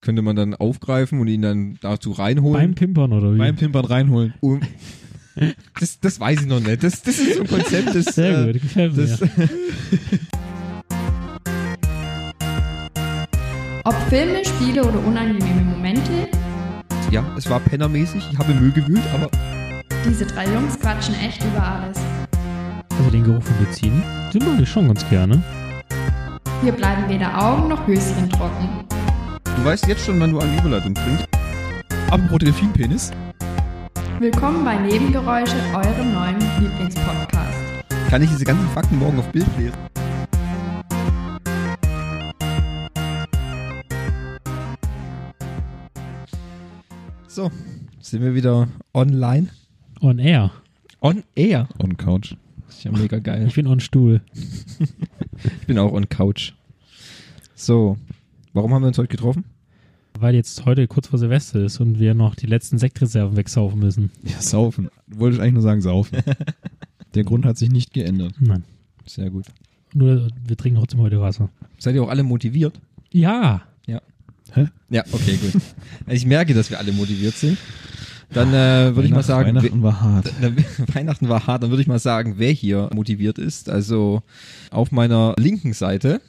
könnte man dann aufgreifen und ihn dann dazu Beim reinholen. Pimpern oder wie? Beim Pimpern reinholen. um, das, das weiß ich noch nicht. Das, das ist so ein Konzept, das, Sehr äh, gut, gefällt mir. das Ob Filme, Spiele oder unangenehme Momente, ja, es war pennermäßig. Ich habe Müll gewühlt, aber diese drei Jungs quatschen echt über alles. Also den Geruch von Benzin, den mag ich schon ganz gerne. Hier bleiben weder Augen noch Höschen trocken. du weißt jetzt schon, wann du eine Überleitung bringst. Apropos Delfinpenis. Willkommen bei Nebengeräusche, eurem neuen Lieblingspodcast. Kann ich diese ganzen Fakten morgen auf Bild lesen? So, sind wir wieder online? On air. On air. On Couch. Ist ja mega geil. Ich bin on Stuhl. Ich bin auch on Couch. So, warum haben wir uns heute getroffen? Weil jetzt heute kurz vor Silvester ist und wir noch die letzten Sektreserven wegsaufen müssen. Ja, saufen. Wollte ich eigentlich nur sagen, saufen. Der Grund hat sich nicht geändert. Nein. Sehr gut. Nur, wir trinken trotzdem heute Wasser. Seid ihr auch alle motiviert? Ja. Ja, okay, gut. Ich merke, dass wir alle motiviert sind. Dann äh, würde ich mal Weihnacht- sagen, wer- Weihnachten war hart. Dann- Weihnachten war hart, dann würde ich mal sagen, wer hier motiviert ist. Also auf meiner linken Seite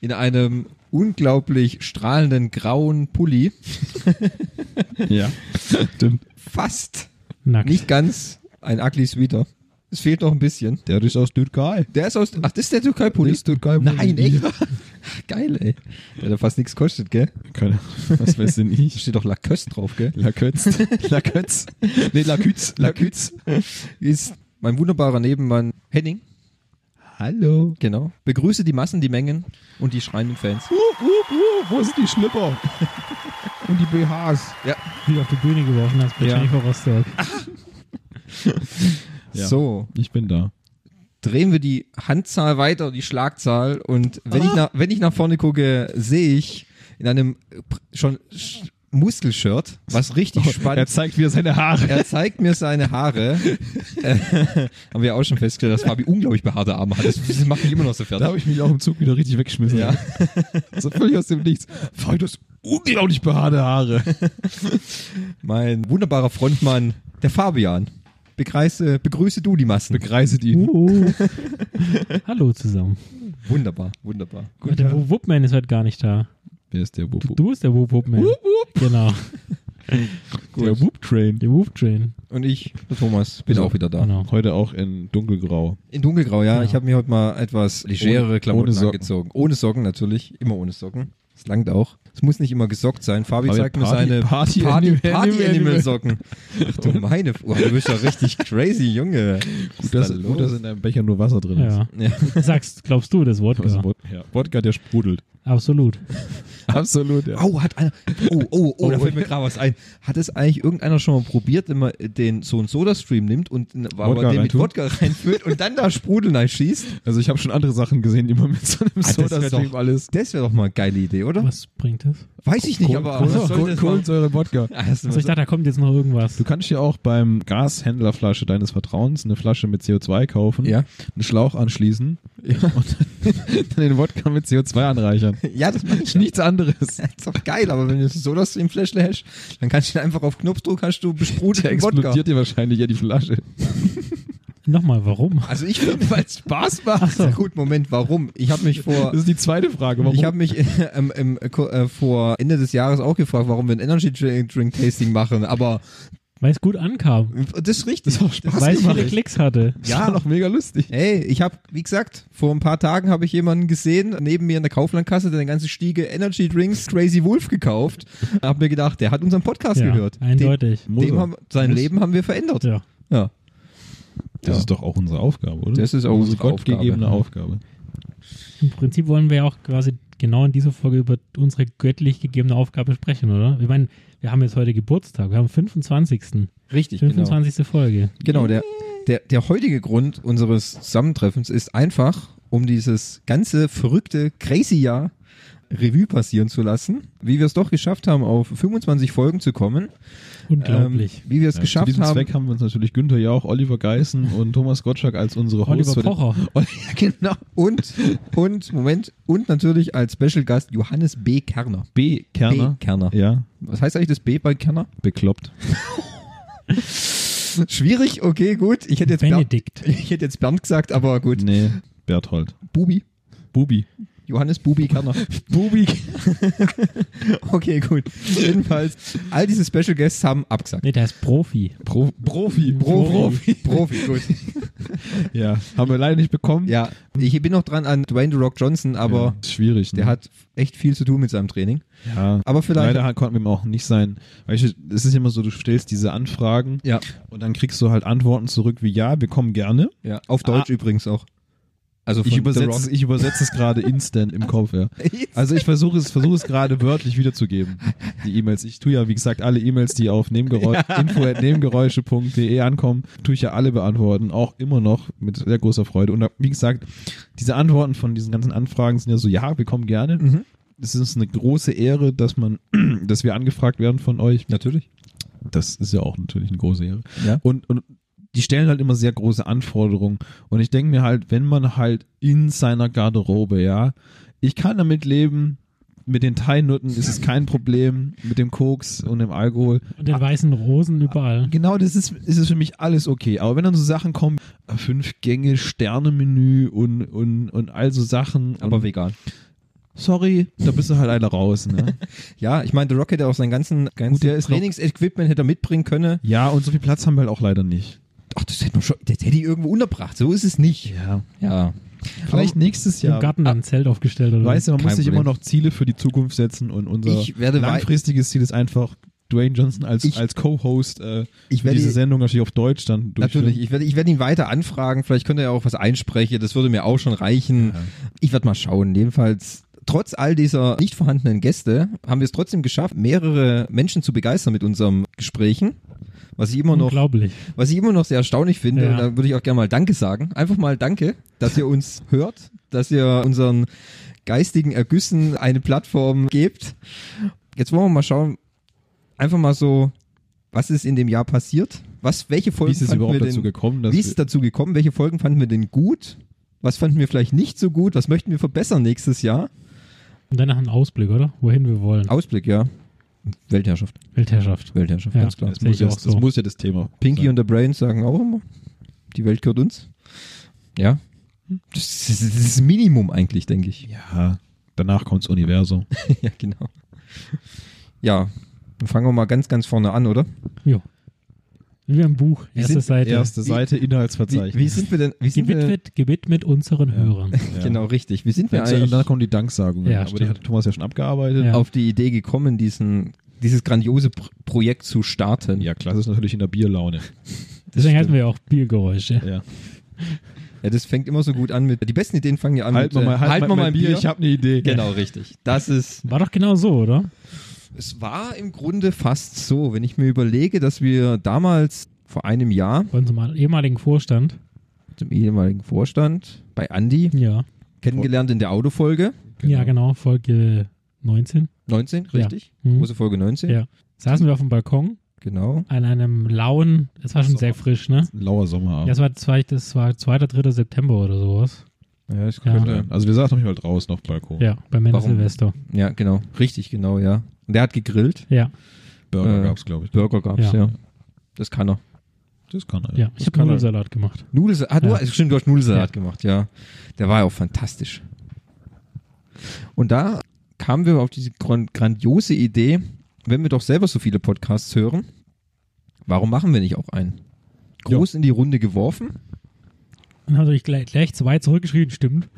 in einem unglaublich strahlenden grauen Pulli, Ja. Stimmt. fast Nackt. nicht ganz ein ugly Sweater. Es fehlt noch ein bisschen. Der ist aus Türkei. Der ist aus Ach, das ist der Türkei Pulli. Das ist Türkei-Pulli. Nein, echt. Geil, ey. Der hat ja fast nichts kostet, gell? Keine Ahnung. Was weiß denn Da ich? steht doch Lacoste drauf, gell? Lakötz. Lakötz. Nee, Lakütz. Lakütz. Ist mein wunderbarer Nebenmann Henning. Hallo. Genau. Begrüße die Massen, die Mengen und die schreienden Fans. Uh, uh, uh, wo sind die Schlipper? Und die BHs. Wie du auf die Bühne geworfen hast bei Ja. Jennifer Rostock. Ja. So, Ich bin da. drehen wir die Handzahl weiter, die Schlagzahl. Und wenn, Ah. ich, nach, wenn ich nach vorne gucke, sehe ich in einem äh, pr- schon sch- Muskelshirt, was richtig Oh, Er spannend zeigt wieder seine Haare. Er zeigt mir seine Haare. äh, haben wir auch schon festgestellt, dass Fabi unglaublich behaarte Arme hat. Das, das macht mich immer noch so Da fertig. habe ich mich auch im Zug wieder richtig weggeschmissen. Ja. So völlig aus dem Nichts. Voll das unglaublich behaarte Haare. Mein wunderbarer Frontmann, der Fabian. Begreise, begrüße du die Massen. Begreiset ihn. Uh. Hallo zusammen. wunderbar, wunderbar. Gut, der Wupp Wupp Man ist heute gar nicht da. Wer ist der Wupp? Du, du bist der Wupp Wupp Man. Genau. Der Wupp Train. Der Wupp Train. Und ich, der Thomas, bin So. auch wieder da. Genau. Heute auch in dunkelgrau. In dunkelgrau, Ah. ja. Ja. Ich habe mir heute mal etwas Ohne- legere Klamotten ohne Socken. angezogen. Ohne Socken natürlich, immer ohne Socken. Das langt auch. Es muss nicht immer gesockt sein. Fabi Aber zeigt mir Party- seine Party- Party, Animal- Party Animal- Animal Socken. Ach du meine, F- oh, du bist ja richtig crazy, Junge. Was ist Gut, dass, da los? gut, dass in deinem Becher nur Wasser drin ist. Ja. Genau. ja. Sagst, glaubst du, das Wort? Also Wod ja. Wodka, der sprudelt. Absolut. Absolut, ja. Au, hat einer. Oh, oh, oh, da Oh, fällt mir gerade was ein. Hat es eigentlich irgendeiner schon mal probiert, wenn man den so einen Soda-Stream nimmt und n- aber Wodka den mit reintut? Wodka reinfüllt und dann da Sprudel reinschießt? Also ich habe schon andere Sachen gesehen, die man mit so einem das wär Soda-Stream doch- alles... Das wäre doch mal eine geile Idee, oder? Was bringt das? Weiß ich nicht, aber was soll Kohlen- das machen? Kohlensäure Wodka. Ah, das ist Also ich dachte, da kommt jetzt noch irgendwas. Du kannst ja auch beim Gashändlerflasche deines Vertrauens eine Flasche mit CO2 kaufen, Ja. einen Schlauch anschließen und dann, dann den Wodka mit CO2 anreichern. Ja, das mache ich nicht. Nichts anderes. Das ist doch geil, aber wenn du so das im Fläschle hast, dann kannst du ihn einfach auf Knopfdruck hast du Der besprudelten Wodka. explodiert dir wahrscheinlich ja die Flasche. Nochmal, warum? Also ich finde, weil es Spaß macht. Ach so. gut, Moment, warum? Ich habe mich vor Das ist die zweite Frage. Warum? ich habe mich äh, ähm, ähm, äh, ko- äh, vor Ende des Jahres auch gefragt, warum wir ein Energy Drink, Drink Tasting machen, aber Weil es gut ankam. äh, das ist richtig. Das hat auch Spaß Weil es gemacht. viele Klicks hatte. ja, noch mega lustig. Ey, ich habe, wie gesagt, vor ein paar Tagen habe ich jemanden gesehen, neben mir in der Kauflandkasse, der eine ganze Stiege Energy Drinks Crazy Wolf gekauft. Hab mir gedacht, der hat unseren Podcast ja, gehört. Eindeutig. Dem, dem haben, sein Muss. Leben haben wir verändert. Ja. ja. Das Ja. ist doch auch unsere Aufgabe, oder? Das ist auch unsere unsere gottgegebene Aufgabe. Im Prinzip wollen wir ja auch quasi genau in dieser Folge über unsere göttlich gegebene Aufgabe sprechen, oder? Ich meine, wir haben jetzt heute Geburtstag. Wir haben 25. Richtig, genau. 25. Folge. Genau, der, der, der heutige Grund unseres Zusammentreffens ist einfach, um dieses ganze verrückte Crazy-Jahr Revue passieren zu lassen, wie wir es doch geschafft haben, auf 25 Folgen zu kommen. Unglaublich. Ähm, wie wir es Ja, zu geschafft diesem haben. Zweck haben wir uns natürlich Günther Jauch, Oliver Geißen und Thomas Gottschalk als unsere Ähm, Hosts. Oliver Pocher. Ja, genau. Und, und, Moment, und natürlich als Special Gast Johannes B. Kerner. B. Kerner. B. Kerner. Ja, Was heißt eigentlich das B bei Kerner? bekloppt. Schwierig, okay, gut. Ich hätte jetzt Benedikt. Bernd, ich hätte jetzt Bernd gesagt, aber gut. Nee, Berthold. Bubi. Bubi. Johannes Bubi Kerner. Bubi. okay, gut. Jedenfalls, all diese Special Guests haben abgesagt. Nee, der ist Profi. Pro Oh, Profi. Profi. Profi, gut. Ja, haben wir leider nicht bekommen. Ja, ich bin noch dran an Dwayne The Rock Johnson, aber Ja, ist schwierig. der ne? hat echt viel zu tun mit seinem Training. Ja. Aber vielleicht. Leider konnten wir ihm auch nicht sein. Weißt du, es ist immer so, du stellst diese Anfragen Ja, und dann kriegst du halt Antworten zurück wie ja, wir kommen gerne. ja. Auf Deutsch übrigens auch. Also von Ich übersetze, es- The ich übersetze es gerade instant im Kopf, ja. Rock. Also ich versuche es, versuche es gerade wörtlich wiederzugeben, die E-Mails. Ich tue ja, wie gesagt, alle E-Mails, die auf Nebengeräusch, info.nebengeräusche.de ankommen, tue ich ja alle beantworten, auch immer noch mit sehr großer Freude. Und wie gesagt, diese Antworten von diesen ganzen Anfragen sind ja so, ja, wir kommen gerne. Mhm. Es ist eine große Ehre, dass man, dass wir angefragt werden von euch. Natürlich. Das ist ja auch natürlich eine große Ehre. Ja. Und, und die stellen halt immer sehr große Anforderungen. Und ich denke mir halt, wenn man halt in seiner Garderobe, ja, ich kann damit leben, mit den Thai-Nutten ist es kein Problem, mit dem Koks und dem Alkohol. Und Ah. den weißen Rosen überall. Genau, das ist, ist es für mich alles okay. Aber wenn dann so Sachen kommen, äh, fünf Gänge, Sternemenü und, und, und all so Sachen. und- Aber vegan. sorry, da bist du halt einer raus, ne? Ja, ich meine, The Rock hätte auch sein ganzen, ganzen der ist noch- Trainingsequipment hätte er mitbringen können. ja, und so viel Platz haben wir halt auch leider nicht. Ach, das hätte, man schon, das hätte ich irgendwo unterbracht. So ist es nicht. Ja. Ja. Vielleicht nächstes Im Jahr. Garten Ah. dann ein Zelt aufgestellt oder Weißt du, man Kein muss sich Problem. immer noch Ziele für die Zukunft setzen und unser Ich werde wei- langfristiges Ziel ist einfach, Dwayne Johnson als, Ich- als Co-Host äh, Ich für werde- diese Sendung natürlich auf Deutsch dann durchführen. Natürlich, ich werde, ich werde ihn weiter anfragen. Vielleicht könnte er auch was einsprechen. Das würde mir auch schon reichen. Ich werde mal schauen. Jedenfalls, trotz all dieser nicht vorhandenen Gäste, haben wir es trotzdem geschafft, mehrere Menschen zu begeistern mit unseren Gesprächen. Was ich immer noch, Unglaublich. was ich immer noch sehr erstaunlich finde. Ja. Und da würde ich auch gerne mal Danke sagen. Einfach mal Danke, dass ihr uns hört, dass ihr unseren geistigen Ergüssen eine Plattform gebt. Jetzt wollen wir mal schauen, einfach mal so, was ist in dem Jahr passiert? Was, welche Folgen Wie ist es fanden wir überhaupt denn, dazu gekommen, dass wie ist es wir, dazu gekommen? Welche Folgen fanden wir denn gut? Was fanden wir vielleicht nicht so gut? Was möchten wir verbessern nächstes Jahr? Und danach ein Ausblick, oder? Wohin wir wollen. Ausblick, ja. Weltherrschaft, Weltherrschaft. Weltherrschaft, Ja. ganz klar. das, sehe muss ich ja, auch das so. muss ja das Thema Pinky sein. und the Brains sagen auch immer, die Welt gehört uns. Ja. Das ist das, ist das Minimum eigentlich, denke ich. Ja, danach kommt das Universum. ja, genau. Ja, dann fangen wir mal ganz, ganz vorne an, oder? Jo. Wie im Buch. Erste sind- Seite. Erste Wie- Seite, Wie, Inhaltsverzeichnis. wie sind wir denn? Wie sind äh, wir, gewidmet, gewidmet unseren Hörern. ja. Genau, richtig. Wie sind wir Dann, zu- und dann eigentlich kommen die Danksagungen. Ja, aber die stimmt. hat Thomas ja schon abgearbeitet. Ja. auf die Idee gekommen, diesen, dieses grandiose Pro Projekt zu starten? Ja, klasse ist natürlich in der Bierlaune. Deswegen hatten wir ja auch Biergeräusche. Ja. Ja, das fängt immer so gut an mit. Die besten Ideen fangen ja an Halt mit. äh, mal, mal, halt, mal, mein Bier, ich habe eine Idee. Genau, richtig. Das ist. War doch genau so, oder? Es war im Grunde fast so, wenn ich mir überlege, dass wir damals vor einem Jahr Bei unserem ehemaligen Vorstand. dem ehemaligen Vorstand bei Andy Ja. kennengelernt in der Autofolge Ja, genau. Folge 19. 19, Ja. richtig? Mhm. Große Folge 19. Ja. Saßen wir auf dem Balkon Genau. an einem lauen, es war schon So. sehr frisch, ne? Ein Lauer Sommerabend. Ja, es war, zwei, das war 2. 3. September oder sowas. Ja, das Ja. könnte. Also wir saßen manchmal draußen auf dem Balkon. Ja, bei Männer Warum? Silvester. Ja. genau. Richtig, genau, ja. Und der hat gegrillt. Ja, Burger Äh, gab's, glaube ich. Burger gab's, Ja. ja. Das kann er. Das kann er. ja. Das Ich habe kann er. Nudelsalat gemacht. Nudelsalat. Ah, du, Ja. hast- stimmt, du hast Nudelsalat Ja. gemacht, ja. Der war ja auch fantastisch. Und da kamen wir auf diese gran- grandiose Idee, wenn wir doch selber so viele Podcasts hören, warum machen wir nicht auch einen? Groß in die Runde geworfen. Und habe ich gleich, gleich zwei zurückgeschrieben, stimmt.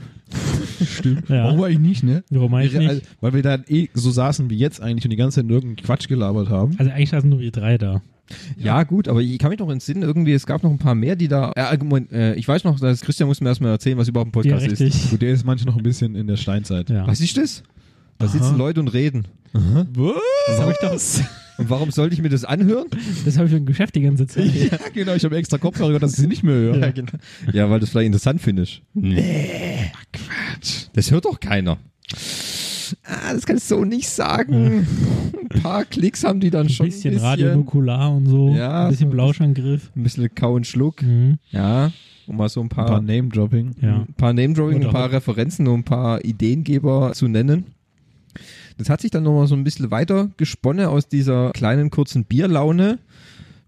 Stimmt. Ja. Warum eigentlich nicht, ne? Warum eigentlich Wir- nicht? Weil wir dann eh so saßen wie jetzt eigentlich und die ganze Zeit nur irgendeinen Quatsch gelabert haben. Also eigentlich saßen nur die drei da. Ja. gut, aber ich kann mich noch entsinnen, irgendwie, es gab noch ein paar mehr, die da. Äh, Moment, äh, ich weiß noch, dass Christian muss mir erstmal erzählen, was überhaupt ein Ja, Podcast ist. richtig. Gut, der ist manchmal noch ein bisschen in der Steinzeit. Ja. Was ist das? Da Aha. sitzen Leute und reden. Was? Das habe ich doch. Und warum sollte ich mir das anhören? Das habe ich im Geschäft die ganze Zeit. Ja, genau, ich habe extra Kopfhörer, gehört, dass ich sie nicht mehr höre. genau. Ja, weil das vielleicht interessant findest. Nee. Quatsch. Das hört doch keiner. ah, das kannst du so nicht sagen. Ein paar Klicks haben die dann Ein schon. bisschen radionukular und so. Ja, ein bisschen so- Blauschangriff. Ein bisschen Kau und Schluck. Mhm. Ja, um mal so ein Ein paar paar, Name-Dropping. Ah. Ja. ein paar Name-Drawing, Oder ein paar Referenzen und ein paar Ideengeber zu nennen. Das hat sich dann nochmal so ein bisschen weiter gesponnen aus dieser kleinen kurzen Bierlaune,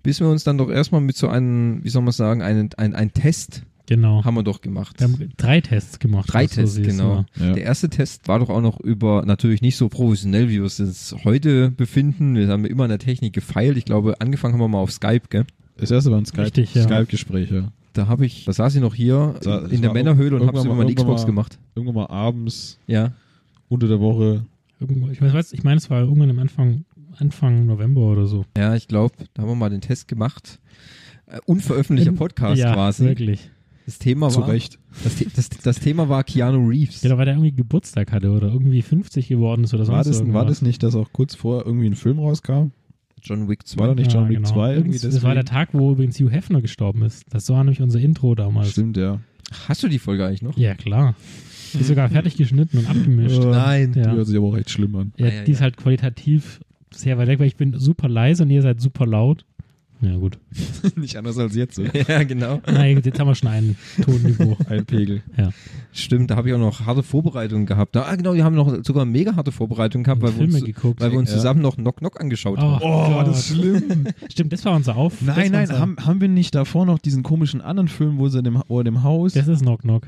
bis wir uns dann doch erstmal mit so einem, wie soll man sagen, einen, ein, ein Test Genau. haben wir doch gemacht. Wir haben drei Tests gemacht. Drei was du Tests, siehst, genau. ja. Ja. Der erste Test war doch auch noch über, natürlich nicht so professionell, wie wir es jetzt heute befinden. Wir haben immer an der Technik gefeilt. Ich glaube, angefangen haben wir mal auf Skype, gell? Das erste war ein Skype- Richtig, ja. Skype-Gespräch. ja. Da habe ich, da saß ich noch hier Sa- das in der war Männerhöhle und habe irgendwann immer mal- meine Xbox irgendwann gemacht. Irgendwann mal abends, Ja. unter der Woche. Irgendwo, ich weiß, ich meine, es war irgendwann am Anfang, Anfang November oder so. Ja, ich glaube, da haben wir mal den Test gemacht. Äh, Unveröffentlichter In- Podcast ja, quasi. wirklich. Das Thema Zu war Recht. das, The- das, das Thema war Keanu Reeves. Ja, da war der irgendwie Geburtstag hatte oder irgendwie 50 geworden ist oder sonst War das, war irgendwas. das nicht, dass auch kurz vor irgendwie ein Film rauskam? John Wick Das war doch 2. nicht Ja, John Wick genau. 2. Irgendwie Übrigens, Das war der deswegen? Tag, wo übrigens Hugh Hefner gestorben ist. Das war nämlich unser Intro damals. Stimmt, ja. Hast du die Folge eigentlich noch? Ja, klar. Die ist sogar fertig geschnitten und abgemischt. Oh, Ja. Nein. Die Ja. hört sich aber auch recht schlimm an. Ja, Ah, ja, die ist ja. halt qualitativ sehr weit weg, weil ich bin super leise und ihr seid super laut. Ja, gut. nicht anders als jetzt. so. Ja, genau. Nein, jetzt haben wir schon ein Tonniveau. Ein Pegel. Stimmt, da habe ich auch noch harte Vorbereitungen gehabt. Ah, genau, wir haben noch sogar mega harte Vorbereitungen gehabt, Und weil wir, Filme uns, geguckt. weil wir uns Ja. zusammen noch Knock Knock angeschaut Oh, haben. Gott. schlimm. Stimmt, das war unser Auf. das war Nein, nein, unser- haben, haben wir nicht davor noch diesen komischen anderen Film, wo sie in dem, wo er in dem Haus. Das ist Knock Knock.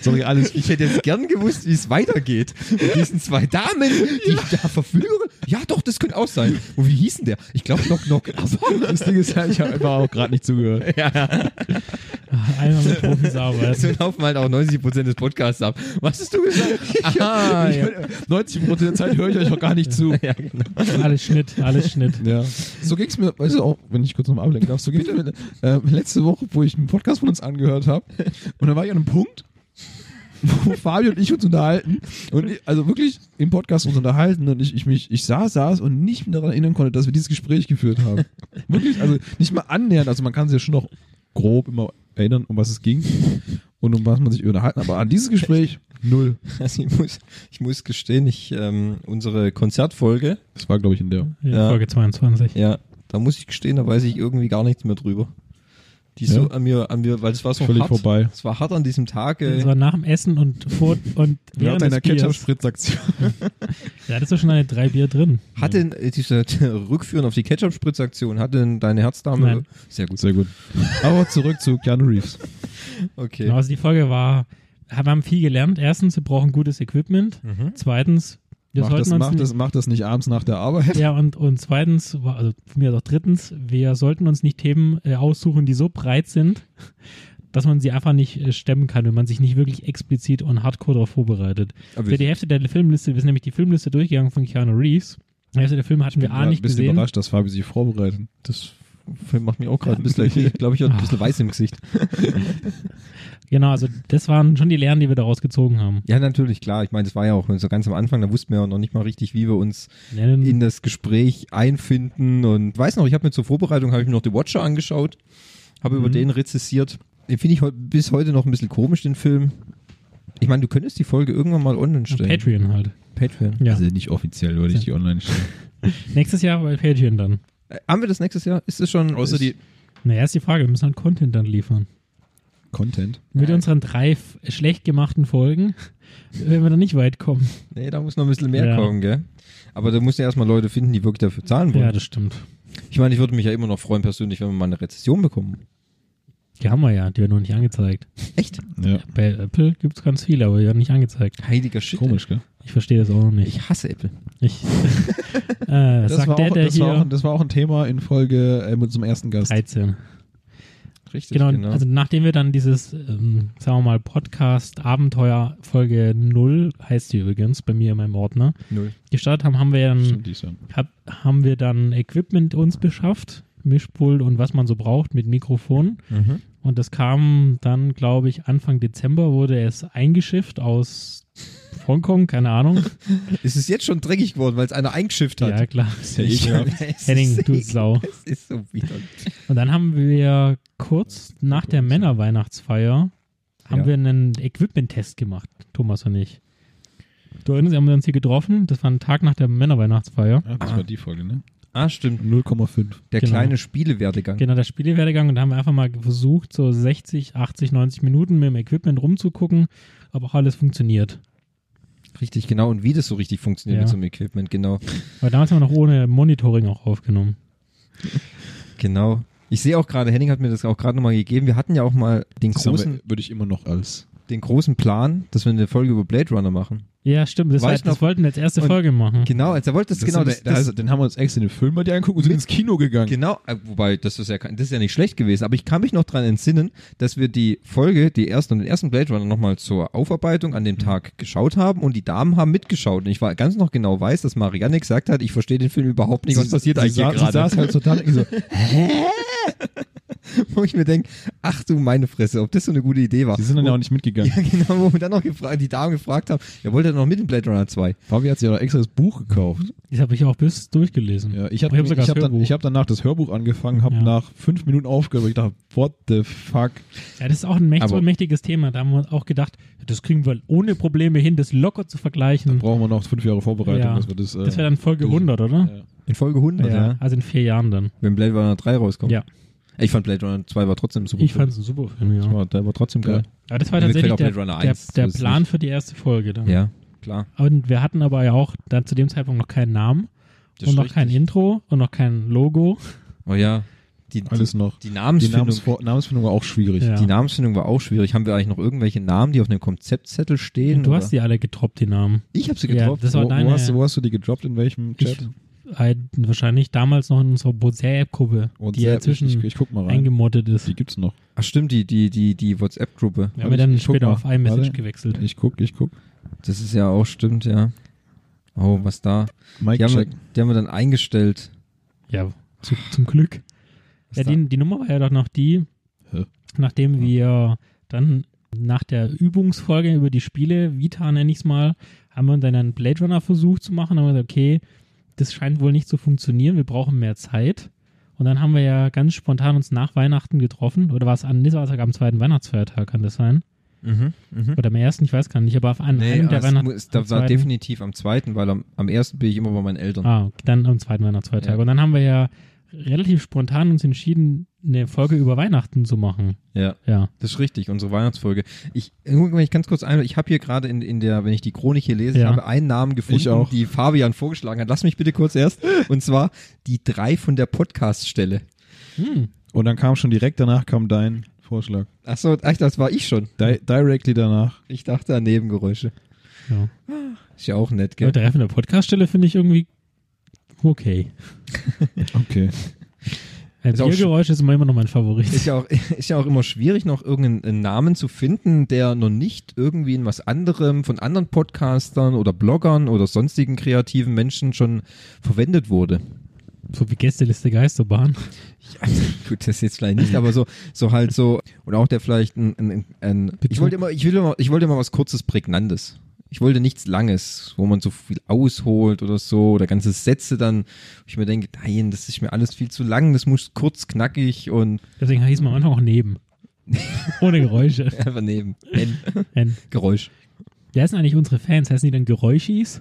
sorry, alles. Ich hätte jetzt gern gewusst, wie es weitergeht mit diesen zwei Damen, die ich da verführe. Ja, doch, das könnte auch sein. Und wie hieß denn der? Ich glaube Knock Knock. Das Ding ist ja, ich habe einfach auch gerade nicht zugehört. Einmal mit Profis arbeiten. So laufen halt auch 90% des Podcasts ab. Was hast du gesagt? Aha, Ich hör- 90% der Zeit höre ich euch auch gar nicht zu. ja, genau. Alles Schnitt, alles Schnitt. Ja. So ging es mir, weißt du auch, wenn ich kurz nochmal ablenken darf, so ging es mir äh, letzte Woche, wo ich einen Podcast von uns angehört habe. Und da war ich an einem Punkt, wo Fabio und ich uns unterhalten. Und ich, also wirklich im Podcast uns unterhalten. Und ich, ich mich, ich saß, saß und nicht mehr daran erinnern konnte, dass wir dieses Gespräch geführt haben. Wirklich, also nicht mal annähernd. Also man kann sich ja schon noch grob immer erinnern, um was es ging und um was man sich unterhalten. hat. Aber an dieses Gespräch, null. Also ich, muss, ich muss gestehen, ich, ähm, unsere Konzertfolge, Das war, glaube ich, in der. Ja, Ja. Folge 22. ja, da muss ich gestehen, da weiß ich irgendwie gar nichts mehr drüber. Die ist so Ja. an mir, an mir, weil es war so Völlig hart. vorbei. Es war hart an diesem Tag. Äh, Das war nach dem Essen und vor und während des Biers. Ketchup-Spritzaktion. Da hattest du schon eine drei Bier drin. Hat denn äh, diese Rückführen auf die Ketchup-Spritzaktion, hat denn deine Herzdame? Nein. Sehr gut. Sehr gut. Aber zurück zu Keanu Reeves. Okay. Genau, also die Folge war, wir haben viel gelernt. Erstens, wir brauchen gutes Equipment. Zweitens, wir Mach das, sollten uns mach, nicht- das, mach das nicht abends nach der Arbeit. Ja, und, und zweitens, war- also von mir aus auch drittens, wir sollten uns nicht Themen äh, aussuchen, die so breit sind, dass man sie einfach nicht äh, stemmen kann, wenn man sich nicht wirklich explizit und hardcore darauf vorbereitet. Aber Für die Hälfte der Filmliste, wir sind nämlich die Filmliste durchgegangen von Keanu Reeves. Die Hälfte der Filme hatten wir A ein nicht bisschen gesehen. überrascht, dass Fabi sich vorbereitet. das macht mich auch gerade ein bisschen, ich glaube, ich habe ein bisschen weiß im Gesicht. Genau, also das waren schon die Lehren, die wir daraus gezogen haben. Ja, natürlich, klar. Ich meine, das war ja auch so ganz am Anfang, da wussten wir ja noch nicht mal richtig, wie wir uns Nennen, in das Gespräch einfinden. Und weiß noch, ich habe mir zur Vorbereitung, habe ich mir noch The Watcher angeschaut, habe Mhm. über den rezessiert. Den finde ich heu- bis heute noch ein bisschen komisch, den Film. Ich meine, du könntest die Folge irgendwann mal online auf stellen. Patreon halt. Patreon. Ja. nicht offiziell würde ich die online stellen. Nächstes Jahr bei Patreon dann. Äh, haben wir das nächstes Jahr? Ist es schon? Außer ist, die Naja, ist die Frage, wir müssen halt Content dann liefern. Content. Mit Ja. unseren drei f- schlecht gemachten Folgen werden wir dann nicht weit kommen. Nee, da muss noch ein bisschen mehr Ja. kommen, gell? Aber da musst du erstmal Leute finden, die wirklich dafür zahlen Ja, wollen. das stimmt. ich meine, ich würde mich ja immer noch freuen persönlich, wenn wir mal eine Rezession bekommen. Die haben wir ja, die werden nur nicht angezeigt. Echt? Ja. Bei Apple gibt es ganz viele, aber die werden nicht angezeigt. Heiliger Shit. Komisch, gell? Ich verstehe das auch noch nicht. Ich hasse Apple. Ich, äh, Das, sagt war der, auch, der das, war auch, hier das war auch ein Thema in Folge äh, mit unserem ersten Gast. 13. Richtig, Genau, also nachdem wir dann dieses, ähm, sagen wir mal, Podcast-Abenteuer Folge 0, heißt die übrigens bei mir in meinem Ordner, Null. gestartet haben, haben wir dann Stimmt, die ist ja. hab, haben wir dann Equipment uns beschafft, Mischpult und was man so braucht mit Mikrofon. Und das kam dann, glaube ich, Anfang Dezember wurde es eingeschifft aus Hongkong, keine Ahnung. Es ist jetzt schon dreckig geworden, weil es einer eingeschifft hat. ja, klar. ja ekelhaft. Es Henning, ist du ekel- Sau. Es ist so widerlich. Und dann haben wir kurz nach der Männerweihnachtsfeier haben Ja. wir einen Equipment-Test gemacht, Thomas und ich. Du erinnerst, haben wir uns hier getroffen. Das war ein Tag nach der Männerweihnachtsfeier. Ah, das Ah. war die Folge, ne? Ah, stimmt. 0,5. Der Genau. kleine Spielewerdegang. Genau, der Spielewerdegang und da haben wir einfach mal versucht, so 60, 80, 90 Minuten mit dem Equipment rumzugucken, ob auch alles funktioniert. Richtig, genau. Und wie das so richtig funktioniert Ja. mit so einem Equipment, genau. Aber damals haben wir noch ohne Monitoring auch aufgenommen. Genau. Ich sehe auch gerade, Henning hat mir das auch gerade nochmal gegeben. Wir hatten ja auch mal den Das haben großen, wir- würde ich immer noch als. den großen Plan, dass wir eine Folge über Blade Runner machen. Ja, stimmt. Das, war, Weißt das noch- wollten wir als erste und- Folge machen. Genau, als er wollte das, genau. haben wir- Das, das, also, den haben wir uns extra in den Film bei dir angeguckt und sind ins Kino gegangen. genau, äh, wobei das ist ja kein- das ist ja nicht schlecht gewesen. Aber ich kann mich noch dran entsinnen, dass wir die Folge, die ersten und den ersten Blade Runner nochmal zur Aufarbeitung Mhm. an dem Tag geschaut haben und die Damen haben mitgeschaut. Und ich war ganz noch genau weiß, dass Marianne gesagt hat, ich verstehe den Film überhaupt nicht. Was passiert eigentlich hier sa- Sie gerade? saß halt so da und ich so, Wo ich mir denke, ach du meine Fresse, ob das so eine gute Idee war. die sind dann ja auch nicht mitgegangen. Ja, genau, wo wir dann noch gefragt, die Damen gefragt haben, ja, wollt ihr noch mit in Blade Runner 2? Fabi hat sich ja noch extra das Buch gekauft. Das habe ich auch bis durchgelesen. Ja, ich habe Ich hab ich sogar das hab dann, Hörbuch. ich hab danach das Hörbuch angefangen, habe Ja. nach fünf Minuten aufgehört, weil ich dachte, what the fuck? Ja, das ist auch ein mächt so Aber- ein mächtiges Thema. Da haben wir uns auch gedacht, das kriegen wir ohne Probleme hin, das locker zu vergleichen. Brauchen wir noch fünf Jahre Vorbereitung, Ja. dass wir das. Äh, Das wäre dann Folge 100, oder? Ja. In Folge 100, Also in vier Jahren dann. Wenn Blade Runner 3 rauskommt. Ja. Ich fand Blade Runner 2 war trotzdem super. Ich fand es ein super Film, ja. war, der war trotzdem geil. Aber das war Mir fällt tatsächlich auch der, Blade Runner der, 1, so der ist Plan für die erste Folge dann. Ja, klar. Und wir hatten aber ja auch dann zu dem Zeitpunkt noch keinen Namen Das und noch ist kein richtig. Intro und noch kein Logo. Oh ja. Die, die, Alles noch. die Die Namensfindung. Namensvor Namensfindung war auch schwierig. Ja. Die Namensfindung war auch schwierig. Haben wir eigentlich noch irgendwelche Namen, die auf einem Konzeptzettel stehen? Und du oder? hast die alle getroppt, die Namen. ich habe sie Ja, getroffen. das war wo, deine- wo, hast, du- wo hast du die gedroppt? In welchem Ich- Chat? Äh, wahrscheinlich damals noch in unserer WhatsApp-Gruppe, Und die ja Oh, sehr- zwischen ich, ich, ich guck mal rein. eingemottet ist. Die gibt's noch. Ach stimmt, die, die, die, die WhatsApp-Gruppe. Wir haben ja dann ich guck später mal. auf iMessage Warte. gewechselt. Ich guck, ich guck. Das ist ja auch stimmt, ja. Oh, was da. Die Mike haben, wir, check. die haben wir dann eingestellt. Ja, zu, zum Glück. Was Ja, da- die, die Nummer war ja doch noch die, Hä? nachdem wir dann nach der Übungsfolge über die Spiele, Vita nenne ich es mal, haben wir dann einen Blade Runner Versuch zu machen, haben wir gesagt, okay, das scheint wohl nicht zu funktionieren, wir brauchen mehr Zeit. Und dann haben wir ja ganz spontan uns nach Weihnachten getroffen, oder war es an Nissertag am zweiten Weihnachtsfeiertag, kann das sein? Mhm, mhm. Oder am ersten, ich weiß gar nicht, aber auf an Nee, einem der das Weihnachten. muss, da war definitiv am zweiten, weil am, am ersten bin ich immer bei meinen Eltern. Ah, okay, dann am zweiten Weihnachtsfeiertag. Ja. Und dann haben wir ja relativ spontan uns entschieden, eine Folge über Weihnachten zu machen. Ja. Ja. Das ist richtig, unsere Weihnachtsfolge. Ich, wenn ich ganz kurz ein, ich habe hier gerade in, in der, wenn ich die Chronik hier lese, ich Ja. habe einen Namen Ich gefunden, auch. die Fabian vorgeschlagen hat. Lass mich bitte kurz erst. Und zwar die drei von der Podcast-Stelle. Hm. Und Oh, dann kam schon direkt danach kam dein Vorschlag. Ach so, ach, das war ich schon. Di directly danach. Ich dachte an Nebengeräusche. Ja. Ist ja auch nett, Okay. gell? Treffen der Podcaststelle finde ich irgendwie okay. Okay. Äh, Ist auch Biergeräusch ist immer, immer noch mein Favorit. Ist ja, auch, ist ja auch immer schwierig, noch irgendeinen Namen zu finden, der noch nicht irgendwie in was anderem von anderen Podcastern oder Bloggern oder sonstigen kreativen Menschen schon verwendet wurde. so wie Gästeliste Geisterbahn. Ja, gut, das jetzt vielleicht nicht, aber so, so halt so, und auch der vielleicht ein, ein, ein, ein ich wollte immer, ich will immer, ich wollte immer was kurzes, prägnantes. Ich wollte nichts Langes, wo man so viel ausholt oder so, oder ganze Sätze dann, wo ich mir denke, nein, das ist mir alles viel zu lang, das muss kurz, knackig und Deswegen hieß man am Anfang auch neben. Ohne Geräusche. einfach neben. N. Ein- Geräusch. Wer sind eigentlich unsere Fans? Heißen die dann Geräuschis?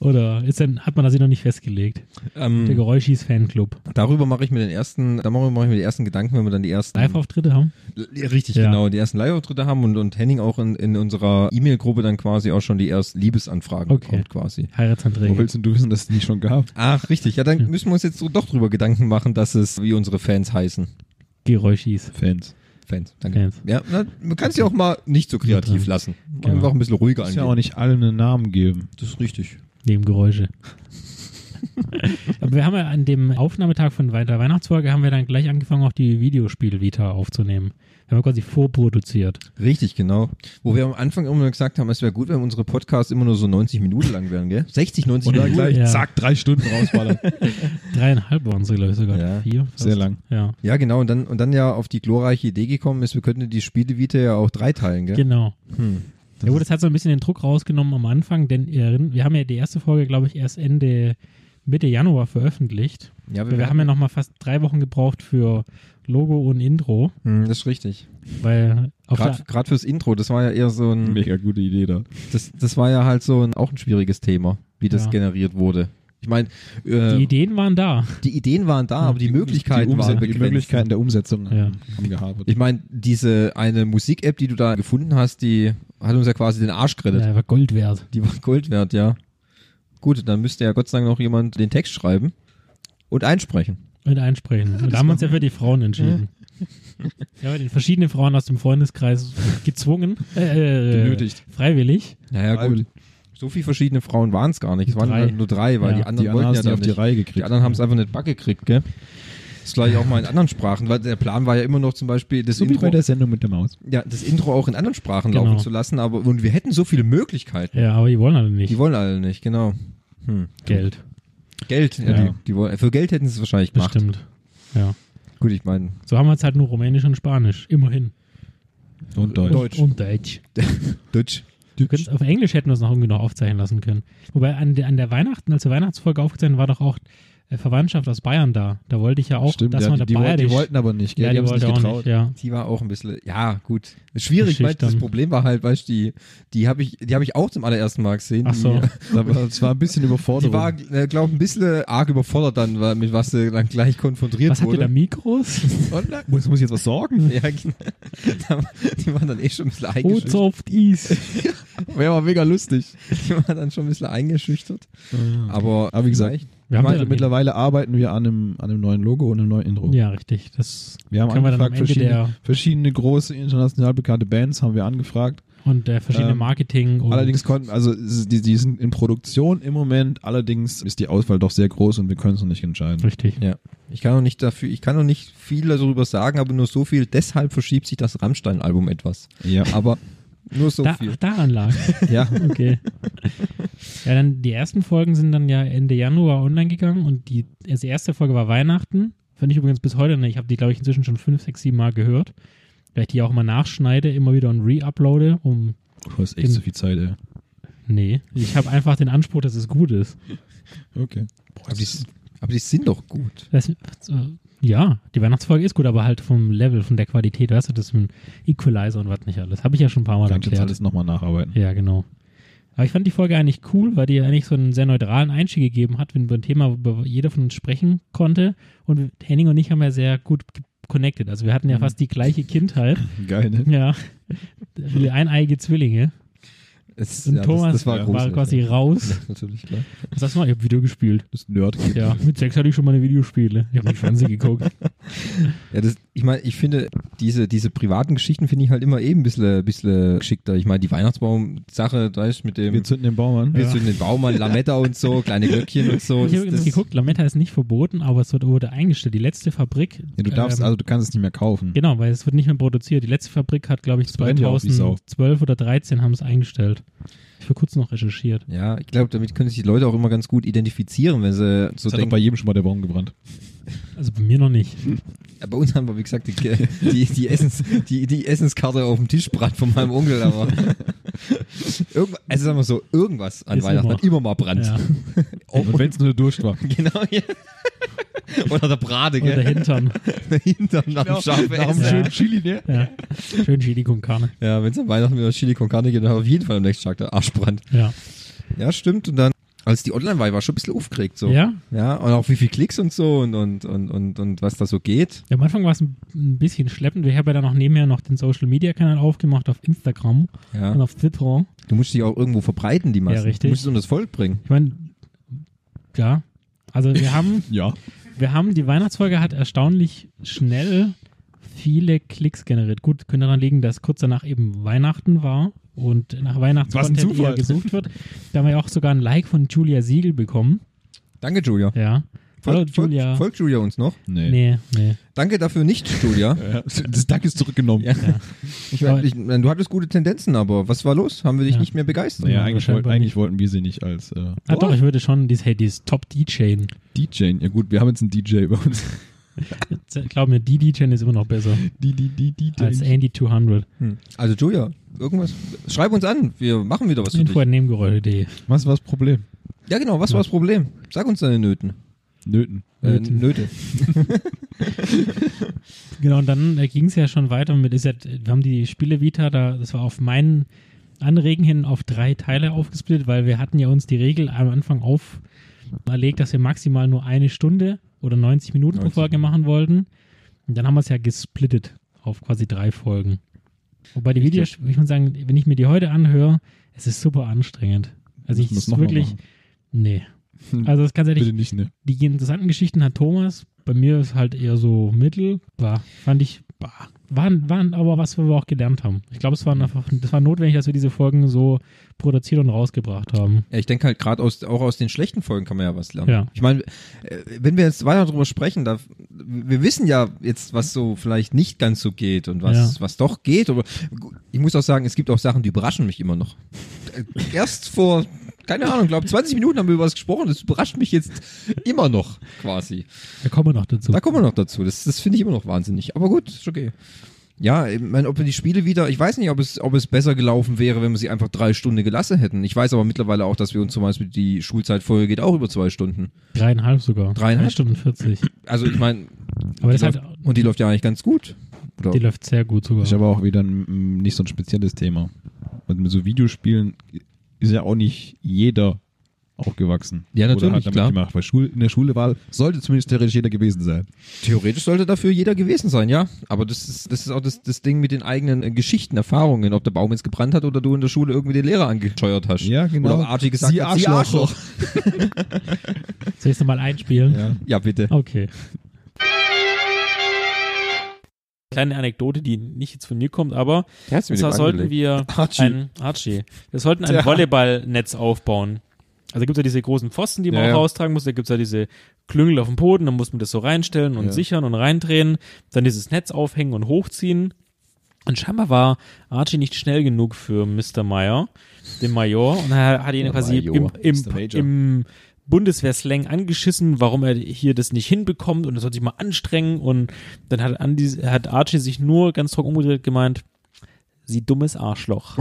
Oder ist denn, hat man das noch nicht festgelegt? Der Ähm, Geräuschis-Fanclub. darüber mache ich mir den ersten, darüber mache ich mir die ersten Gedanken, wenn wir dann die ersten Live-Auftritte haben? Ja, Richtig, Ja. genau. Die ersten Live-Auftritte haben und, und Henning auch in, in unserer E-Mail-Gruppe dann quasi auch schon die ersten Liebesanfragen Okay. bekommt quasi. Wo Heiratsanträge. willst denn du wissen, dass es die schon gab? Ach, richtig. Ja, dann müssen wir uns jetzt so doch drüber Gedanken machen, dass es, wie unsere Fans heißen. Geräuschis. Fans. Fans. Danke. Fans. Ja, na, man kann es ja auch mal nicht so kreativ lassen. Genau. Einfach ein bisschen ruhiger Muss angehen. ja auch nicht allen einen Namen geben. das ist richtig. Neben Geräusche. Aber wir haben ja an dem Aufnahmetag von Wei- der Weihnachtsfolge haben wir dann gleich angefangen, auch die Videospiel-Vita aufzunehmen. Wir haben quasi vorproduziert. Richtig, genau. Wo wir am Anfang immer nur gesagt haben, es wäre gut, wenn unsere Podcasts immer nur so 90 Minuten lang wären, gell? 60, 90 Und dann Minuten. gleich, Ja. zack, drei Stunden rausballern. Dreieinhalb waren sie, glaube ich, sogar. Ja. Vier. fast. Sehr lang. Ja, Ja, genau. Und dann, und dann ja auf die glorreiche Idee gekommen ist, wir könnten die Spielevite ja auch dreiteilen, gell? genau. Hm. Ja, gut, das hat so ein bisschen den Druck rausgenommen am Anfang, denn ihr erinnert- wir haben ja die erste Folge, glaube ich, erst Ende, Mitte Januar veröffentlicht. Ja, Wir haben ja nochmal fast drei Wochen gebraucht für Logo und Intro, Hm, das ist richtig. weil auf der, Gerade fürs Intro, das war ja eher so ein, Mega gute Idee da. das, das war ja halt so ein, auch ein schwieriges Thema, wie das Ja. generiert wurde. Ich meine, die äh, die, Ideen waren da. Ideen waren da, aber die, Möglichkeiten die, Umse- waren die begrenzt. Möglichkeiten der Umsetzung Ja. haben gehabert. Ich meine, diese eine Musik-App, die du da gefunden hast, die hat uns ja quasi den Arsch gerettet. Ja, war Gold wert. Die war Gold wert, ja. Gut, dann müsste ja Gott sei Dank noch jemand den Text schreiben und einsprechen. Mit einsprechen. Und da haben wir uns ja für die Frauen entschieden. Ja, wir den verschiedenen Frauen aus dem Freundeskreis gezwungen, äh, Genötigt. freiwillig. Naja, gut. So viele verschiedene Frauen waren es gar nicht. Es waren Drei. halt nur drei, weil Ja, die anderen die anderen wollten ja hast du dann auf die nicht. Reihe gekriegt. Die anderen haben es einfach nicht back gekriegt, gell? Das gleiche auch mal in anderen Sprachen, weil der Plan war ja immer noch zum Beispiel das so wie Intro, bei der Sendung mit der Maus. ja, das Intro auch in anderen Sprachen Genau. laufen zu lassen, aber und wir hätten so viele Möglichkeiten. Ja, aber die wollen alle Die nicht. wollen alle nicht, genau. Hm. Geld. Geld, ja. Ja. die, die wollen, für Geld hätten sie es wahrscheinlich gemacht. Bestimmt. Ja. Gut, ich meine, So haben wir jetzt halt nur Rumänisch und Spanisch. Immerhin. Und Deutsch. Deutsch. Und Deutsch. Deutsch. Wir können's- auf Englisch hätten wir es noch irgendwie noch aufzeichnen lassen können. Wobei an, der- an der Weihnachten, als der Weihnachtsfolge aufgezeichnet war, doch auch äh, Verwandtschaft aus Bayern da. Da wollte ich ja auch, Stimmt, dass ja, man die, da die, wollten- die wollten aber nicht, gell? ja, die, die haben wollte sich nicht auch getraut. nicht, ja. Die war auch ein bisschen, ja, gut. Schwierig, weil das Schüchtern. Problem war halt, weißt du, die, die habe ich, die hab ich auch zum allerersten Mal gesehen. Ach so. Aber es war ein bisschen Die, die war, überfordert. glaube ich, ein bisschen arg überfordert dann, weil- mit was sie dann gleich konfrontiert Was habt ihr da wurde. Mikros? Muss, muss ich jetzt was sorgen? Ja, genau. Da- Die war dann eh schon ein bisschen Oh, eingeschüchtert. soft Eis. Wäre aber mega lustig. Die war dann schon ein bisschen eingeschüchtert. Aber, Aber wie gesagt, vielleicht- Wir Ich meine, haben da dann- Also Mittlerweile arbeiten wir an einem, an einem neuen Logo und einem neuen Intro. ja, richtig. Das Wir haben können wir dann am angefragt, Ende verschiedene, der verschiedene große international bekannte Bands haben wir angefragt. und äh, verschiedene Ähm, Marketing und Allerdings konnten, also es ist- die, die sind in Produktion im Moment, allerdings ist die Auswahl doch sehr groß und wir können es noch nicht entscheiden. richtig. ja. Ich kann noch nicht dafür, ich kann noch nicht viel darüber sagen, aber nur so viel. Deshalb verschiebt sich das Rammstein-Album etwas. Ja, Aber nur so da, viel. ach, daran lag. ja. Okay. ja, dann die ersten Folgen sind dann ja Ende Januar online gegangen und die, also die erste Folge war Weihnachten. Fand ich übrigens bis heute, ne, ich habe die, glaube ich, inzwischen schon fünf, sechs, sieben Mal gehört. Weil ich die auch mal nachschneide, immer wieder und re-uploade, um. Du hast echt so viel Zeit, ey. Nee. Ich habe einfach den Anspruch, dass es gut ist. Okay. Also Aber die, aber die sind doch gut. Das, äh, ja, die Weihnachtsfolge ist gut, aber halt vom Level, von der Qualität, weißt du, das ist ein Equalizer und was nicht alles. Habe ich ja schon ein paar Mal Kannst jetzt erklärt. alles nochmal nacharbeiten. Ja, genau. Aber ich fand die Folge eigentlich cool, weil die eigentlich so einen sehr neutralen Einstieg gegeben hat, wenn über ein Thema, über jeder von uns sprechen konnte. Und Henning und ich haben ja sehr gut ge- connected. Also wir hatten Mhm. ja fast die gleiche Kindheit. Geil, ne? Ja. Wie eineige Zwillinge. Es, Und ja, Thomas äh, das, das war, war großartig. quasi raus. Natürlich, klar. Was hast du mal? Ich hab Video gespielt. Das Nerd. Ja, mit sechs hatte ich schon mal eine Videospiele. Ich habe den Fernsehen geguckt. Ja, das, ich meine, ich finde, diese, diese privaten Geschichten finde ich halt immer eben ein bisschen, bisschen geschickter. Ich meine, die Weihnachtsbaum-Sache, da ist mit dem, Wir zünden den Baum an. wir zünden den Baum an, Lametta und so, kleine Glöckchen und so. Ich habe übrigens geguckt, Lametta ist nicht verboten, aber es wurde- wurde eingestellt. Die letzte Fabrik. Ja, du darfst, ähm, also du kannst es nicht mehr kaufen. Genau, weil es wird nicht mehr produziert. Die letzte Fabrik hat, glaube ich, Das brennt ja auch wie Sau. 2012 oder 13 haben es eingestellt. Ich habe kurz noch recherchiert. Ja, ich glaube, damit können sich die Leute auch immer ganz gut identifizieren, wenn sie so Das hat doch bei denken. jedem schon mal der Baum gebrannt. Also bei mir noch nicht. Ja, bei uns haben wir, wie gesagt, die, die, die, Essens, die, die Essenskarte auf dem Tisch brannt von meinem Onkel, aber. Irgend, also sagen wir so, irgendwas an Ist Weihnachten immer. hat immer mal brannt. Ja. Auch- Und wenn es nur eine Durst war. Genau, ja. Oder der Brade, Oder gell? Hintern. Hinterm nach dem scharfen Am Essen. Ja. schönen Chili, ne? Ja. Schön Chili con Carne. Ja, wenn es am Weihnachten wieder Chili con Carne gibt, dann haben wir auf jeden Fall am nächsten Tag der Arschbrand. Ja. Ja, stimmt. Und dann, als die online war, ich war schon ein bisschen aufgeregt. So. ja. Ja, und auch wie viel Klicks und so und, und, und, und, und was da so geht. Am Anfang war es ein, ein bisschen schleppend. Ich habe ja dann auch nebenher noch den Social Media Kanal aufgemacht auf Instagram und Ja. auf Twitter. Du musst dich auch irgendwo verbreiten, die Massen. Genau. Ja, Du richtig. musst es um das Volk bringen. Ich meine, ja. Also wir haben, Ja. wir haben, die Weihnachtsfolge hat erstaunlich schnell viele Klicks generiert. Gut, könnte daran liegen, dass kurz danach eben Weihnachten war und nach Was ein Weihnachtscontent Zufall. eher gesucht wird. Da haben wir ja auch sogar ein Like von Julia Siegel bekommen. Danke, Julia. Ja. Hallo Julia. Folgt Julia uns noch. Nee. nee, nee. Danke dafür nicht, Julia. Ja, Das Dank ist zurückgenommen. Ja. Ich, mein, ich, mein, du hattest gute Tendenzen, aber was war los? Haben wir dich Ja. nicht mehr begeistert? Naja, Ja, eigentlich, scheinbar wollten, eigentlich wollten wir sie nicht als äh, Ah, doch, ich würde schon dieses, hey, dieses Top-DJ. DJ. Ja gut, wir haben jetzt einen DJ bei uns. Glaub mir, die DJ ist immer noch besser Die, die, die, die, als Andy 200. Hm. Also Julia, irgendwas. Schreib uns an. Wir machen wieder was für dich. Info@nebengeräusche.de. Was war das Problem? Ja, genau. Was war das Problem? Sag uns deine Nöten. Nöten. Äh, Nöten. Nöte. Genau, und dann ging es ja schon weiter mit, ist ja, wir haben die Spiele Vita, da, das war auf meinen Anregen hin auf drei Teile aufgesplittet, weil wir hatten ja uns die Regel am Anfang auferlegt, dass wir maximal nur eine Stunde oder 90 Minuten pro 90 Folge machen wollten. Und dann haben wir es ja gesplittet auf quasi drei Folgen. Wobei die Videos, ich muss sagen, wenn ich mir die heute anhöre, es ist super anstrengend. Also ich Müssen wir's ist noch mal wirklich, nee. Hm. Also das kannst du ehrlich, Bitte nicht, ne? die interessanten Geschichten hat Thomas. Bei mir ist halt eher so mittel. Bah, fand ich, bah, waren, waren aber was, wo wir auch gelernt haben. Ich glaube, es waren einfach, das war notwendig, dass wir diese Folgen so produziert und rausgebracht haben. Ja, ich denke halt gerade aus, auch aus den schlechten Folgen kann man ja was lernen. Ja. Ich meine, äh, wenn wir jetzt weiter drüber sprechen, da, wir wissen ja jetzt, was so vielleicht nicht ganz so geht und was, Ja. was doch geht. Aber ich muss auch sagen, es gibt auch Sachen, die überraschen mich immer noch. Äh, Erst vor, keine Ahnung, glaube 20 Minuten haben wir über was gesprochen, das überrascht mich jetzt immer noch quasi. Da kommen wir noch dazu. Da kommen wir noch dazu. Das, das finde ich immer noch wahnsinnig. Aber gut, ist okay. Ja, ich meine, ob wir die Spiele wieder, ich weiß nicht, ob es, ob es besser gelaufen wäre, wenn wir sie einfach drei Stunden gelassen hätten. Ich weiß aber mittlerweile auch, dass wir uns zum Beispiel die Schulzeitfolge geht auch über zwei Stunden. Dreieinhalb sogar. Dreieinhalb? Eine Stunde 40. Also ich meine, Aber die das hat, läuft- und die läuft ja eigentlich ganz gut. Oder? die läuft sehr gut sogar. Ist aber auch wieder mm, nicht so ein spezielles Thema. Und mit so Videospielen ist ja auch nicht jeder aufgewachsen. Ja, Oder natürlich, hat damit klar. gemacht. Weil Schul in der Schule war, sollte zumindest theoretisch jeder gewesen sein. Theoretisch sollte dafür jeder gewesen sein, ja. Aber das ist, das ist auch das, das Ding mit den eigenen äh, Geschichten, Erfahrungen, ob der Baum jetzt gebrannt hat oder du in der Schule irgendwie den Lehrer angesteuert hast. Ja, genau. Oder Archie gesagt Sie hat, Sie Arschloch. Arschloch. Soll ich es nochmal einspielen? Ja, bitte. Okay. kleine Anekdote, die nicht jetzt von mir kommt, aber Der hat's mir und zwar dem sollten angelegt. wir Archie. ein Archie, wir sollten ein Ja. Volleyballnetz aufbauen. Also gibt es ja diese großen Pfosten, die man Ja, auch ja. raustragen muss, da gibt es ja diese Klüngel auf dem Boden, dann muss man das so reinstellen und Ja. sichern und reindrehen, dann dieses Netz aufhängen und hochziehen. Und scheinbar war Archie nicht schnell genug für Mr. Meyer, den Major, und er hat ihn Der quasi im, Major, im, Mr. Major. im Bundeswehr-Slang angeschissen, warum er hier das nicht hinbekommt und er soll sich mal anstrengen. Und dann hat, Andy, hat Archie sich nur ganz trocken umgedreht gemeint, sie dummes Arschloch.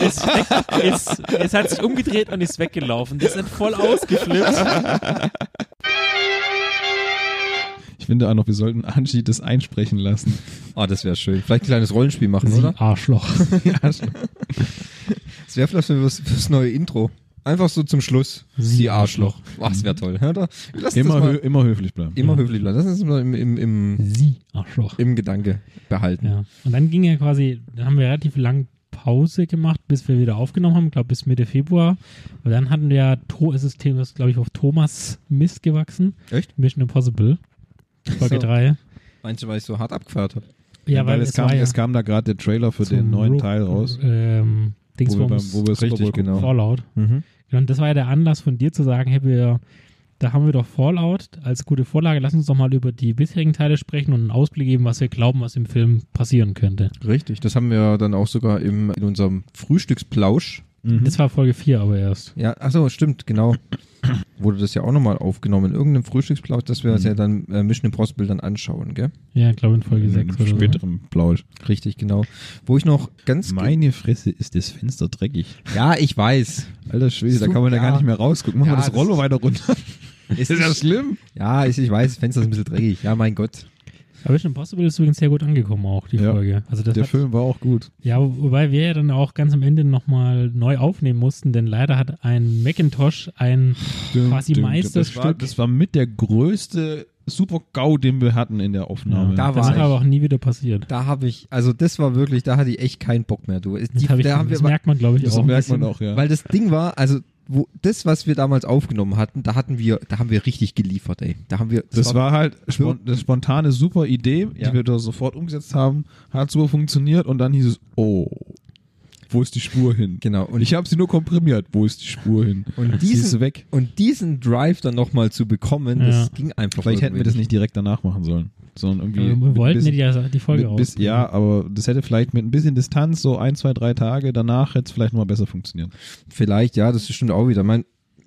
es, ist weg, es, es hat sich umgedreht und ist weggelaufen. Das sind voll ausgeflippt. Ich finde auch noch, wir sollten Angie das einsprechen lassen. Ah, das wäre schön. Vielleicht ein kleines Rollenspiel machen, Sie oder? Arschloch. Das wäre vielleicht fürs, fürs neue Intro. Einfach so zum Schluss. Sie Ach, das wäre toll. Hört ihr? Lass Immer, das mal, hö immer höflich bleiben. immer höflich bleiben. Lass uns das mal im, im, im, Sie Arschloch. im Gedanke behalten. Ja. Und dann ging ja quasi, dann haben wir relativ lang Pause gemacht, bis wir wieder aufgenommen haben, glaube bis Mitte Februar. Und dann hatten wir ja, to ist das Thema, glaube ich, auf Thomas Mist gewachsen. Echt? Mission Impossible, Folge So. 3. Meinst du, weil ich so hart abgefeiert habe? Ja, weil, es, kam, war ja es kam da gerade der Trailer für zum den neuen Ro- Teil raus. Ähm, Wo wir, beim, Dingsbums wo wir Super Bowl Richtig, gucken. genau. Fallout. Mhm. Genau, Und das war ja der Anlass von dir zu sagen, hey, wir, da haben wir doch Fallout als gute Vorlage. Lass uns doch mal über die bisherigen Teile sprechen und einen Ausblick geben, was wir glauben, was im Film passieren könnte. Richtig. Das haben wir dann auch sogar im, in unserem Frühstücksplausch. Mhm. Das war Folge 4 aber erst. Ja, ach so, stimmt, genau. Wurde das ja auch nochmal aufgenommen in irgendeinem Frühstücksplausch, dass wir das ja dann äh, Mission Impossible dann anschauen, gell? Ja, glaube in Folge In 6 oder einem so. späteren Plausch. Richtig, genau. Wo ich noch ganz. Meine Fresse ist das Fenster dreckig. ja, ich weiß. Alter Schwede, da Super. kann man ja gar nicht mehr rausgucken. Machen Ja, wir das das- Rollo weiter runter. Ist das schlimm? Ja, ich, ich weiß, das Fenster ist ein bisschen dreckig. Ja, mein Gott. Aber Mission Impossible ist übrigens sehr gut angekommen auch, die Ja. Folge. Also das Der hat, Film war auch gut. Ja, wobei wir ja dann auch ganz am Ende nochmal neu aufnehmen mussten, denn leider hat ein Macintosh ein Quasi Meisterstück. Das war, das war mit der größte Super-GAU, den wir hatten in der Aufnahme. Da das war ist ich. aber auch nie wieder passiert. Da habe ich, also das war wirklich, da hatte ich echt keinen Bock mehr, du. Das, Die, hab ich, da haben wir, das merkt man, glaube ich, das auch. merkt man auch, ja. weil das Ding war, also wo, das, was wir damals aufgenommen hatten, da hatten wir, da haben wir richtig geliefert, ey. Da haben wir, das war halt spon eine spontane super Idee, Ja. die wir da sofort umgesetzt haben. Hat super funktioniert und dann hieß es, oh, wo ist die Spur hin? genau. Und Und, ich habe sie nur komprimiert. Wo ist die Spur hin? und Sie ist diesen weg. und diesen Drive dann nochmal zu bekommen, Ja. das ging einfach. Vielleicht hätten wir irgendwie das nicht direkt danach machen sollen, sondern irgendwie. Aber Ähm, wir mit wollten bisschen- ja die, die Folge mit bis, raus. Ja, aber das hätte vielleicht mit ein bisschen Distanz, so ein, zwei, drei Tage danach, hätte es vielleicht nochmal besser funktioniert. Vielleicht, ja, das stimmt auch wieder. Ich Mein,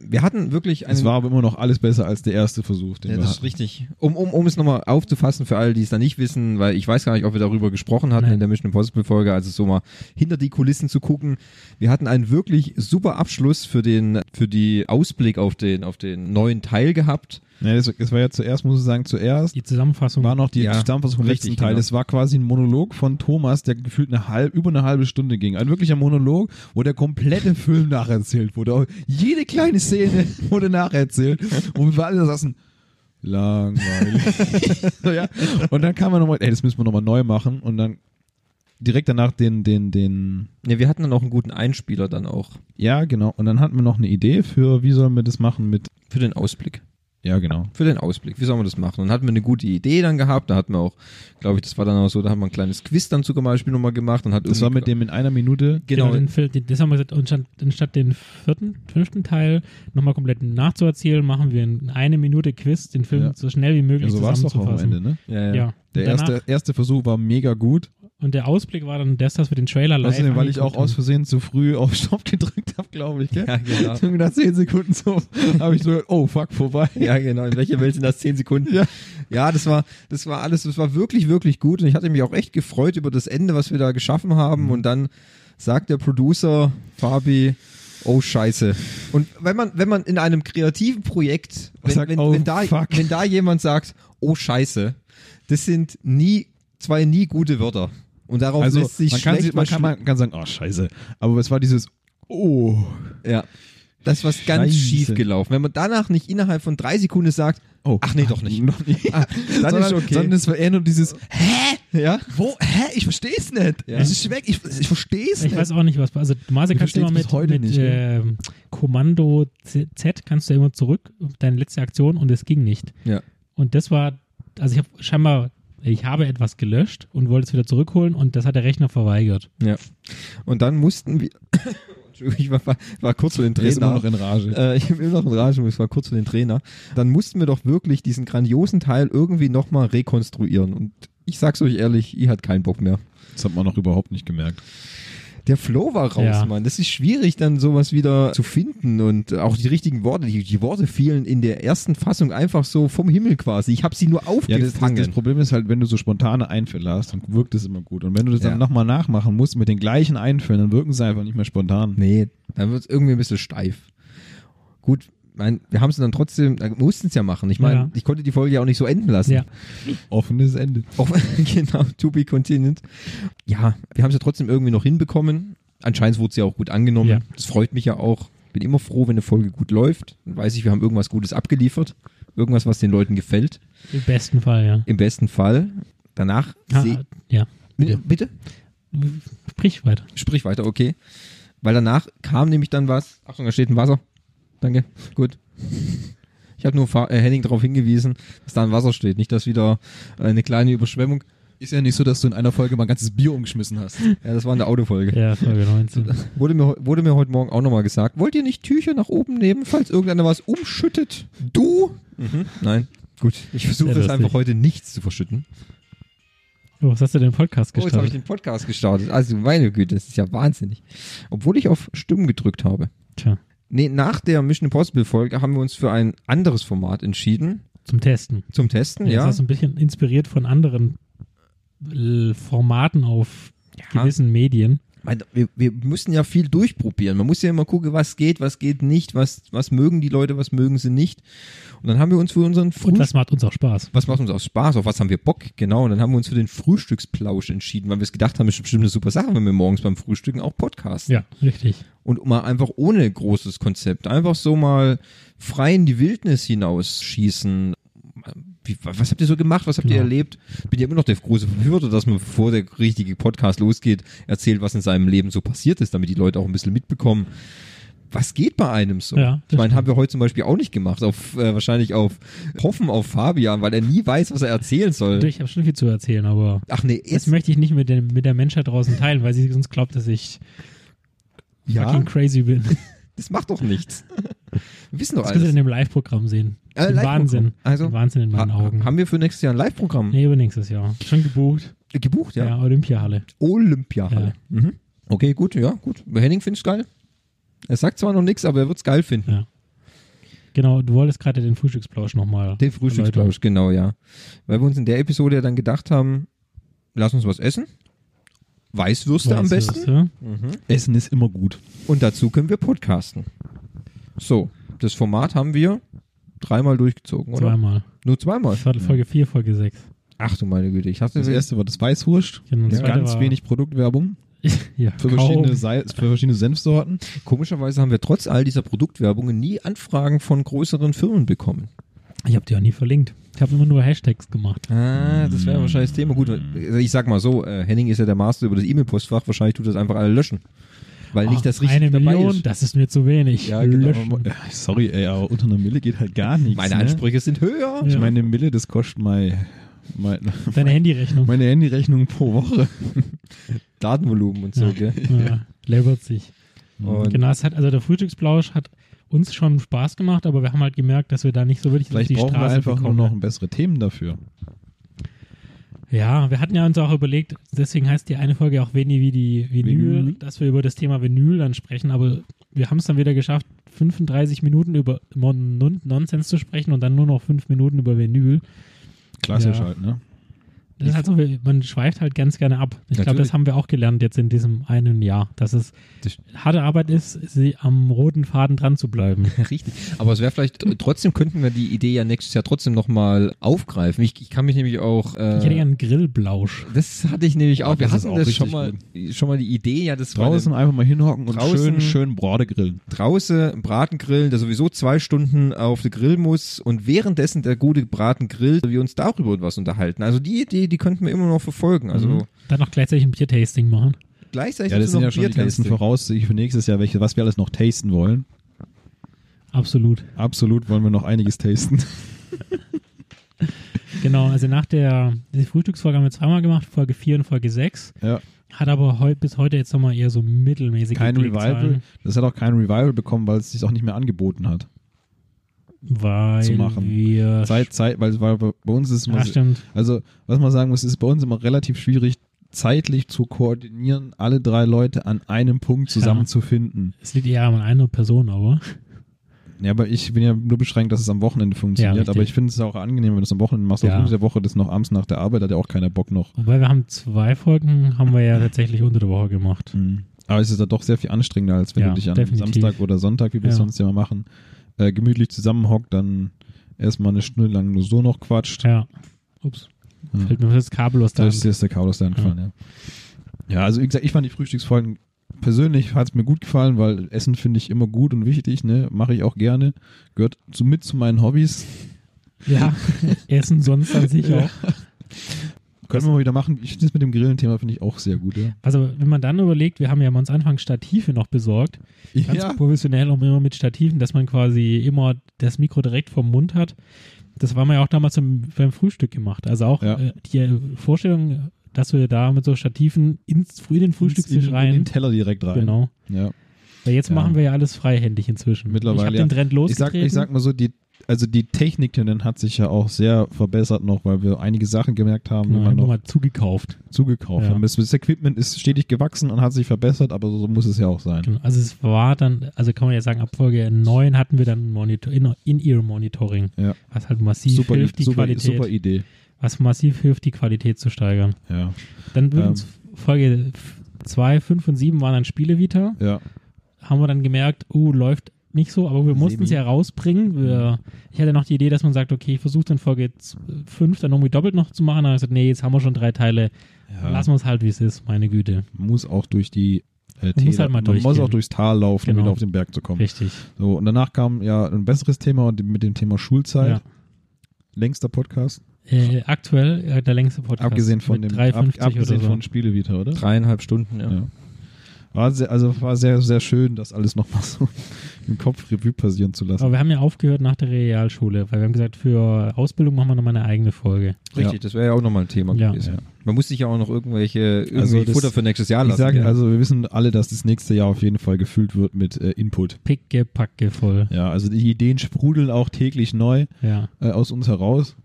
wir hatten wirklich einen. Es war aber immer noch alles besser als der erste Versuch, den ja, wir das ist hatten. richtig. Um, um, um es nochmal aufzufassen für alle, die es da nicht wissen, weil ich weiß gar nicht, ob wir darüber gesprochen hatten Nein. in der Mission Impossible Folge, also so mal hinter die Kulissen zu gucken. Wir hatten einen wirklich super Abschluss für den, für die Ausblick auf den, auf den neuen Teil gehabt. Nee, das, das war ja zuerst, muss ich sagen, zuerst Die Zusammenfassung. war noch die Ja, Zusammenfassung vom richtig, letzten Teil. genau. Es war quasi ein Monolog von Thomas, der gefühlt eine halb, über eine halbe Stunde ging. Ein wirklicher Monolog, wo der komplette Film nacherzählt wurde. Auch Jede kleine Szene wurde nacherzählt. Und wir alle da saßen, langweilig. so, ja. Und dann kam man nochmal, ey, das müssen wir nochmal neu machen. Und dann direkt danach den, den, den, Ne, wir hatten dann noch einen guten Einspieler dann auch ja, genau. Und dann hatten wir noch eine Idee für, wie sollen wir das machen mit, für den Ausblick. ja, genau. Für den Ausblick, wie soll man das machen? Und hatten wir eine gute Idee dann gehabt, da hatten wir auch, glaube ich, das war dann auch so, da haben wir ein kleines Quiz dann zum Beispiel nochmal gemacht und hat Das war irgendwie- mit dem in einer Minute Genau, genau, den, Fil- den, das haben wir gesagt, anstatt, anstatt den vierten, fünften Teil nochmal komplett nachzuerzählen, machen wir in eine Minute Quiz, den Film Ja. so schnell wie möglich Ja, so war es doch auch am zusammenzufassen. Ende, ne? ja, ja. Ja. Der Und danach- erste, erste Versuch war mega gut. Und der Ausblick war dann das, dass wir den Trailer live Außerdem, weil ich auch angeguckt aus haben. Versehen zu früh auf Stopp gedrückt habe, glaube ich. Gell? Ja, genau. Und nach 10 Sekunden so habe ich so, oh fuck, vorbei. Ja, genau. In welcher Welt sind das? Zehn Sekunden. Ja. Ja. das war, das war alles, das war wirklich, wirklich gut. Und ich hatte mich auch echt gefreut über das Ende, was wir da geschaffen Mhm. haben. Und dann sagt der Producer Fabi, oh Scheiße. Und wenn man, wenn man in einem kreativen Projekt, wenn, Sagt, wenn, oh, wenn, da, fuck. wenn da jemand sagt, oh Scheiße, das sind nie, zwei nie gute Wörter. Und darauf Also lässt sich man kann, schlecht sie, man, kann, mal man kann sagen, oh scheiße. Aber es war dieses, oh. ja. Das ist was ganz Scheiße. schief gelaufen. Wenn man danach nicht innerhalb von drei Sekunden sagt, oh. ach nee, doch nicht. Noch nicht. Ah, dann sondern, ist okay. Sondern es war eher nur dieses, hä? ja? Wo? Hä? Ich verstehe es nicht. Ja. Es ist weg. Ich, ich verstehe es Ich nicht. weiß auch nicht, was. Also, du Masek Wir kannst du immer verstehen's mit, bis heute mit nicht, ne? ähm, Kommando Z, Z kannst du ja immer zurück, deine letzte Aktion und es ging nicht. Ja. Und das war, also ich habe scheinbar, ich habe etwas gelöscht und wollte es wieder zurückholen und das hat der Rechner verweigert. Ja. Und dann mussten wir. Entschuldigung, ich war, war- war kurz vor den Der ist immer Trainer. noch in Rage. Äh, ich bin immer noch in Rage, ich war kurz vor den Trainer. Dann mussten wir doch wirklich diesen grandiosen Teil irgendwie nochmal rekonstruieren. Und ich sag's euch ehrlich, ihr hat keinen Bock mehr. Das hat man noch überhaupt nicht gemerkt. Der Flow war raus, Ja. Mann. Das ist schwierig, dann sowas wieder zu finden und auch die richtigen Worte. Die, die Worte fielen in der ersten Fassung einfach so vom Himmel quasi. Ich habe sie nur Ja, das, das, aufgefangen. das Problem ist halt, wenn du so spontane Einfälle hast, dann wirkt es immer gut. Und wenn du das Ja. dann nochmal nachmachen musst mit den gleichen Einfällen, dann wirken sie einfach nicht mehr spontan. Nee, dann wird's irgendwie ein bisschen steif. Gut, mein, wir haben es dann trotzdem, wir mussten es ja machen. Ich meine, Ja. ich konnte die Folge ja auch nicht so enden lassen. Ja. Offenes Ende. Auch, genau, to be continued. Ja, wir haben es ja trotzdem irgendwie noch hinbekommen. Anscheinend wurde es ja auch gut angenommen. Ja. Das freut mich ja auch. Bin immer froh, wenn eine Folge gut läuft. Dann weiß ich, wir haben irgendwas Gutes abgeliefert. Irgendwas, was den Leuten gefällt. Im besten Fall, ja. Im besten Fall. Danach Ah, seh- ja. Bitte? Bitte? Sprich weiter. Sprich weiter, okay. Weil danach kam nämlich dann was. Achtung, da steht ein Wasser. Danke. Gut. Ich habe nur Fa- äh, Henning darauf hingewiesen, dass da ein Wasser steht. Nicht, dass wieder äh, eine kleine Überschwemmung. Ist ja nicht so, dass du in einer Folge mal ein ganzes Bier umgeschmissen hast. Ja, das war in der Autofolge. Ja, Folge 19. Wurde, mir, heu- wurde mir heute Morgen auch nochmal gesagt. Wollt ihr nicht Tücher nach oben nehmen, falls irgendeiner was umschüttet? Du? Mhm. Nein. Gut. Ich versuche Sehr jetzt lustig. einfach heute nichts zu verschütten. Oh, was hast du denn im Podcast Oh, jetzt habe ich gestartet? den Podcast gestartet. Also meine Güte, das ist ja wahnsinnig. Obwohl ich auf Stimmen gedrückt habe. Tja, Nee, nach der Mission Impossible Folge haben wir uns für ein anderes Format entschieden. zum Testen. Zum Testen, Ja, Das ja. hast du ein bisschen inspiriert von anderen äh, Formaten auf gewissen Medien. Mein, wir, wir müssen ja viel durchprobieren. Man muss ja immer gucken, was geht, was geht nicht, was, was mögen die Leute, was mögen sie nicht. Und dann haben wir uns für unseren Und Frühstück. das macht uns auch Spaß. Was macht uns auch Spaß? Auf was haben wir Bock? Genau. Und dann haben wir uns für den Frühstücksplausch entschieden, weil wir es gedacht haben, das ist bestimmt eine super Sache, wenn wir morgens beim Frühstücken auch Podcast. Ja, richtig. Und mal einfach ohne großes Konzept. Einfach so mal frei in die Wildnis hinausschießen. Wie, was habt ihr so gemacht? Was habt ihr Genau. erlebt? Ich bin ja immer noch der große Befürworter, dass man, bevor der richtige Podcast losgeht, erzählt, was in seinem Leben so passiert ist, damit die Leute auch ein bisschen mitbekommen, was geht bei einem so. Ja, das ich meine, stimmt. haben wir heute zum Beispiel auch nicht gemacht. Auf, äh, wahrscheinlich auf Hoffen auf Fabian, weil er nie weiß, was er erzählen soll. Ich habe schon viel zu erzählen, aber Ach nee, das jetzt, möchte ich nicht mit, dem, mit der Menschheit draußen teilen, weil sie sonst glaubt, dass ich ja, fucking crazy bin. das macht doch nichts. Wir wissen doch Das könnt ihr alles. in dem Live-Programm sehen. Äh, Den Live-Programm. Wahnsinn. Also, Den Wahnsinn in meinen Ha- Augen. Haben wir für nächstes Jahr ein Live-Programm nee, übernächstes Jahr. Schon gebucht. gebucht, Ja, ja? Olympiahalle. Olympiahalle. Mhm. Okay, gut, ja, gut. Henning find's geil. Er sagt zwar noch nichts, aber er wird's geil finden. Ja. Genau, du wolltest gerade den Frühstücksplausch nochmal. Den Frühstücksplausch, genau, ja. Weil wir uns in der Episode ja dann gedacht haben, lass uns was essen. Weißwürste am besten. Essen ist immer gut. Und dazu können wir podcasten. So, das Format haben wir dreimal durchgezogen, oder? Zweimal. Nur zweimal. Das war Folge 4, Folge 6. Ach du meine Güte, ich hatte Das erste war das Weißwurst. Genau, das Ja, zweite ganz war- wenig Produktwerbung ja, für kaum. verschiedene, Sei für verschiedene Senfsorten. Komischerweise haben wir trotz all dieser Produktwerbungen nie Anfragen von größeren Firmen bekommen. Ich habe die auch nie verlinkt. Ich habe immer nur Hashtags gemacht. Ah, das wäre wahrscheinlich das Thema. Gut, also ich sag mal so, äh, Henning ist ja der Master über das E-Mail-Postfach, wahrscheinlich tut das einfach alle löschen. Weil Ah, nicht das richtige Eine dabei Million, ist. das ist mir zu wenig. Ja, genau. Löschen. Ja, Oh, äh, Sorry, ey, aber unter einer Mille geht halt gar nichts. Meine ne? Ansprüche sind höher. Ich Ja. meine, eine Mille, das kostet mein, mein, Deine Handyrechnung. meine Handyrechnung pro Woche. Datenvolumen und so, gell? Ja, läbert sich. Und Genau, es hat, also der Frühstücksplausch hat uns schon Spaß gemacht, aber wir haben halt gemerkt, dass wir da nicht so wirklich auf Vielleicht die brauchen wir Straße einfach nur bekommen. noch bessere Themen dafür. Ja, wir hatten ja uns auch überlegt, deswegen heißt die eine Folge auch wenig wie die Vinyl, Vinyl. dass wir über das Thema Vinyl dann sprechen, aber wir haben es dann wieder geschafft, 35 Minuten über Mon Non- Nonsens zu sprechen und dann nur noch 5 Minuten über Vinyl. Klassisch Ja. halt, ne? Das ist halt so, wir- man schweift halt ganz gerne ab. Ich glaube, Natürlich. das haben wir auch gelernt jetzt in diesem einen Jahr, dass es Das- harte Arbeit ist, sie am roten Faden dran zu bleiben. Richtig. Aber es wäre vielleicht, äh, trotzdem könnten wir die Idee ja nächstes Jahr trotzdem nochmal aufgreifen. Ich, ich kann mich nämlich auch. Äh, Ich hätte gerne Oh, einen Grillblausch. das hatte ich nämlich auch. Ja, wir das ist hatten auch das richtig schon mal, schon mal die Idee, ja, das war Draußen einfach mal hinhocken und Draußen- schön, schön Brode grillen. draußen einen Braten grillen, der sowieso zwei Stunden auf den Grill muss und währenddessen der gute Braten grillt, wir uns darüber was unterhalten. Also die Idee, die könnten wir immer noch verfolgen. Also Oh. Dann noch gleichzeitig ein Biertasting machen. gleichzeitig Mhm. Ja, das noch sind ja ein schon die ganzen Biertasting. Voraussichten für nächstes Jahr, welche, was wir alles noch tasten wollen. Absolut. Absolut wollen wir noch einiges tasten. Genau, also nach der die Frühstücksfolge haben wir zweimal gemacht, Folge 4 und Folge 6. Ja, Hat aber heu, bis heute jetzt nochmal eher so mittelmäßig kein Revival. Das hat auch kein Revival bekommen, weil es sich auch nicht mehr angeboten hat. weil zu machen. wir. Zeit, Zeit, weil, weil bei uns ist ja, immer, stimmt. also was man sagen muss, ist bei uns immer relativ schwierig, zeitlich zu koordinieren, alle drei Leute an einem Punkt zusammenzufinden. Es liegt eher an einer Person, aber. Ja, aber ich bin ja nur beschränkt, dass es am Wochenende Ja, funktioniert. richtig. aber ich finde es auch angenehm, wenn du es am Wochenende machst. Ja. Ja. der Woche das noch abends nach der Arbeit, hat ja auch keiner Bock noch. Wobei wir haben zwei Folgen, haben wir ja tatsächlich unter der Woche gemacht. Mhm. Aber es ist ja doch sehr viel anstrengender, als wenn Ja, du dich an definitiv. Samstag oder Sonntag, wie wir es Ja. sonst immer machen, äh, gemütlich zusammenhockt, dann erstmal eine Stunde lang nur so noch quatscht. Ja. Ups. Ja. Fällt mir das Kabel aus der Da Mhm. ist Hand. dir der Chaos da entfallen, ja. ja. also wie gesagt, ich fand die Frühstücksfolgen persönlich hat es mir gut gefallen, weil Essen finde ich immer gut und wichtig, ne? Mache ich auch gerne. Gehört zu, mit zu meinen Hobbys. Ja, Essen sonst an sich auch. Können wir mal wieder machen. Ich finde das mit dem Grillen-Thema finde ich auch sehr gut, ja. Also, wenn man dann überlegt, wir haben ja am Anfang Stative noch besorgt. ganz professionell auch immer mit Stativen, dass man quasi immer das Mikro direkt vom Mund hat. Das haben wir ja auch damals im, beim Frühstück gemacht. Also auch Ja. äh, die Vorstellung, dass wir da mit so Stativen ins früh in den in, Frühstückstisch in den rein. Teller direkt rein. Genau. Ja. Weil jetzt Ja. machen wir ja alles freihändig inzwischen. Mittlerweile, Ich habe ja. den Trend Ich sag, losgetreten. ich sag mal so, die, also die Technik denn hat sich ja auch sehr verbessert noch, weil wir einige Sachen gemerkt haben, genau, die man haben wir noch mal zugekauft. zugekauft Ja. haben. Das, das Equipment ist stetig gewachsen und hat sich verbessert, aber so muss es ja auch sein. Genau. Also es war dann, also kann man ja sagen, ab Folge 9 hatten wir dann Monitor, In- In-Ear-Monitoring, Ja. was halt massiv Super, hilft, die super, Qualität, super Idee. was massiv hilft, die Qualität zu steigern. Ja, Dann Ähm. übrigens Folge 2, 5 und 7 waren dann Spiele Vita. ja. Haben wir dann gemerkt, oh, läuft nicht so, aber wir mussten es ja rausbringen. Wir, ich hatte noch die Idee, dass man sagt, okay, ich versuche dann Folge 5 dann irgendwie doppelt noch zu machen. Dann habe ich gesagt, nee, jetzt haben wir schon drei Teile. ja. Lassen wir es halt, wie es ist, meine Güte. muss auch durch die äh, Man muss Täler- halt mal man muss durchgehen. auch durchs Tal laufen, um Genau. wieder auf den Berg zu kommen. Richtig. So, und danach kam ja ein besseres Thema und mit dem Thema Schulzeit. Ja. Längster Podcast. Äh, aktuell äh, der längste Podcast. abgesehen von mit dem 3,50 ab, abgesehen oder so. von Spiele wieder, oder? Dreieinhalb Stunden, ja. Ja. War sehr, also war sehr, sehr schön, das alles nochmal so im Kopf Revue passieren zu lassen. Aber wir haben ja aufgehört nach der Realschule, weil wir haben gesagt, für Ausbildung machen wir nochmal eine eigene Folge. Richtig, das wäre ja auch nochmal ein Thema Ja. gewesen. Ja. Man muss sich ja auch noch irgendwelche irgendwie Also das- Futter für nächstes Jahr lassen. ich sage, gell? also wir wissen alle, dass das nächste Jahr auf jeden Fall gefüllt wird mit äh, Input. Picke, packe voll. Ja, also die Ideen sprudeln auch täglich neu Ja. äh, aus uns heraus.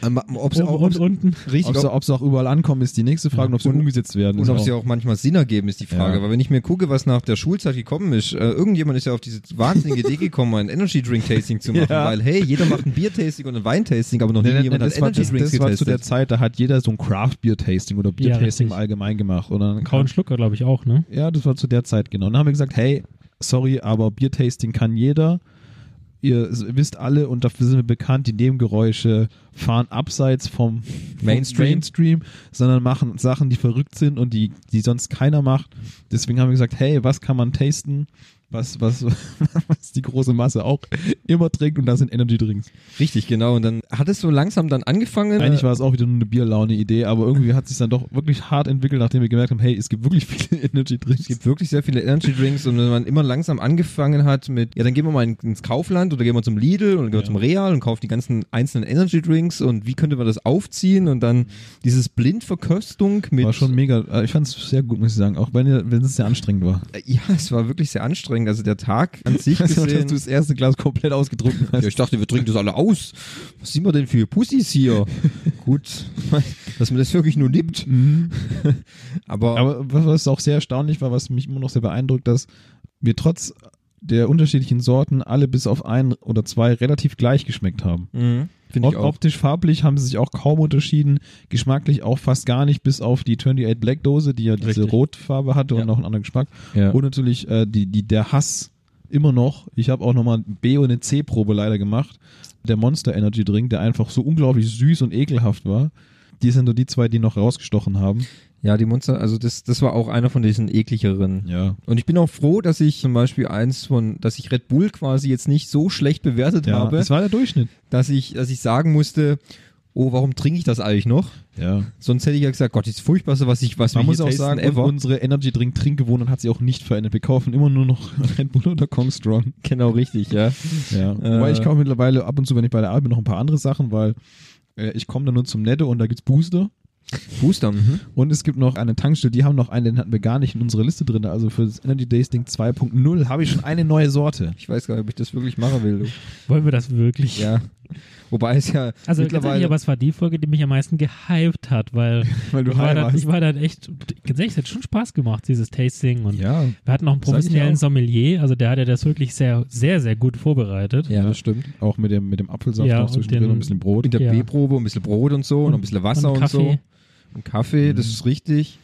Ob sie Oben auch, und ob's- unten. richtig, Ob sie, ob, ob sie auch überall ankommen, ist die nächste Frage. Und ob sie Und- umgesetzt werden, und ist ob sie auch manchmal Sinn ergeben, ist die Frage. Genau. Ja. Weil wenn ich mir gucke, was nach der Schulzeit gekommen ist, äh, irgendjemand ist ja auf diese wahnsinnige Idee gekommen, ein Energy Drink Tasting zu machen, Ja. weil hey, jeder macht ein Bier Tasting und ein Wein Tasting, aber noch nie Nee, nee, jemand nee, hat das, war, Energy das, Drinks das war zu der getestet. Zeit, da hat jeder so ein Craft Beer Tasting oder Beer Tasting richtig. im allgemein gemacht. Und dann Grauen Schlucker, glaube ich, auch, ne? ja, das war zu der Zeit genau. Und dann haben wir gesagt, hey, sorry, aber Beer Tasting kann jeder. Ihr s- wisst alle und dafür sind wir bekannt, die Nebengeräusche fahren abseits vom vom Mainstream. Mainstream, sondern machen Sachen, die verrückt sind und die, die sonst keiner macht. Deswegen haben wir gesagt, hey, was kann man tasten, was, was, was die große Masse auch immer trinkt und das sind Energy Drinks. Richtig, genau. Und dann hat es so langsam dann angefangen. Eigentlich war es auch wieder nur eine Bierlaune-Idee, aber irgendwie hat es sich dann doch wirklich hart entwickelt, nachdem wir gemerkt haben, hey, es gibt wirklich viele Energy-Drinks. Es gibt wirklich sehr viele Energy Drinks und wenn man immer langsam angefangen hat mit, ja, dann gehen wir mal in- ins Kaufland oder gehen wir zum Lidl und gehen wir zum Real und kaufen die ganzen einzelnen Energy Drinks und wie könnte man das aufziehen und dann dieses Blindverköstung mit. War schon mega, äh, ich fand es sehr gut, muss ich sagen, auch wenn ihr- wenn es sehr anstrengend war. Äh, ja, es war wirklich sehr anstrengend. Also der Tag an sich Also, dass du gesehen. das erste Glas komplett ausgetrunken hast. Ja, ich dachte, wir trinken das alle aus. Was sind wir denn für Pussys hier? Gut, dass man das wirklich nur nimmt. Aber, Aber was- was auch sehr erstaunlich war, was mich immer noch sehr beeindruckt, dass wir trotz der unterschiedlichen Sorten alle bis auf ein oder zwei relativ gleich geschmeckt haben. Mhm, finde Op ich auch. optisch, farblich haben sie sich auch kaum unterschieden, geschmacklich auch fast gar nicht, bis auf die 28 Black Dose, die ja diese Richtig. Rotfarbe hatte Ja. und noch einen anderen Geschmack. Ja. Und natürlich äh, die, die, der Hass immer noch. Ich habe auch nochmal eine B- und eine C-Probe leider gemacht. Der Monster Energy Drink, der einfach so unglaublich süß und ekelhaft war. Die sind nur die zwei, die noch rausgestochen haben. ja, die Monster, also das, das war auch einer von diesen ekligeren. Ja. Und ich bin auch froh, dass ich zum Beispiel eins von, dass ich Red Bull quasi jetzt nicht so schlecht bewertet ja habe, das war der Durchschnitt. dass ich, dass ich sagen musste, oh, warum trinke ich das eigentlich noch? Ja. Sonst hätte ich ja gesagt, Gott, das ist furchtbarste, was ich, was Man wir muss hier auch tasten sagen, ever. unsere Energy Drink Trinkgewohnheit hat sich auch nicht verändert. Wir kaufen immer nur noch Red Bull oder Comstrong. genau richtig, ja. Ja. Wobei ich kaufe mittlerweile ab und zu, wenn ich bei der Arbeit bin, noch ein paar andere Sachen, weil äh, ich komme da nur zum Netto und da gibt's Booster. Booster, mhm. Und es gibt noch eine Tankstelle, die haben noch einen, den hatten wir gar nicht in unserer Liste drin. Also für das Energy Tasting 2.0 habe ich schon eine neue Sorte. ich weiß gar nicht, ob ich das wirklich machen will. Du. Wollen wir das wirklich? Ja. Wobei es ja Also ganz ehrlich, mittlerweile, aber es war die Folge, die mich am meisten gehypt hat, weil, Weil du ich, war high dann, warst. ich war dann echt, ganz ehrlich, es hat schon Spaß gemacht, dieses Tasting und Ja, wir hatten noch einen Sag ich professionellen auch. Sommelier, also der hat ja das wirklich sehr, sehr, sehr gut vorbereitet. ja. das stimmt. Auch mit dem, mit dem Apfelsaft Ja, noch und zwischendrin den- und ein bisschen in Brot. der Ja. B-Probe und ein bisschen Brot und so und, ein bisschen Wasser und, Kaffee. so. Und Kaffee, das ist richtig.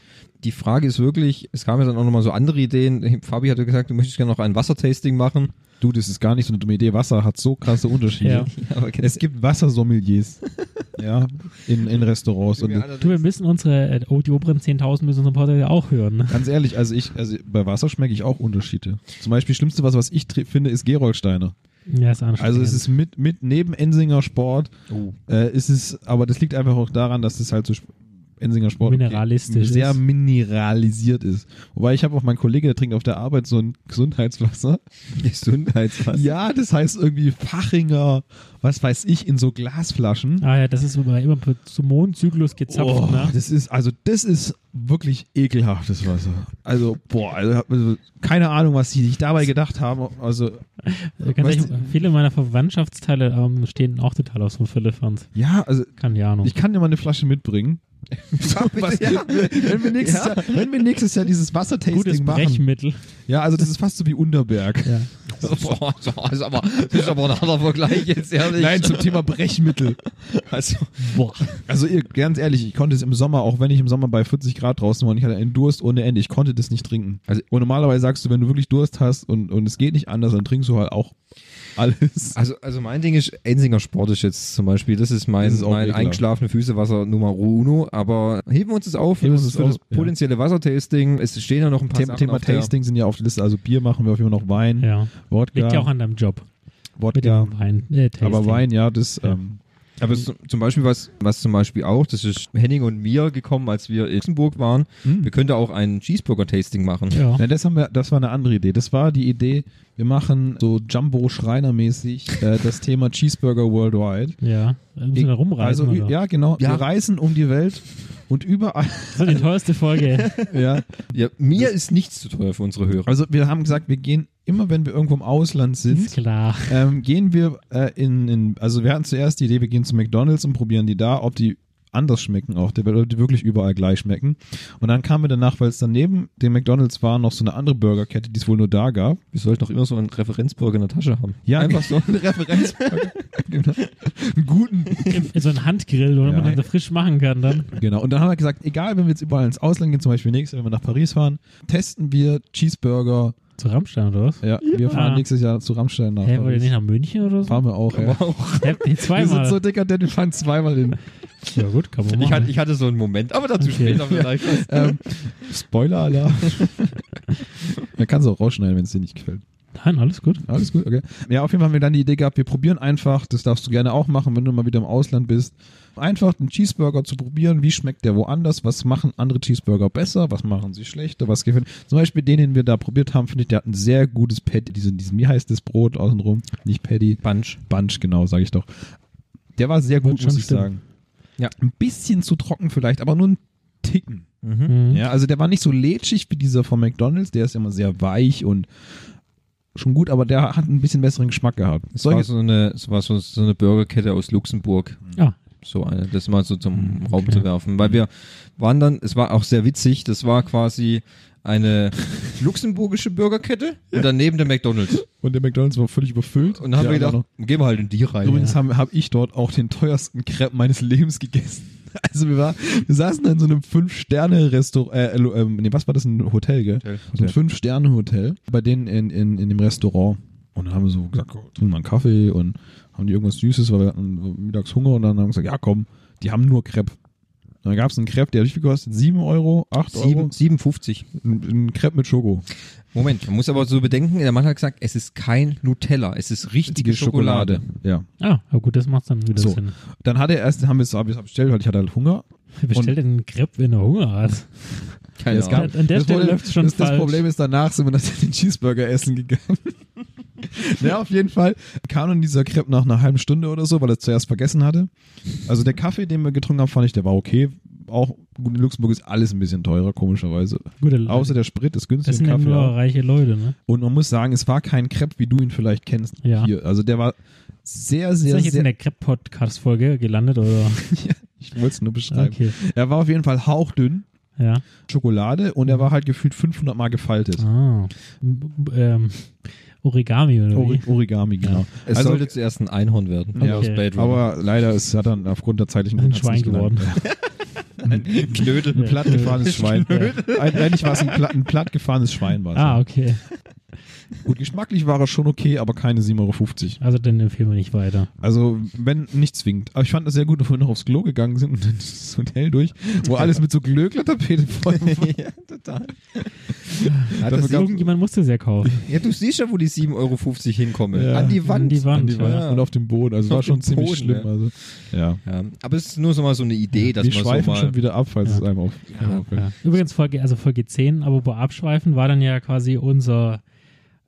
Die Frage ist wirklich, es kamen ja dann auch nochmal so andere Ideen. Fabi hatte gesagt, du möchtest gerne noch ein Wassertasting machen. Du, das ist gar nicht so eine dumme Idee. Wasser hat so krasse Unterschiede. Ja. Aber Es gibt Wassersommeliers. ja, in, in Restaurants. Und Du, wir müssen unsere, äh, oh, die oberen 10.000 müssen unseren Podcast ja auch hören. Ne? ganz ehrlich, also ich, also bei Wasser schmecke ich auch Unterschiede. Zum Beispiel das schlimmste Wasser, was ich tri- finde, ist Gerolsteiner. Ja, ist anstrengend. Also es ist mit, mit neben Ensinger Sport Oh. Äh, ist es, aber das liegt einfach auch daran, dass es halt so sp- Ensinger Sport Mineralistisch sehr ist. mineralisiert ist. Wobei ich habe auch meinen Kollege, der trinkt auf der Arbeit so ein Gesundheitswasser. Gesundheitswasser. Ja, das heißt irgendwie Fachinger, was weiß ich, in so Glasflaschen. Ah ja, das ist immer, immer zum Mondzyklus gezapft, oh, ne? das ist also das ist wirklich ekelhaftes Wasser. Also boah, also, also keine Ahnung, was die sich dabei gedacht haben. Also Äh, Ganz ehrlich, weißt viele meiner Verwandtschaftsteile ähm, stehen auch total auf so Philippans. ja, also Keine Ahnung. ich kann dir mal eine Flasche mitbringen. Was- wenn, wir nächstes Jahr, wenn wir nächstes Jahr dieses Wassertasting Gutes machen, Brechmittel. Ja, also das ist fast so wie Unterberg. Ja. Boah, das ist, aber, das ist aber ein anderer Vergleich, jetzt ehrlich. Nein, zum Thema Brechmittel. also, Boah. Also ihr, ganz ehrlich, ich konnte es im Sommer, auch wenn ich im Sommer bei 40 Grad draußen war und ich hatte einen Durst ohne Ende, ich konnte das nicht trinken. Also- und normalerweise sagst du, wenn du wirklich Durst hast und, und es geht nicht anders, dann trinkst du halt auch alles. also, also mein Ding ist, Ensinger Sport ist jetzt zum Beispiel, das ist mein, Das ist auch mein ekelhaft. eingeschlafene Füßewasser Nummer uno, aber heben wir uns das auf, Heben wir das uns ist das für das auf, ja. potenzielle Wassertasting, es stehen ja noch ein paar Thema, Sachen Thema auf der- Tasting sind ja auf der Liste, also Bier machen wir auf jeden Fall noch Wein, Ja. Wodka, Liegt ja auch an deinem Job. Mit Wodka, dem Wein. Äh, Tasting. aber Wein, ja, das, Ja. Ähm, Aber z- zum Beispiel was, was zum Beispiel auch, das ist Henning und mir gekommen, als wir in Luxemburg waren, Hm. wir könnten auch ein Cheeseburger-Tasting machen. Ja. Nein, Ne, das, haben wir, das war eine andere Idee. Das war die Idee, wir machen so Jumbo-Schreiner-mäßig äh, das Thema Cheeseburger Worldwide. Ja. Da Müssen wir da rumreisen. Also, ü- oder? ja, genau. Ja. Wir reisen um die Welt und überall. Das war die Also teuerste Folge. ja. Ja, mir ist nichts zu teuer für unsere Hörer. Also, wir haben gesagt, wir gehen immer wenn wir irgendwo im Ausland sind, Ist klar. ähm, gehen wir äh, in, in, also wir hatten zuerst die Idee, wir gehen zu McDonalds und probieren die da, ob die anders schmecken auch, die- ob die wirklich überall gleich schmecken. Und dann kamen wir danach, weil es daneben dem McDonalds war, noch so eine andere Burgerkette, die es wohl nur da gab. Wir sollten doch immer so einen Referenzburger in der Tasche haben. Ja, einfach so eine Referenz. Genau. Einen guten. So ein Handgrill, wo Ja. man das frisch machen kann dann. Genau. Und dann haben wir gesagt, egal, wenn wir jetzt überall ins Ausland gehen, zum Beispiel nächstes, Jahr, wenn wir nach Paris fahren, testen wir Cheeseburger. Zu Rammstein oder was? Ja, wir fahren Ah. nächstes Jahr zu Rammstein nach Hä, wollt ihr nicht Paris. nach München oder so? Fahren wir auch. Ja. Hä, nee, Wir sind zweimal. so halt- dekadent, wir fahren zweimal hin. ja gut, kann man Ich machen. hatte, ich hatte so einen Moment, aber dazu Okay. später vielleicht. ähm, Spoiler-Alarm. Man kann es auch rausschneiden, wenn es dir nicht gefällt. Nein, alles gut. Alles gut, okay. Ja, auf jeden Fall haben wir dann die Idee gehabt, wir probieren einfach, das darfst du gerne auch machen, wenn du mal wieder im Ausland bist, einfach einen Cheeseburger zu probieren, wie schmeckt der woanders, was machen andere Cheeseburger besser, was machen sie schlechter, was gefällt. Zum Beispiel den, den wir da probiert haben, finde ich, der hat ein sehr gutes Patty, diesen, diesen, wie heißt das Brot außenrum? Nicht Patty, Punch. Bunch, genau, sage ich doch. Der war sehr Wird gut, schon muss ich stimmen. sagen. Ja. Ein bisschen zu trocken vielleicht, aber nur ein Ticken. Mhm. Ja, also der war nicht so lätschig wie dieser von McDonalds, der ist immer sehr weich und schon gut, aber der hat ein bisschen besseren Geschmack gehabt. Es war, Solche, so eine, es war so, so eine Burgerkette aus Luxemburg. Ja. So eine, das mal so zum Raum Okay. zu werfen. Weil wir waren dann, es war auch sehr witzig, das war quasi eine luxemburgische Burgerkette und daneben der McDonalds. und der McDonalds war völlig überfüllt. Und dann haben Ja, genau. wir aber gedacht, gehen wir halt in die noch. rein. Übrigens habe hab ich dort auch den teuersten Crepe meines Lebens gegessen. Also wir, war, wir saßen da in so einem Fünf-Sterne-Restaurant, äh, äh, ähm, nee, was war das, ein Hotel, gell? Hotel. So ein Fünf-Sterne-Hotel, bei denen in, in, in dem Restaurant. Und dann haben wir so gesagt, komm, trinken wir einen Kaffee und haben die irgendwas Süßes, weil wir hatten so mittags Hunger und dann haben wir gesagt, ja komm, die haben nur Crepe. Und dann gab es einen Crepe, der hat wie viel gekostet? 7 Euro, 8 Euro? Sieben- 57. Ein, ein Crepe mit Schoko. Moment, man muss aber so bedenken, der Mann hat gesagt, es ist kein Nutella, es ist richtige Schokolade. Ja. Ah, aber gut, das macht dann wieder So. Sinn. Dann hat er erst, haben wir es hab ich's bestellt, weil ich hatte halt Hunger. Wer bestellt denn einen Crepe, wenn er Hunger hat? Keine es gab- Ahnung. An der Stelle Problem- läuft's schon das, das falsch. Problem ist, danach sind wir dann den Cheeseburger essen gegangen. ja, auf jeden Fall kam dann dieser Crepe nach einer halben Stunde oder so, weil er es zuerst vergessen hatte. Also der Kaffee, den wir getrunken haben, fand ich, der war okay. Auch gut, in Luxemburg ist alles ein bisschen teurer, komischerweise. Gute Außer der Sprit ist günstig. das im sind ja Kaffee nur auch. reiche Leute, ne? Und man muss sagen, es war kein Crepe, wie du ihn vielleicht kennst Ja. hier. Also der war sehr, Ist sehr, das jetzt in sehr... der Crepe-Podcast-Folge gelandet oder? Ich wollte es nur beschreiben. okay. Er war auf jeden Fall hauchdünn, Ja. Schokolade, und er war halt gefühlt 500 Mal gefaltet. Ah. M- b- Ähm, Origami oder Ori wie? Origami, genau. Es Also- sollte zuerst ein Einhorn werden. Ja. aus Okay. Blade Runner. Aber leider ist hat dann aufgrund der zeitlichen Ein Gründe hat's Schwein nicht gelangt. geworden. ein Knödel. Ja. Plattgefahrenes Schwein. Ja. Ein, eigentlich war es ein, platt, ein plattgefahrenes Schwein. War es. Ah, okay. Gut, geschmacklich war er schon okay, aber keine 7,50 Euro. Also dann empfehlen wir nicht weiter. Also, wenn, nicht zwingend. Aber ich fand das sehr gut, dass wir noch aufs Klo gegangen sind und dann dieses Hotel durch, wo alles mit so Glöckler-Tapete voll war. ja, total. Dafür gab's- Irgendjemand musste es ja kaufen. Ja, du siehst ja, wo die 7,50 Euro hinkommen. Ja. An die Wand. An die Wand, An die ja. Wand. und auf dem Boden. Also, Auf war schon dem ziemlich Boden, schlimm. ja. Also, ja. Ja. Aber es ist nur so mal so eine Idee, dass Wir man so schweifen mal. schon wieder ab, falls Ja. es einem auf. Ja, auffällt. ja. Übrigens, Folge, also Folge 10, aber bei Abschweifen war dann ja quasi unser,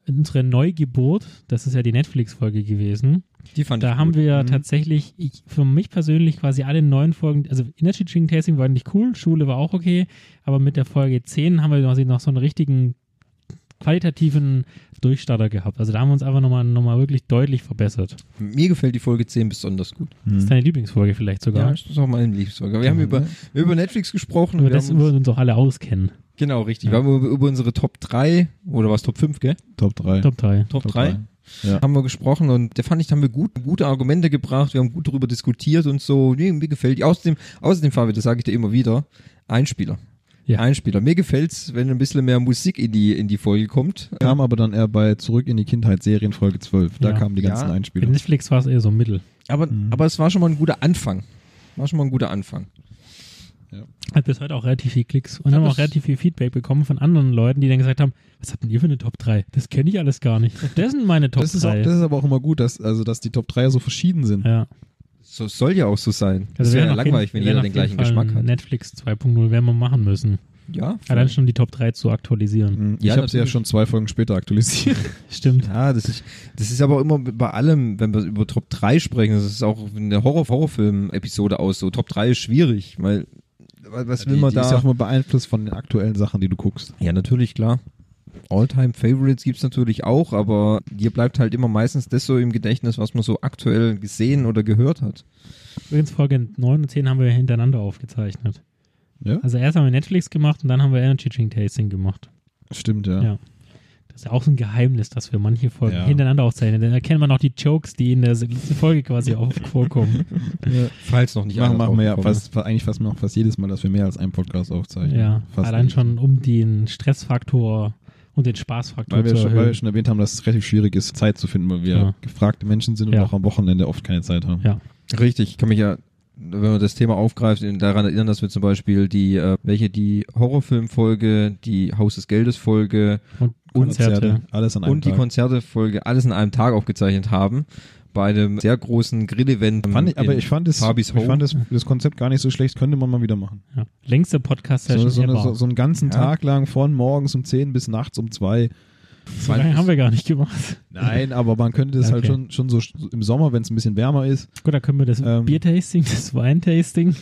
unsere Neugeburt. Das ist ja die Netflix-Folge gewesen. die fand Da ich haben gut. Mhm. wir tatsächlich, ich, für mich persönlich, quasi alle neun Folgen, also Energy Drink Tasting war nicht cool, Schule war auch okay, aber mit der Folge 10 haben wir quasi noch so einen richtigen qualitativen Durchstarter gehabt. Also da haben wir uns einfach nochmal noch mal wirklich deutlich verbessert. Mir gefällt die Folge 10 besonders gut. Hm. Das ist deine Lieblingsfolge vielleicht sogar. ne? das ist auch meine Lieblingsfolge. Wir haben über, wir haben über Netflix gesprochen. aber Wir das haben uns, würden uns auch alle auskennen. genau, richtig. Wir haben über, über unsere Top 3 oder was Top 5, gell? Top 3. Top 3. Top, Top 3. drei. Haben wir gesprochen und da fand ich, da haben wir gut, gute Argumente gebracht, wir haben gut drüber diskutiert und so. Nee, mir gefällt die. Außerdem, außerdem, Fabi, das sage ich dir immer wieder, Einspieler. Ja. Einspieler. Mir gefällt's, wenn ein bisschen mehr Musik in die, in die Folge kommt. Kam aber dann eher bei Zurück in die Kindheit, Serien Folge 12. Da Ja. kamen die ganzen Ja. Bei Einspieler. Netflix war es eher so mittel. Aber, Mhm. aber es war schon mal ein guter Anfang. War schon mal ein guter Anfang. Hat bis heute auch relativ viel Klicks und haben das- auch relativ viel Feedback bekommen von anderen Leuten, die dann gesagt haben, was habt denn ihr für eine Top 3? Das kenne ich alles gar nicht. Das sind meine Top Das ist, auch, 3. das ist aber auch immer gut, dass, also, dass die Top 3 so verschieden sind. ja. So soll ja auch so sein. Also das wir wäre ja werden auf langweilig, jeden- wenn wir jeder werden den auf gleichen jeden Fall Geschmack einen hat. Netflix 2.0 werden wir machen müssen. Ja, Allein schon die Top 3 zu aktualisieren. Mhm. Ich Ja, habe sie ja natürlich. schon zwei Folgen später aktualisiert. Stimmt. ja das, ist, das ist aber immer bei allem, wenn wir über Top 3 sprechen, das ist auch in der Horror Horrorfilm-Episode aus so. Top 3 ist schwierig, weil weil was will die, man die da? ist ja auch immer beeinflusst von den aktuellen Sachen, die du guckst. ja, natürlich, klar. All-Time-Favorites gibt's natürlich auch, aber dir bleibt halt immer meistens das so im Gedächtnis, was man so aktuell gesehen oder gehört hat. Übrigens Folge 9 und 10 haben wir hintereinander aufgezeichnet. Ja? Also erst haben wir Netflix gemacht und dann haben wir Energy Drink Tasting gemacht. Stimmt, ja. Ja. Das ist ja auch so ein Geheimnis, dass wir manche Folgen Ja. hintereinander aufzeichnen. Dann erkennt man auch die Jokes, die in der letzten Folge quasi auf vorkommen. Falls noch nicht Machen, einer machen wir ja draufgekommen fast, fast- eigentlich fast, machen wir fast jedes Mal, dass wir mehr als einen Podcast aufzeichnen. Ja, fast allein jedes schon um den Stressfaktor und den Spaßfaktor Weil wir, zu schon, weil wir erhöhen. schon erwähnt haben, dass es relativ schwierig ist, Zeit zu finden, weil wir Ja. gefragte Menschen sind und Ja. auch am Wochenende oft keine Zeit haben. Ja. ist. Richtig, ich kann mich ja, wenn man das Thema aufgreift, in- daran erinnern, dass wir zum Beispiel die, äh, welche die Horrorfilmfolge, die Haus des Geldes Folge Und Konzerte. Alles an einem und die Tag. Konzertefolge alles in einem Tag aufgezeichnet haben, bei einem sehr großen Grill-Event. Fand ich, aber in- ich fand, es, Farbis ich Home. fand das, das Konzept gar nicht so schlecht, könnte man mal wieder machen. Ja. Längste Podcast-Session So, so, eine, ever. so, so einen ganzen Ja. Tag lang von morgens um 10 bis nachts um 2. so lange haben wir gar nicht gemacht. Nein, aber man könnte das halt Okay. schon, schon so so im Sommer, wenn es ein bisschen wärmer ist. Gut, da können wir das Ähm. Biertasting, das Weintasting.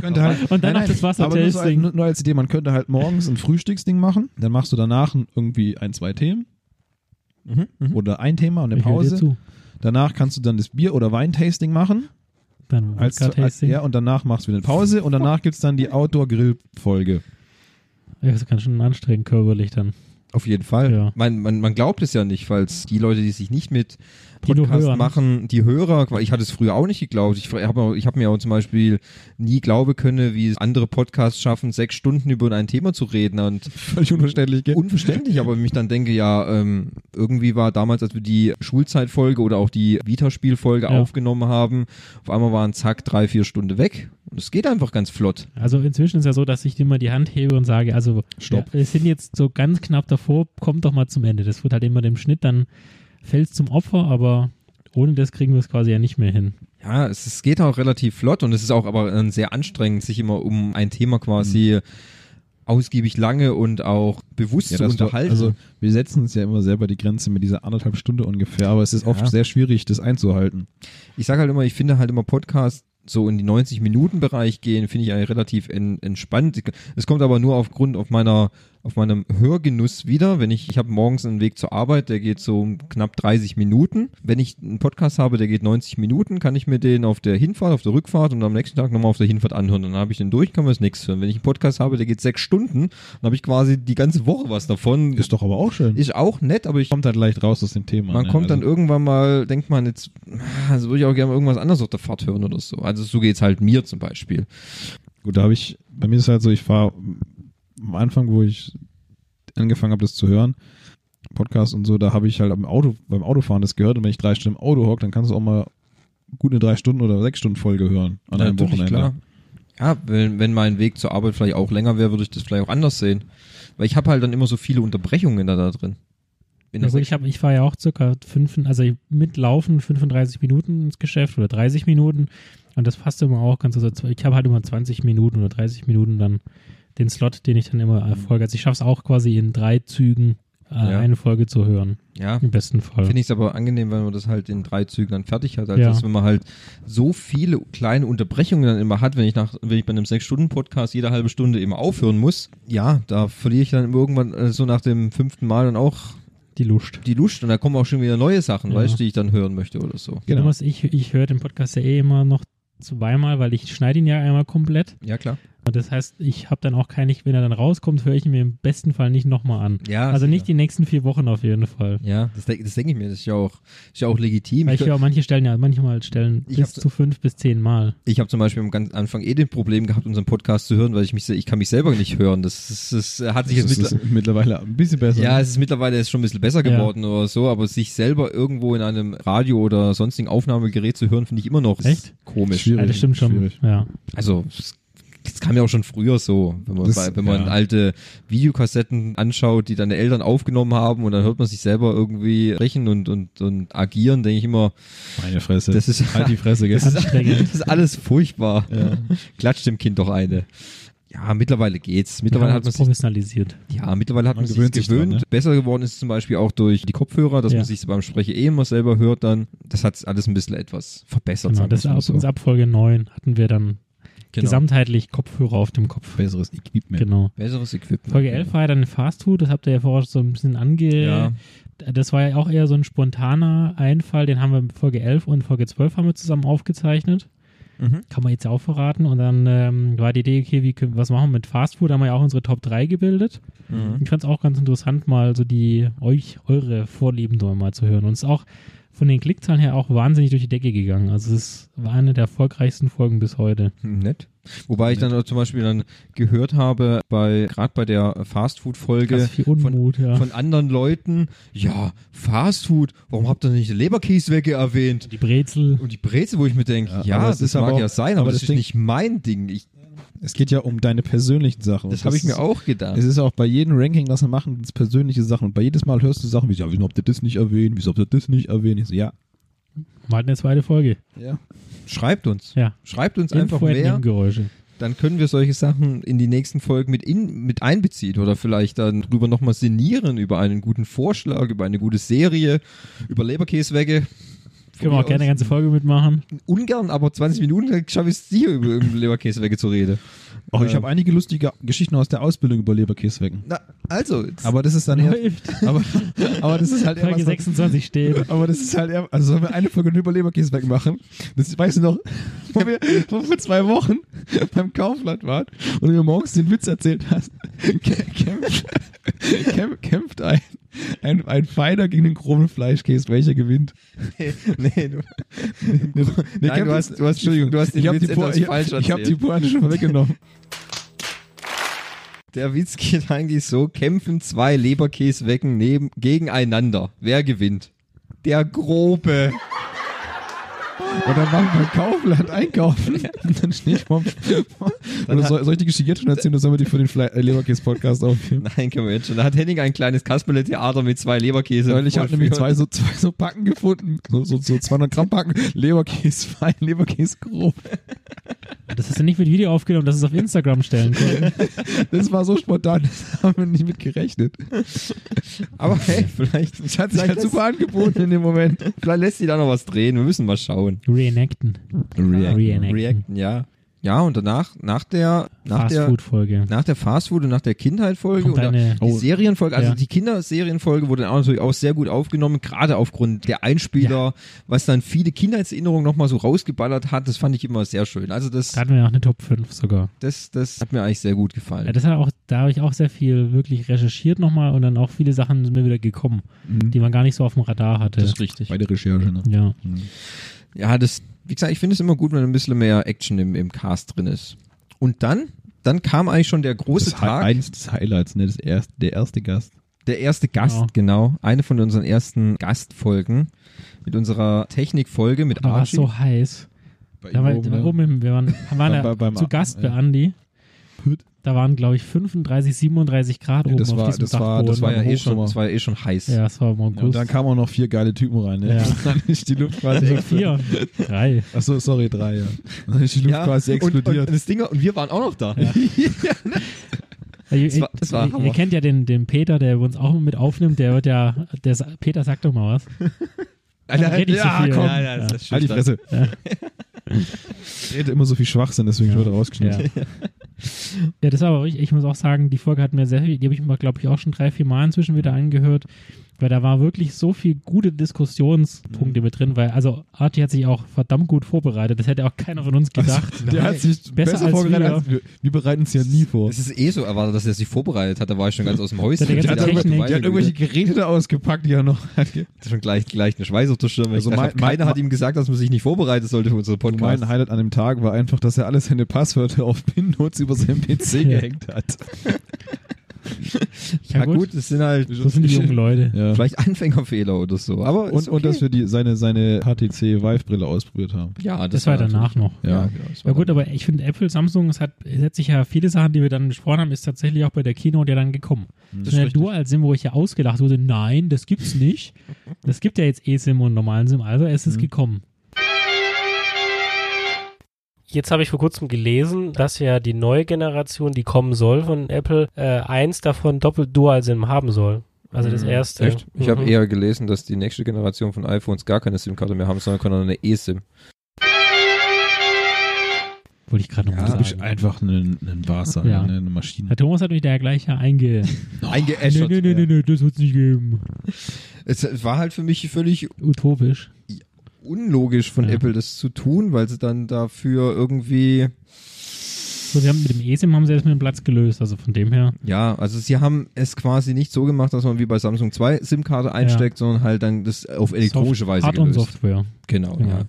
Könnte halt, Und dann noch das aber nur, so, Wassertasting. nur, nur als Idee, man könnte halt morgens ein Frühstücksding machen, dann machst du danach ein- irgendwie ein, zwei Themen oder ein Thema und eine Mhm, Ich höre dir Pause. zu. Danach kannst du dann das Bier- oder Weintasting machen. Dann Als, als, Wodka-Tasting. ja, Ja, und danach machst du wieder eine Pause und danach gibt's dann die Outdoor-Grill-Folge. das kann schon anstrengend körperlich dann. Auf jeden Fall. Ja. Man, man, man glaubt es ja nicht, falls die Leute, die sich nicht mit Die nur Podcast hören. machen, die Hörer, weil ich hatte es früher auch nicht geglaubt. Ich habe ich hab mir auch zum Beispiel nie glauben können, wie es andere Podcasts schaffen, sechs Stunden über ein Thema zu reden. Und Völlig unverständlich, gell? unverständlich, aber wenn ich dann denke, ja, ähm, irgendwie war damals, als wir die Schulzeitfolge oder auch die Vitaspielfolge Ja. aufgenommen haben, auf einmal waren zack, drei, vier Stunden weg. Und es geht einfach ganz flott. Also inzwischen ist ja so, dass ich immer die Hand hebe und sage, also Stopp. wir sind jetzt so ganz knapp davor, kommt doch mal zum Ende. Das wird halt immer dem Schnitt, dann fällt es zum Opfer, aber ohne das kriegen wir es quasi ja nicht mehr hin. Ja, es, es geht auch relativ flott und es ist auch aber dann sehr anstrengend, sich immer um ein Thema Hm. quasi ausgiebig lange und auch bewusst zu das war- unterhalten. Also wir setzen uns ja immer selber die Grenze mit dieser anderthalb Stunde ungefähr, aber es ist oft Ja. sehr schwierig, das einzuhalten. ich sage halt immer, ich finde halt immer Podcasts so in die 90 Minuten Bereich gehen, finde ich eigentlich relativ en, entspannt. Es kommt aber nur aufgrund auf meiner auf meinem Hörgenuss wieder, wenn ich ich habe morgens einen Weg zur Arbeit, der geht so um knapp 30 Minuten. Wenn ich einen Podcast habe, der geht 90 Minuten, kann ich mir den auf der Hinfahrt, auf der Rückfahrt und am nächsten Tag nochmal auf der Hinfahrt anhören. Dann habe ich den durch, kann man das nächste hören. Wenn ich einen Podcast habe, der geht sechs Stunden, dann habe ich quasi die ganze Woche was davon. Ist doch aber auch schön. ist auch nett, aber ich kommt halt leicht raus aus dem Thema. man ne? kommt dann also, irgendwann mal, denkt man jetzt, also würde ich auch gerne mal irgendwas anderes auf der Fahrt hören oder so. Also so geht's halt mir zum Beispiel. gut, da habe ich, bei mir ist halt so, ich fahre am Anfang, wo ich angefangen habe, das zu hören, Podcast und so, da habe ich halt am Auto, beim Autofahren das gehört und wenn ich drei Stunden im Auto hocke, dann kannst du auch mal gut eine drei Stunden oder sechs Stunden Folge hören an einem Natürlich, Wochenende. klar. Ja, wenn, wenn mein Weg zur Arbeit vielleicht auch länger wäre, würde ich das vielleicht auch anders sehen. Weil ich habe halt dann immer so viele Unterbrechungen da, da drin. In Ja, der gut, ich, hab, ich war ja auch circa fünf, also ich- mit Laufen 35 Minuten ins Geschäft oder 30 Minuten und das passt immer auch ganz. Also ich habe halt immer 20 Minuten oder 30 Minuten dann den Slot, den ich dann immer erfolge. Also ich schaffe es auch quasi in drei Zügen äh, Mhm. Ja. eine Folge zu hören, ja. im besten Fall. Finde ich es aber angenehm, wenn man das halt in drei Zügen dann fertig hat, als Ja. dass, wenn man halt so viele kleine Unterbrechungen dann immer hat, wenn ich nach, wenn ich bei einem Sechs-Stunden-Podcast jede halbe Stunde immer aufhören muss, ja, da verliere ich dann irgendwann äh, so nach dem fünften Mal dann auch die Lust. die Lust und da kommen auch schon wieder neue Sachen, Ja. weißt du, die ich dann hören möchte oder so. Genau. Thomas, ich, ich höre den Podcast ja eh immer noch zweimal, weil ich schneide ihn ja einmal komplett. Ja, klar. Und das heißt, ich habe dann auch keine, wenn er dann rauskommt, höre ich ihn mir im besten Fall nicht nochmal an. Ja, also nicht sicher. die nächsten vier Wochen auf jeden Fall. Ja, das, denk- das denke ich mir, das ist ja auch, ist ja auch legitim. Weil Ich, ich höre auch manche Stellen ja manchmal Stellen Ich bis hab- zu fünf bis zehn Mal. ich habe zum Beispiel am ganz Anfang eh den Problem gehabt, unseren Podcast zu hören, weil ich mich, se- ich kann mich selber nicht hören. Das, ist- das, äh, hat sich Das jetzt ist mittlerweile ein bisschen besser. ne? Ja, es ist mittlerweile jetzt schon ein bisschen besser Ja. geworden oder so, aber sich selber irgendwo in einem Radio oder sonstigen Aufnahmegerät zu hören, finde ich immer noch Echt? komisch. Schwierig. Ja, Also das stimmt schon. schwierig. Ja. Also es- das kam ja auch schon früher so, wenn man, Das- bei, wenn man ja. alte Videokassetten anschaut, die deine Eltern aufgenommen haben und dann hört man sich selber irgendwie sprechen und, und, und agieren, denke ich immer, Meine Fresse. Das ist- halt die Fresse, gell? das ist, Anstrengend. das ist alles furchtbar. Ja. Klatscht dem Kind doch eine. Ja, mittlerweile geht's. Mittlerweile Mittlerweile hat man es sich professionalisiert. Ja, mittlerweile hat man, Man sich gewöhnt gewöhnt. sich dran, ne? Besser geworden ist zum Beispiel auch durch die Kopfhörer, dass Ja. man sich beim Sprechen eh immer selber hört dann. Das hat alles ein bisschen etwas verbessert. Genau, sagen das wir ist mal ab, so. uns ab Folge 9 hatten wir dann Genau. gesamtheitlich Kopfhörer auf dem Kopf. Besseres Equipment. Genau. Besseres Equipment. Folge 11 war ja dann Fast Food, das habt ihr ja vorher so ein bisschen ange... Ja. Das war ja auch eher so ein spontaner Einfall, den haben wir in Folge 11 und Folge 12 haben wir zusammen aufgezeichnet. Mhm. Kann man jetzt ja auch verraten. Und dann ähm, war die Idee, okay, wie, können- was machen wir mit Fast Food? Da haben wir ja auch unsere Top 3 gebildet. Mhm. Ich fand es auch ganz interessant, mal so die euch, eure Vorlieben so mal zu hören. Und es ist auch von den Klickzahlen her auch wahnsinnig durch die Decke gegangen. Also es war eine der erfolgreichsten Folgen bis heute. Hm, Nett. Wobei ich dann auch zum Beispiel dann gehört habe, bei gerade bei der Ganz Fastfood-Folge viel von, Unmut, ne? ja. von anderen Leuten, ja, Fastfood, warum habt ihr nicht Leberkäsewecke erwähnt? die Brezel. Und die Breze, wo ich mir denke, ja, Ja, aber das, es ist mag aber auch- ja sein, aber, aber das, das ist Ding- nicht mein Ding. Ich, Es geht ja um deine persönlichen Sachen. das Und habe ich ist- mir auch gedacht. Es ist auch bei jedem Ranking, das wir machen, das persönliche Sachen. Und bei jedes Mal hörst du Sachen wie, ja, wieso habt ihr das nicht erwähnt? Wieso habt ihr das nicht erwähnt? Ich so, ja. Mal eine zweite Folge. ja. Schreibt uns. Ja. Schreibt uns einfach mehr. Nebengeräusche. Dann können wir solche Sachen in die nächsten Folgen mit, in, mit einbeziehen oder vielleicht dann drüber nochmal sinnieren über einen guten Vorschlag, über eine gute Serie, über Leberkäsewecke. Können wir auch gerne eine ganze Folge mitmachen. ungern, aber 20 Minuten dann schaffe ich es dir, über über Leberkäsewecke zu reden. Auch Oh, ich Ähm. habe einige lustige Geschichten aus der Ausbildung über Leberkäswecken. Na, also, jetzt- Aber das ist dann eher, Läuft. aber, aber das ist halt eher Folge was, 26 steht. Aber das ist halt eher, also sollen wir eine Folge nur über Leberkäswecken machen? Das weißt du noch, wo wir wo wir vor zwei Wochen beim Kaufland waren und du mir morgens den Witz erzählt hast. Kä- Kämpft, kämp- kämpft ein, ein, ein Feiner gegen den groben Fleischkäse, welcher gewinnt? nee, nee, du, Nee, nee, nein, kämpft- du, hast, du hast, Entschuldigung, du hast den ich habe Witz die, Po- etwas ich hab, falsch erzählt. ich hab die Pointe schon weggenommen. Der Witz geht eigentlich so, kämpfen zwei Leberkäsewecken neben, gegeneinander. Wer gewinnt? Der Grobe. Und dann machen wir Kaufland einkaufen. Und dann stehe ich vorm. Oder soll, soll ich die Geschichte jetzt schon erzählen oder sollen wir die für den Fle- äh, Leberkäse-Podcast aufnehmen? Nein, können wir jetzt schon. Da hat Henning ein kleines Kasperle-Theater mit zwei Leberkäse. Weil ich habe nämlich vollführt. zwei so, zwei so Packen gefunden. So, so, so 200 Gramm Packen. Leberkäse fein, Leberkäse grob. Das hast du nicht mit Video aufgenommen, das ist auf Instagram stellen können. Das war so spontan, das haben wir nicht mit gerechnet. Aber hey, vielleicht, Das hat sich vielleicht, halt lässt, super angeboten in dem Moment. vielleicht lässt sich da noch was drehen. Wir müssen mal schauen. Reenacten. Ah, Reenacten. Reacten, ja. Ja, und danach, nach der, nach der, Fast-Food-Folge. nach der Fastfood und nach der Kindheitfolge Kommt und eine- die oh. Serienfolge, also Ja. die Kinderserienfolge wurde dann auch natürlich auch sehr gut aufgenommen, gerade aufgrund der Einspieler, was dann viele Kindheitserinnerungen nochmal so rausgeballert hat. Das fand ich immer sehr schön. Also das, Da hatten wir auch eine Top 5 sogar. das, das hat mir eigentlich sehr gut gefallen. Ja, das hat auch, da habe ich auch sehr viel wirklich recherchiert nochmal und dann auch viele Sachen sind mir wieder gekommen, die man gar nicht so auf dem Radar hatte. richtig. Mhm. Bei der Recherche, ne? ja. Ja, das, wie gesagt, ich finde es immer gut, wenn ein bisschen mehr Action im, im Cast drin ist. Und dann, dann kam eigentlich schon der große halt Das war Tag. eines des Highlights, ne? Das erste, der erste Gast. Der erste Gast, Ja. genau. Eine von unseren ersten Gastfolgen mit unserer Technikfolge mit Da war es Archie. so heiß. Da war, da war ne? oben im, wir waren, waren Bei- da bei- beim- zu Gast bei ja. Andi. Hüt. Da waren, glaube ich, 35, 37 Grad Ja, oben das auf war- diesem das war- Dachboden. das war ja eh schon, Hochsommer. das war ja eh schon heiß. ja, das war im Ja, und August. dann kamen auch noch vier geile Typen rein, ne? Ja. Also Dann ist die Luft quasi Vier, drei. Achso, sorry, drei, ja. Dann ist die Luft Ja, quasi Und, explodiert. und das Ding, war- und wir waren auch noch da. Ihr, Das war- das war ihr, Hammer. ihr kennt ja den, den Peter, der uns auch mit aufnimmt. Der wird ja, der, sa- Peter sagt doch mal was. Alter, red nicht so viel. komm. Ja, ja, das ist halt die schüchtern. Fresse. Ich rede immer so viel Schwachsinn, deswegen Ja. wurde rausgeschnitten. Ja. ja, das war aber ich, ich muss auch sagen, die Folge hat mir sehr viel, die habe ich mir, glaube ich, auch schon drei, vier Mal inzwischen wieder angehört, weil da war wirklich so viel gute Diskussionspunkte mit drin, weil also Arti hat sich auch verdammt gut vorbereitet. Das hätte auch keiner von uns gedacht. Der hat sich Besser besser, als vorbereitet wir. als wir. Wir bereiten uns ja nie vor. Es ist eh so erwartet, dass er sich vorbereitet hat. Da war ich schon ganz aus dem Häuschen. Der hat Ich die ganze dachte, Technik. meine Der hat Güte. irgendwelche Geräte da ausgepackt, die er noch hat. schon gleich, gleich eine Schweiß auf der Stirn. weil ich Also dachte, mein- mein- keiner hat ihm gesagt, dass man sich nicht vorbereiten sollte für unseren Podcast. Mein Highlight an dem Tag war einfach, dass er alle seine Passwörter auf Pin-Notes über seinen PC gehängt hat. Ja, gut. das sind halt So sind die jungen Leute. Ja. vielleicht Anfängerfehler oder so. Aber Und, Oh, ist okay. und dass wir die, seine, seine HTC Vive-Brille ausprobiert haben. ja, Das, war danach noch. Ja, Ja. genau, das Ja war gut, dann- aber ich finde Apple, Samsung, es hat, es hat sich ja viele Sachen, die wir dann besprochen haben, ist tatsächlich auch bei der Keynote ja dann gekommen. Das ist ja richtig. dual SIM, wo ich ja ausgelacht wurde, nein, das gibt's nicht. Das gibt ja jetzt eSIM und normalen SIM, also es Mhm. ist gekommen. Jetzt habe ich vor kurzem gelesen, dass ja die neue Generation, die kommen soll von Apple, äh, eins davon doppelt Dual-SIM haben soll. Also das Mhm. erste. Echt? Ich habe Mhm. eher gelesen, dass die nächste Generation von iPhones gar keine SIM-Karte mehr haben, sondern können eine eSIM. Wollte ich gerade Du nochmal bist sagen. einfach ein, ein Wasser, ne, Ja. eine, eine Herr Maschine. Thomas hat mich da ja gleich ja einge... Äh, Eingeäschert. nee, nee, nee, nee, das wird's nicht geben. Es war halt für mich völlig Utopisch. unlogisch von Ja. Apple, das zu tun, weil sie dann dafür irgendwie So, sie haben mit dem ESIM haben sie erstmal den Platz gelöst, also von dem her. Ja, also sie haben es quasi nicht so gemacht, dass man wie bei Samsung 2 SIM-Karte einsteckt, sondern halt dann das auf elektronische Soft- Weise Hard gelöst. und Software. Genau, Ja. ja.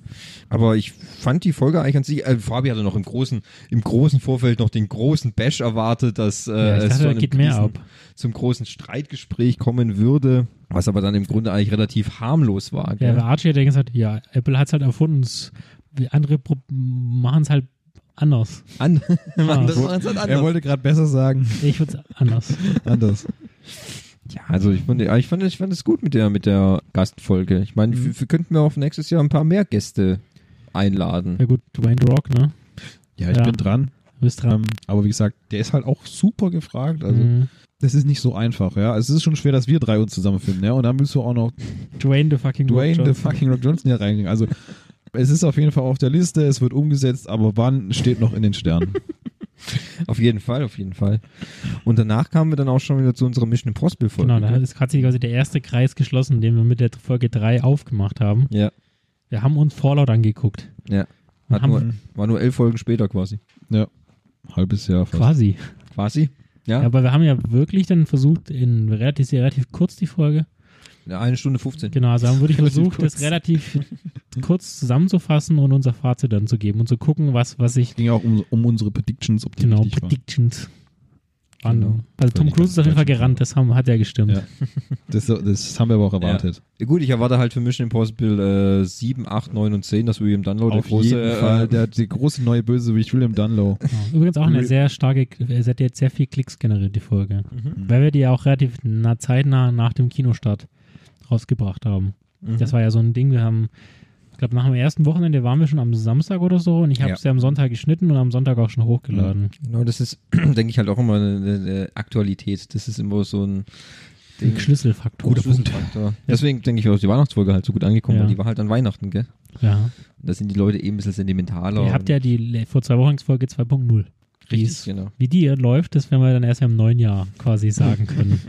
Aber ich fand die Folge eigentlich an sich, äh, Fabi hatte noch im großen, im großen Vorfeld noch den großen Bash erwartet, dass äh, Ja, es ich dachte, zu da einem geht mehr riesen- ab. zum großen Streitgespräch kommen würde, was aber dann im Grunde eigentlich relativ harmlos war. Ja, Gell? aber Archie hat ja gesagt, ja, Apple hat's halt erfunden. s- Die andere machen es halt anders. An Mann, das wo- war jetzt halt Er anders. wollte gerade besser sagen, Ich würde anders. anders. Ja, also ich fand, ich fand, ich fand es gut mit der, mit der Gastfolge. Ich Mhm. meine, wir, wir könnten ja auf nächstes Jahr ein paar mehr Gäste einladen. Ja gut, Dwayne The Rock, ne? Ja, ich Ja. bin dran. Du bist dran. Ähm, aber wie gesagt, der ist halt auch super gefragt. Also, Mhm. das ist nicht so einfach, ja. Also, Es ist schon schwer, dass wir drei uns zusammenfinden, ja. Und dann willst du auch noch Dwayne the fucking Dwayne Rock the Johnson. fucking Rock Johnson hier reinkriegen. Also, es ist auf jeden Fall auf der Liste, es wird umgesetzt, aber wann steht noch in den Sternen? Auf jeden Fall, auf jeden Fall. Und danach kamen wir dann auch schon wieder zu unserer Mission Impossible Folge. Genau, da gell? ist hat sich quasi der erste Kreis geschlossen, den wir mit der Folge 3 aufgemacht haben. ja, Wir haben uns Fallout angeguckt. ja. Und Hat haben nur, wir- war nur elf Folgen später quasi. Halbes Jahr fast. Quasi. Quasi? Ja. Ja, Aber wir haben ja wirklich dann versucht, in relativ, sehr relativ kurz die Folge. eine Stunde 15. Genau, also haben wir wirklich Relativ versucht, das kurz. relativ kurz zusammenzufassen und unser Fazit dann zu geben und zu gucken, was, was ich. Ging auch um, um unsere Predictions, ob die Genau, richtig waren. Predictions. Waren. Genau. Also Tom Völlig Cruise ist auf jeden Fall falsch. gerannt, das haben, hat ja gestimmt. Ja. Das, das haben wir aber auch erwartet. Gut, ich erwarte halt für Mission Impossible äh, 7, 8, 9 und 10, dass William Dunlow der Auf große. jeden Fall, äh, der, der große neue Bösewicht William Dunlow. Genau. Übrigens auch eine Re- sehr starke, äh, es hat jetzt sehr viel Klicks generiert, die Folge. Weil wir die ja auch relativ na, zeitnah nach dem Kinostart rausgebracht haben. Mhm. Das war ja so ein Ding, wir haben, ich glaube, nach dem ersten Wochenende waren wir schon am Samstag oder so und ich habe es ja. am Sonntag geschnitten und am Sonntag auch schon hochgeladen. genau, das ist, denke ich, halt auch immer eine, eine, eine Aktualität. Das ist immer so ein Den Schlüsselfaktor. guter Faktor. Deswegen denke ich, war auch die Weihnachtsfolge halt so gut angekommen, Ja. weil die war halt an Weihnachten, gell? Ja. Da sind die Leute eben ein bisschen sentimentaler. Ihr habt ja die le- vor zwei Wochen Folge 2.0. und- Die richtig, ist, genau. wie die läuft, das werden wir dann erst im neuen Jahr quasi sagen können.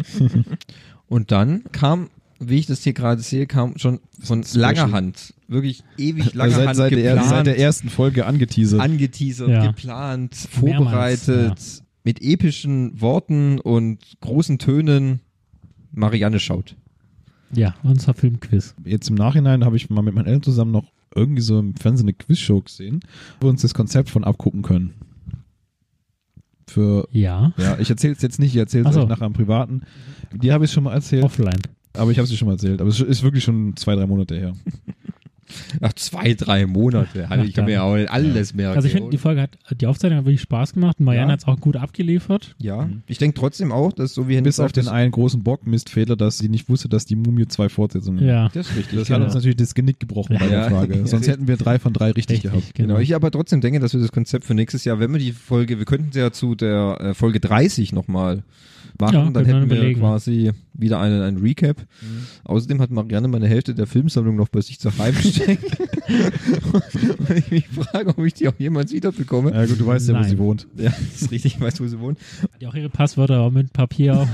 Und dann kam, wie ich das hier gerade sehe, kam schon von Special. langer Hand, wirklich ewig langer Also seit, Hand seit, der, geplant, seit der ersten Folge angeteasert. angeteasert, Ja. geplant, Mehrmals, vorbereitet, mit epischen Worten und großen Tönen. Marianne schaut. ja, unser Filmquiz. Jetzt im Nachhinein habe ich mal mit meinen Eltern zusammen noch irgendwie so im Fernsehen eine Quizshow gesehen, wo wir uns das Konzept von abgucken können. Für, Ja, ja, ich erzähle es jetzt nicht, ich erzähle Ach es so. euch nachher im Privaten. Die habe ich schon mal erzählt, offline. aber ich habe sie schon mal erzählt. Aber es ist wirklich schon zwei, drei Monate her. Nach zwei, drei Monate hatte Ach, ich mir dann. auch alles merken. Also ich finde, die Folge hat, die Aufzeichnung hat wirklich Spaß gemacht. Marianne Ja. hat es auch gut abgeliefert. ja, ich denke trotzdem auch, dass so wie Henning Bis auf sagt, den das- einen großen Bockmistfehler, dass sie nicht wusste, dass die Mumie zwei Fortsetzungen hat. Ja, Das ist richtig. Das hat genau. uns natürlich das Genick gebrochen bei Ja. der Frage. Ja. Sonst hätten wir drei von drei richtig, richtig, gehabt. Genau, ich aber trotzdem denke, dass wir das Konzept für nächstes Jahr, wenn wir die Folge, wir könnten sie ja zu der äh, Folge 30 nochmal machen, Ja, dann können wir hätten wir überlegen. quasi wieder einen, einen Recap. Mhm. Außerdem hat Marianne meine Hälfte der Filmsammlung noch bei sich zu Hause steckt. Wenn ich mich frage, ob ich die auch jemals wiederbekomme. Ja, gut, du weißt ja, wo Nein. sie wohnt. Ja, das ist richtig, ich weiß, wo sie wohnt. Hat ja auch ihre Passwörter auch mit Papier. auf.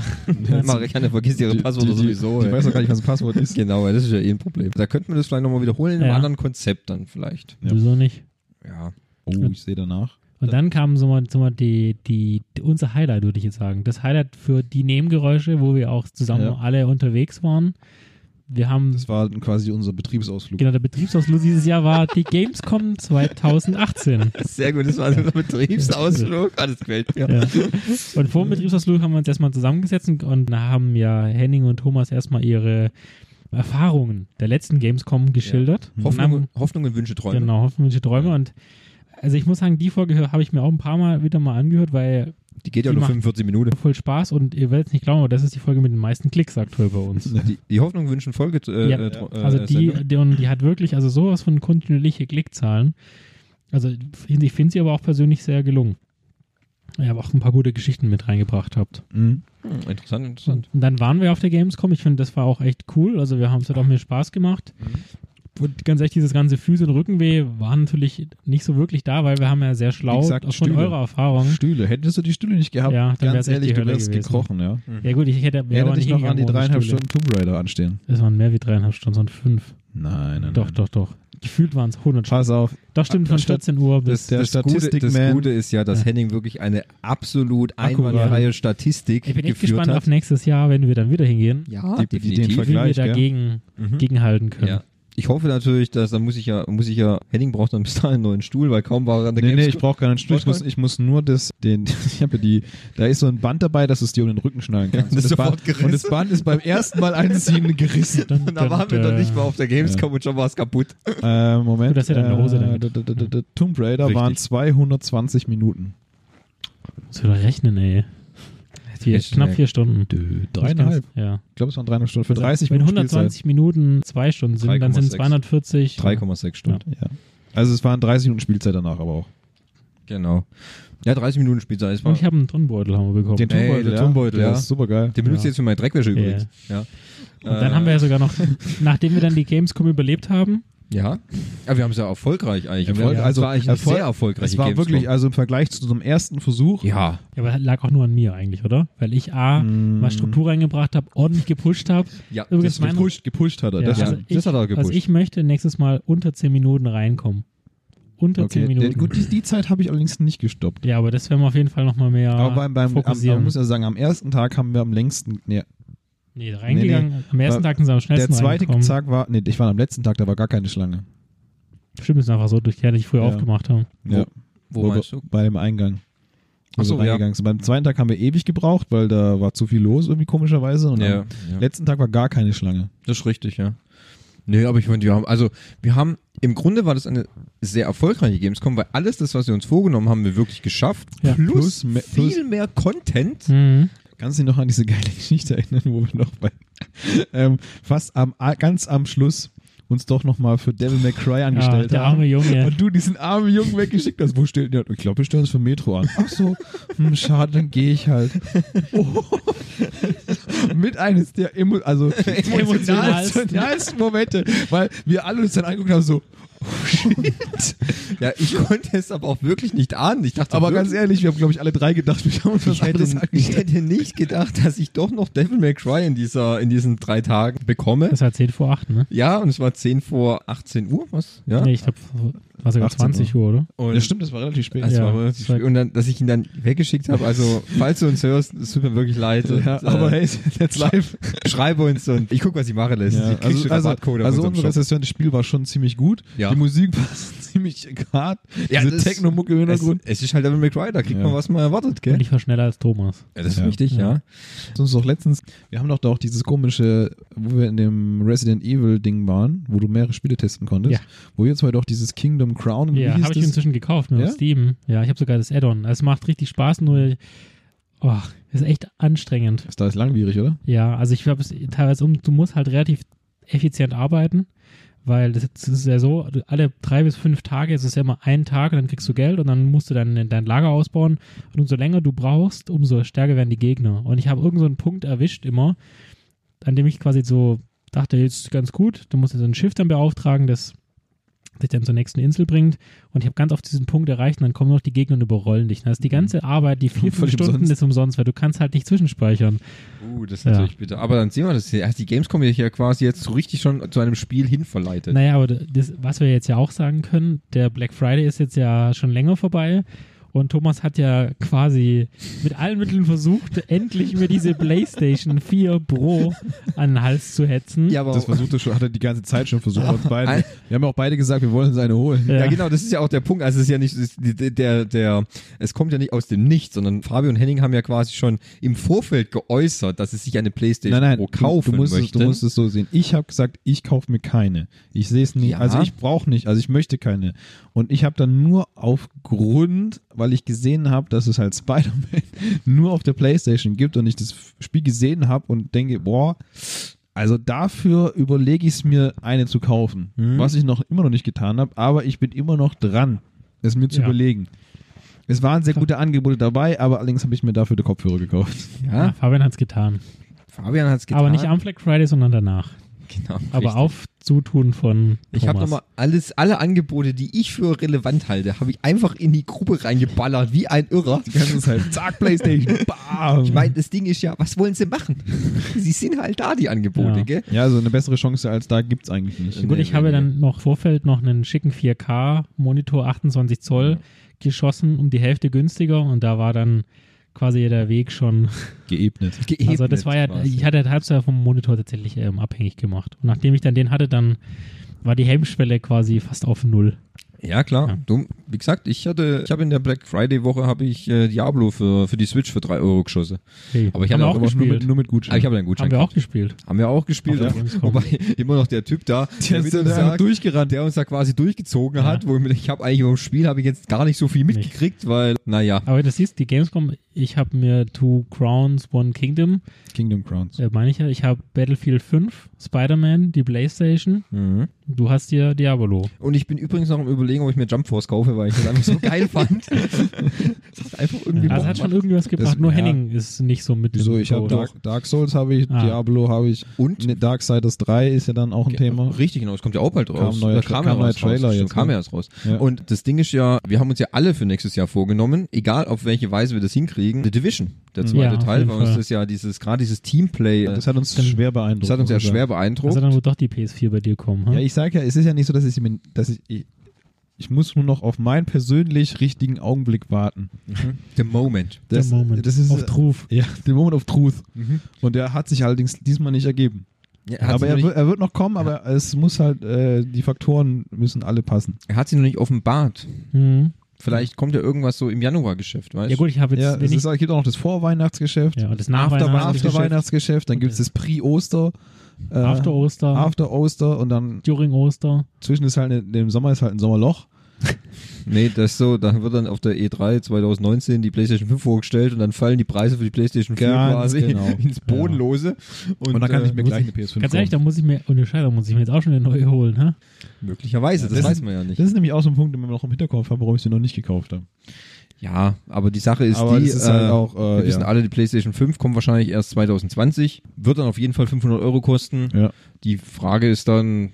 Marianne vergisst ihre Die- Passwörter die- die- sowieso. Ich ey. weiß auch gar nicht, was ein Passwort ist. Genau, ja, das ist ja eh ein Problem. Da könnten wir das vielleicht nochmal wiederholen in einem Ja. anderen Konzept dann vielleicht. Ja. Wieso nicht? Ja. Oh, ich sehe danach. Und dann kam so mal, so mal die, die, die, unser Highlight, würde ich jetzt sagen. Das Highlight für die Nebengeräusche, wo wir auch zusammen Ja. alle unterwegs waren. Wir haben, Das war quasi unser Betriebsausflug. genau, der Betriebsausflug dieses Jahr war die Gamescom 2018. Sehr gut, das war so ein Betriebsausflug. Alles quält mir. Ja. Und vor dem Betriebsausflug haben wir uns erstmal zusammengesetzt und- und haben ja Henning und Thomas erstmal ihre Erfahrungen der letzten Gamescom geschildert. Und haben- Hoffnung, Hoffnung und Wünsche träumen. Mhm. Genau, hoffnungsvolle Träume. Und also ich muss sagen, die Folge habe ich mir auch ein paar Mal wieder mal angehört, weil Die geht ja Die nur macht- 45 Minuten. voll Spaß und ihr werdet es nicht glauben, aber das ist die Folge mit den meisten Klicks aktuell bei uns. Die, die Hoffnung wünschen Folge. Äh, Ja. äh, tro- äh, Also die, Sendung. die, und die hat wirklich also sowas von kontinuierliche Klickzahlen. Also ich finde sie aber auch persönlich sehr gelungen. Ihr habt auch ein paar gute Geschichten mit reingebracht habt. Mhm. Hm, interessant, interessant. Und dann waren wir auf der Gamescom. Ich finde, das war auch echt cool. Also wir haben es hat auch mir Spaß gemacht. Mhm. Und ganz ehrlich, dieses ganze Füße- und Rückenweh war natürlich nicht so wirklich da, weil wir haben ja sehr schlau Wie gesagt, auch von Stühle. eurer Erfahrung. Stühle. Hättest du die Stühle nicht gehabt, Ja, dann wär's ganz echt ehrlich, die du Hölle wärst gewesen. gekrochen, ja. Ja gut, ich hätte wäre aber Erinnere dich noch hingegangen an die ohne dreieinhalb Stühle. Stunden Tomb Raider anstehen. Es waren mehr wie dreieinhalb Stunden, sondern fünf. Nein, nein, Ah, Doch, nein. doch, doch. Gefühlt waren es 100 Stunden. Pass auf. Doch, stimmt, von Anstatt- 14 Uhr bis... der das, Gute, das Statistikman. Gute ist ja, dass Henning wirklich eine absolut Akkurat. einwandfreie Statistik Ich bin echt geführt gespannt hat. auf nächstes Jahr, wenn wir dann wieder hingehen, ja, die- die- definitiv. den wie wir Vergleich, gell? dagegen Mhm. gegenhalten können. Ja. Ich hoffe natürlich, dass da muss ich ja, muss ich ja, Henning braucht dann bis dahin einen neuen Stuhl, weil kaum war er an der Nee, nee, ich Gamescom- brauche keinen Stuhl. Ich muss, Brauchst ich muss nur das, den, ich habe ja die, da ist so ein Band dabei, dass du es dir um den Rücken schnallen kannst. Das ist Band, sofort gerissen. und das Band ist beim ersten Mal einziehen gerissen. Dun, da dun, waren wir dun. doch nicht mal auf der Gamescom und schon war es kaputt. Äh, Moment. Gut, dass ihr dann eine Hose äh, damit- d- d- d- d- Tomb Raider Richtig. waren 220 Minuten. Muss wieder rechnen, ey. Vier, Rechnen, knapp ey. vier Stunden. Dreieinhalb. Ja. Ich glaube, es waren dreieinhalb Stunden. Für 30 Wenn Minuten 120 Minuten zwei Stunden sind, dann sind es 3,6. 240. 3,6 Stunden. Spielzeit. Ja. Also es waren 30 Minuten Spielzeit danach aber auch. Genau. Ja, 30 Minuten Spielzeit ist Und ich habe einen Turnbeutel haben wir bekommen. Den äh, Ey, Turmbeutel, der ja. Turmbeutel, Der ja. ist super geil. Den benutzt ihr jetzt für meine Dreckwäsche übrigens. Ja. Und dann haben wir ja sogar noch, nachdem wir dann die Gamescom überlebt haben, Ja, aber wir haben es ja erfolgreich eigentlich. Erfolg- wir haben, also das war eigentlich Erfolg- eine sehr erfolgreiche Es war Gamescom. wirklich, also im Vergleich zu unserem ersten Versuch, ja, ja, aber lag auch nur an mir eigentlich, oder? Weil ich A, Mm. mal Struktur reingebracht habe, ordentlich gepusht habe. ja. Übrigens- das meine- gepusht, gepusht hat er. Ja, das also stimmt. das hat er ich, gepusht. Also ich möchte nächstes Mal unter 10 Minuten reinkommen. Unter 10 Der- Minuten. Gut, die, die Zeit habe ich allerdings nicht gestoppt. Ja, aber das werden wir auf jeden Fall nochmal mehr Aber beim, beim am, Ah, fokussieren. man muss ja sagen, am ersten Tag haben wir am längsten. Nee, nee, reingegangen. Am ersten Weil Tag sind sie am der schnellsten zweite reingekommen. Tag war. Nee, ich war am letzten Tag, da war gar keine Schlange. Stimmt, ist einfach so durch, die ich früher Ja. aufgemacht haben. Wo- Ja, wo wir- meinst du? Bei dem Eingang. Ach so, Also ja. reingegangen sind. Beim zweiten Tag haben wir ewig gebraucht, weil da war zu viel los, irgendwie komischerweise. Und Ja, am ja. letzten Tag war gar keine Schlange. Das ist richtig, ja. Nee, aber ich meine, wir haben, also wir haben, im Grunde war das eine sehr erfolgreiche Gamescom, weil alles das, was wir uns vorgenommen haben, wir wirklich geschafft. Ja. Plus, Hm. Plus me- viel plus- mehr Content. Mhm. Kannst du dich noch an diese geile Geschichte erinnern, wo wir noch bei ähm, fast am ganz am Schluss uns doch nochmal für Devil May Cry Ja, angestellt der haben? arme Junge. Und du diesen armen Jungen weggeschickt hast. Wo stellt der? Ich glaube, ich stelle es für Metro an. Ach so, hm, schade, dann gehe ich halt. Oh. Mit eines der emo also Emotionalsten. emotionalsten Momente, weil wir alle uns dann angeguckt haben, so, oh shit. Ja, ich konnte es aber auch wirklich nicht ahnen. Ich dachte, Aber wirklich, ganz ehrlich, wir haben, glaube ich, alle drei gedacht, wir haben uns was ich hätte, anderes ich angestellt. hätte nicht gedacht, dass ich doch noch Devil May Cry in, dieser, in diesen drei Tagen bekomme. Das war 10 vor 8, ne? Ja, und es war 10 vor 18 Uhr, was? Ja. Nee, ich glaube, war sogar 18 Uhr. 20 Uhr, oder? Und Ja, stimmt, das war relativ spät. Das Ja, Also war das relativ war- spät. Und dann, dass ich ihn dann weggeschickt habe. Also, falls du uns hörst, es tut mir wirklich leid. Und, Also, Ja, aber hey, jetzt live. schreibe uns und ich guck, was ich mache lässt. Ja, ich krieg also schon also, Rabattcode auf also unserem unsere Shop. Rezession, das Spiel war schon ziemlich gut. Ja. Die Musik war ziemlich hart. Ja, Diese das- Techno-Mucke im Hintergrund. Es, es ist halt Devil May Cry, da kriegt Ja. man, was man erwartet, Und gell? ich war schneller als Thomas. Ja, das ist Ja. richtig, ja. Das ist doch letztens, wir haben doch da auch dieses komische, wo wir in dem Resident Evil Ding waren, wo du mehrere Spiele testen konntest, Ja. wo wir zwei doch dieses Kingdom Crown und Ja, habe wie ich hieß das? inzwischen gekauft mit Ja? auf Steam. Ja, ich habe sogar das Add-on. Also Es macht richtig Spaß, nur oh, ist echt anstrengend. Das da ist langwierig, oder? Ja, also ich glaube, es teilweise um, du musst halt relativ effizient arbeiten, weil das ist- ist ja so, du- alle drei bis fünf Tage ist es ja immer ein Tag und dann kriegst du Geld und dann musst du dein, dein Lager ausbauen. Und umso länger du brauchst, umso stärker werden die Gegner. Und ich habe irgend so einen Punkt erwischt immer, an dem ich quasi so dachte, jetzt ist ganz gut, du musst jetzt so ein Schiff dann beauftragen, das dich dann zur nächsten Insel bringt. Und ich habe ganz oft diesen Punkt erreicht und dann kommen noch die Gegner und überrollen dich. Das heißt, die ganze Arbeit, die vier, fünf Völlig Stunden umsonst. ist umsonst, weil du kannst halt nicht zwischenspeichern. Uh, das ist Ja. natürlich bitter. Aber dann sehen wir das. hier. Erst Die Gamescom hier ja quasi jetzt so richtig schon zu einem Spiel hinverleitet. Naja, aber das, was wir jetzt ja auch sagen können, der Black Friday ist jetzt ja schon länger vorbei. Und Thomas hat ja quasi mit allen Mitteln versucht, endlich mir diese PlayStation 4 Pro an den Hals zu hetzen. aber Das versucht er schon, hat er die ganze Zeit schon versucht, bei uns beiden. Wir haben ja auch beide gesagt, wir wollen uns eine holen. Ja, genau, das ist ja auch der Punkt. Also es ist ja nicht es ist die- der der es kommt ja nicht aus dem Nichts, sondern Fabio und Henning haben ja quasi schon im Vorfeld geäußert, dass es sich eine PlayStation Nein, nein, Pro du, kaufen du, musst es, möchten. du musst es so sehen. Ich habe gesagt, ich kaufe mir keine. Ich sehe es nicht. Ja. Also ich brauche nicht, also ich möchte keine. Und ich habe dann nur aufgrund, weil ich gesehen habe, dass es halt Spider-Man nur auf der Playstation gibt und ich das Spiel gesehen habe und denke, boah, also dafür überlege ich es mir, eine zu kaufen. Mhm. Was ich noch immer noch nicht getan habe, aber ich bin immer noch dran, es mir zu Ja. überlegen. Es waren sehr gute Angebote dabei, aber allerdings habe ich mir dafür die Kopfhörer gekauft. Ja, ja, Ah, Fabian hat es getan. Fabian hat es getan. Aber nicht am Black Friday, sondern danach. Genau, Aber richtig. auf Zutun von Thomas. Ich habe nochmal alles, alle Angebote, die ich für relevant halte, habe ich einfach in die Gruppe reingeballert, wie ein Irrer. Die ganze Zeit, zack, Playstation, bam. Ich meine, das Ding ist ja, was wollen sie machen? sie sind halt da, die Angebote, Ja. gell? Ja, so eine bessere Chance als da gibt's eigentlich nicht. Gut, ich habe dann noch Vorfeld noch einen schicken 4K-Monitor 28 Zoll geschossen, um die Hälfte günstiger und da war dann quasi der Weg schon. geebnet. also das war ja, ich hatte das Halbzeit vom Monitor tatsächlich ähm, abhängig gemacht. Und nachdem ich dann den hatte, dann war die Hemmschwelle quasi fast auf null. Ja, klar. Ja. Du, wie gesagt, ich hatte, ich habe in der Black Friday Woche habe ich äh, Diablo für, für die Switch für 3 Euro geschossen. Hey, Aber ich haben hatte wir auch auch immer Nur mit, gespielt. nur mit Gutschein. Aber ich habe einen Gutschein. Haben wir auch gehabt. gespielt. haben wir auch gespielt. Auf Ja. der Gamescom. Wobei immer noch der Typ da, der, mit uns sagt, durchgerannt. der uns da quasi durchgezogen hat, wo ich, mir- ich habe eigentlich im Spiel habe ich jetzt gar nicht so viel mitgekriegt, weil naja. Aber das siehst, die Gamescom, ich habe mir Two Crowns, One Kingdom, Kingdom Crowns. äh, meine ich ja, ich habe Battlefield 5, Spider-Man, die Playstation, du hast dir Diablo. Und ich bin übrigens noch im Überlegen, ob ich mir Jump Force kaufe, weil ich das einfach so geil fand. Das hat einfach irgendwie Also Bock hat schon gemacht. irgendwas gebracht, Das- nur ja. Henning ist nicht so mit Wieso? dem Ich habe Boot. Also Dark, Dark Souls habe ich, Ah. Diablo habe ich. Und? Ne, Darksiders 3 ist ja dann auch ein Thema. Richtig, genau. Es kommt ja auch bald Kam raus. neuer- Da ja kam neuer raus, Trailer raus. Stimmt, jetzt, Kam ne? ja erst raus. Ja. Und das Ding ist ja, wir haben uns ja alle für nächstes Jahr vorgenommen, egal auf welche Weise wir das hinkriegen. The Division, der Mhm. zweite Ja, auf Teil, jeden weil uns Fall. das ja dieses, gerade dieses Teamplay, das, Das hat uns schwer beeindruckt. hat uns ja muss ich sagen. schwer beeindruckt. Also dann wird doch die PS4 bei dir kommen. Hm? Ja, ich sage ja, es ist ja nicht so, dass ich, mir- dass ich, ich, ich muss nur noch auf meinen persönlich richtigen Augenblick warten. Mhm. The Moment. Der Das, Moment. Das ist auf Truf. ja, the Moment of Truth. Und der hat sich allerdings diesmal nicht ergeben. Ja, hat Mhm. Aber sich er, noch wird- er wird noch kommen, aber es muss halt, äh, die Faktoren müssen alle passen. nicht, er hat sie noch nicht offenbart. Mhm. Vielleicht kommt ja irgendwas so im Januargeschäft, weißt Ja gut, ich habe jetzt Ja, es wenig. ist, es gibt auch noch das Vorweihnachtsgeschäft, ja, und das After Nachweihnachtsgeschäft, Weihnachtsgeschäft, dann Okay. gibt es das Pre-Oster, äh, After Oster, After Oster und dann during Oster. zwischen ist halt, ne, im Sommer ist halt ein Sommerloch. Nee, das ist so, da wird dann auf der E3 2019 die PlayStation 5 vorgestellt und dann fallen die Preise für die PlayStation 4 Ganz quasi genau. ins Bodenlose. Und, Und dann kann ich mir äh, gleich eine PS5 Ganz ehrlich, kaufen. da muss ich mir, ohne Scheiße, da muss ich mir jetzt auch schon eine neue holen. Hä? möglicherweise, das, das weiß ist- man ja nicht. Das ist nämlich auch so ein Punkt, den wir noch im Hinterkopf haben, warum ich sie noch nicht gekauft habe. Ja, aber die Sache ist Aber die, das ist halt äh, auch, äh, wir wissen ja. alle, die PlayStation 5 kommt wahrscheinlich erst 2020, wird dann auf jeden Fall 500 Euro kosten. Ja. Die Frage ist dann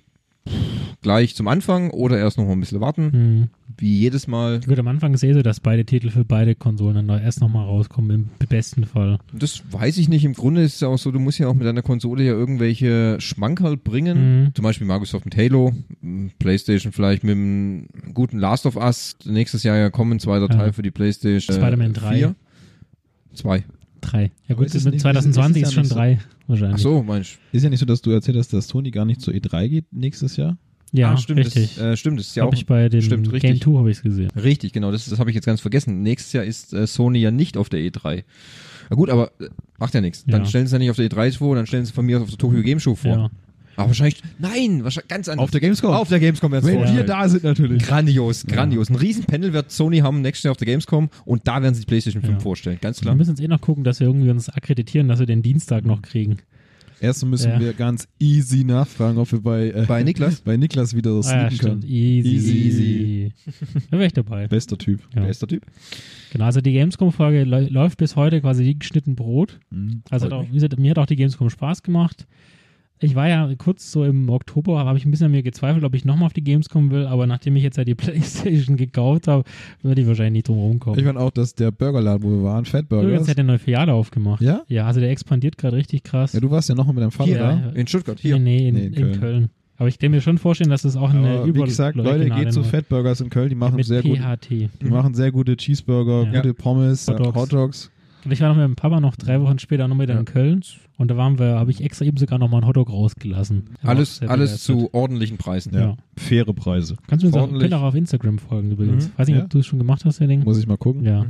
pff, gleich zum Anfang oder erst noch mal ein bisschen warten, Hm. wie jedes Mal. Gut, am Anfang ist eh so, dass beide Titel für beide Konsolen dann da erst nochmal rauskommen, im besten Fall. Das weiß ich nicht, im Grunde ist es ja auch so, du musst ja auch mit deiner Konsole ja irgendwelche Schmankerl Hm. bringen, Mhm. zum Beispiel Microsoft mit Halo, m, PlayStation vielleicht mit einem guten Last of Us, nächstes Jahr ja kommen, zweiter Ja. Teil für die PlayStation Spider-Man 3. 4. Zwei. Drei. Ja Aber gut, ist es mit nicht- 2020 ist ist, es ja schon nicht so- drei wahrscheinlich. Ach so, mein Sch- Ist ja nicht so, dass du erzählt hast, dass Sony gar nicht zur E3 geht nächstes Jahr. Ja, Ah, stimmt, richtig. Das, äh, stimmt, das ist ja Hab auch ich bei dem stimmt, Game richtig. 2 habe ich es gesehen. Richtig, genau, das, das habe ich jetzt ganz vergessen. Nächstes Jahr ist äh, Sony ja nicht auf der E3. Na gut, aber äh, macht ja nichts. Dann Ja. stellen sie ja nicht auf der E3 vor, dann stellen sie von mir aus auf der Tokyo Game Show vor. Ja. Aber wahrscheinlich, nein, wahrscheinlich ganz anders. Auf der Gamescom. Auf der Gamescom werden sie Wenn wir vorstellen. da sind natürlich. Grandios, grandios. Ein Riesenpanel wird Sony haben nächstes Jahr auf der Gamescom und da werden sie die PlayStation 5 Ja. vorstellen, ganz Wir klar. müssen uns eh noch gucken, dass wir irgendwie uns akkreditieren, dass wir den Dienstag noch kriegen. Erst müssen Ja. wir ganz easy nachfragen, ob wir bei, äh, Bei Niklas? bei Niklas wieder Ah, ja, sneaken stimmt. können. Easy. Easy. Da wäre ich dabei. Bester Typ. Ja. Bester Typ. Genau, also die Gamescom-Folge lä- läuft bis heute quasi wie geschnitten Brot. Mhm. Also hat auch, wie gesagt, mir hat auch die Gamescom Spaß gemacht. Ich war ja kurz so im Oktober, habe ich ein bisschen an mir gezweifelt, ob ich nochmal auf die Gamescom will, aber nachdem ich jetzt ja die Playstation gekauft habe, würde ich wahrscheinlich nicht drum Ich rumkommen. fand auch, dass der Burgerladen, wo wir waren, Fat Übrigens Burgers. hat der neue Filiale aufgemacht. Ja? Ja, also der expandiert gerade richtig krass. Ja, du warst ja nochmal mit deinem Vater Hier, äh, da. ja. In Stuttgart, hier. Nee, nee, in, Nee, in in, Köln. Aber ich kann mir schon vorstellen, dass das auch eine Aber wie Über- gesagt, Leute, regionale geht zu Nummer- Fat Burgers in Köln. Die machen mit sehr gut. PHT. Die machen sehr gute Cheeseburger, Ja. gute Pommes, Hot Dogs. Hot Dogs. Und ich war noch mit dem Papa noch drei Wochen später noch wieder in Köln und da waren wir, habe ich extra eben sogar noch mal einen Hotdog rausgelassen. Er war auch Alles, sehr alles begeistert. zu ordentlichen Preisen. Ja. Faire Preise. Kannst du uns auch, Ordentlich. könnt auch auf Instagram folgen übrigens. Mhm. Weiß nicht, Ja. ob du es schon gemacht hast, Henning. Muss ich mal gucken. Ja. Ich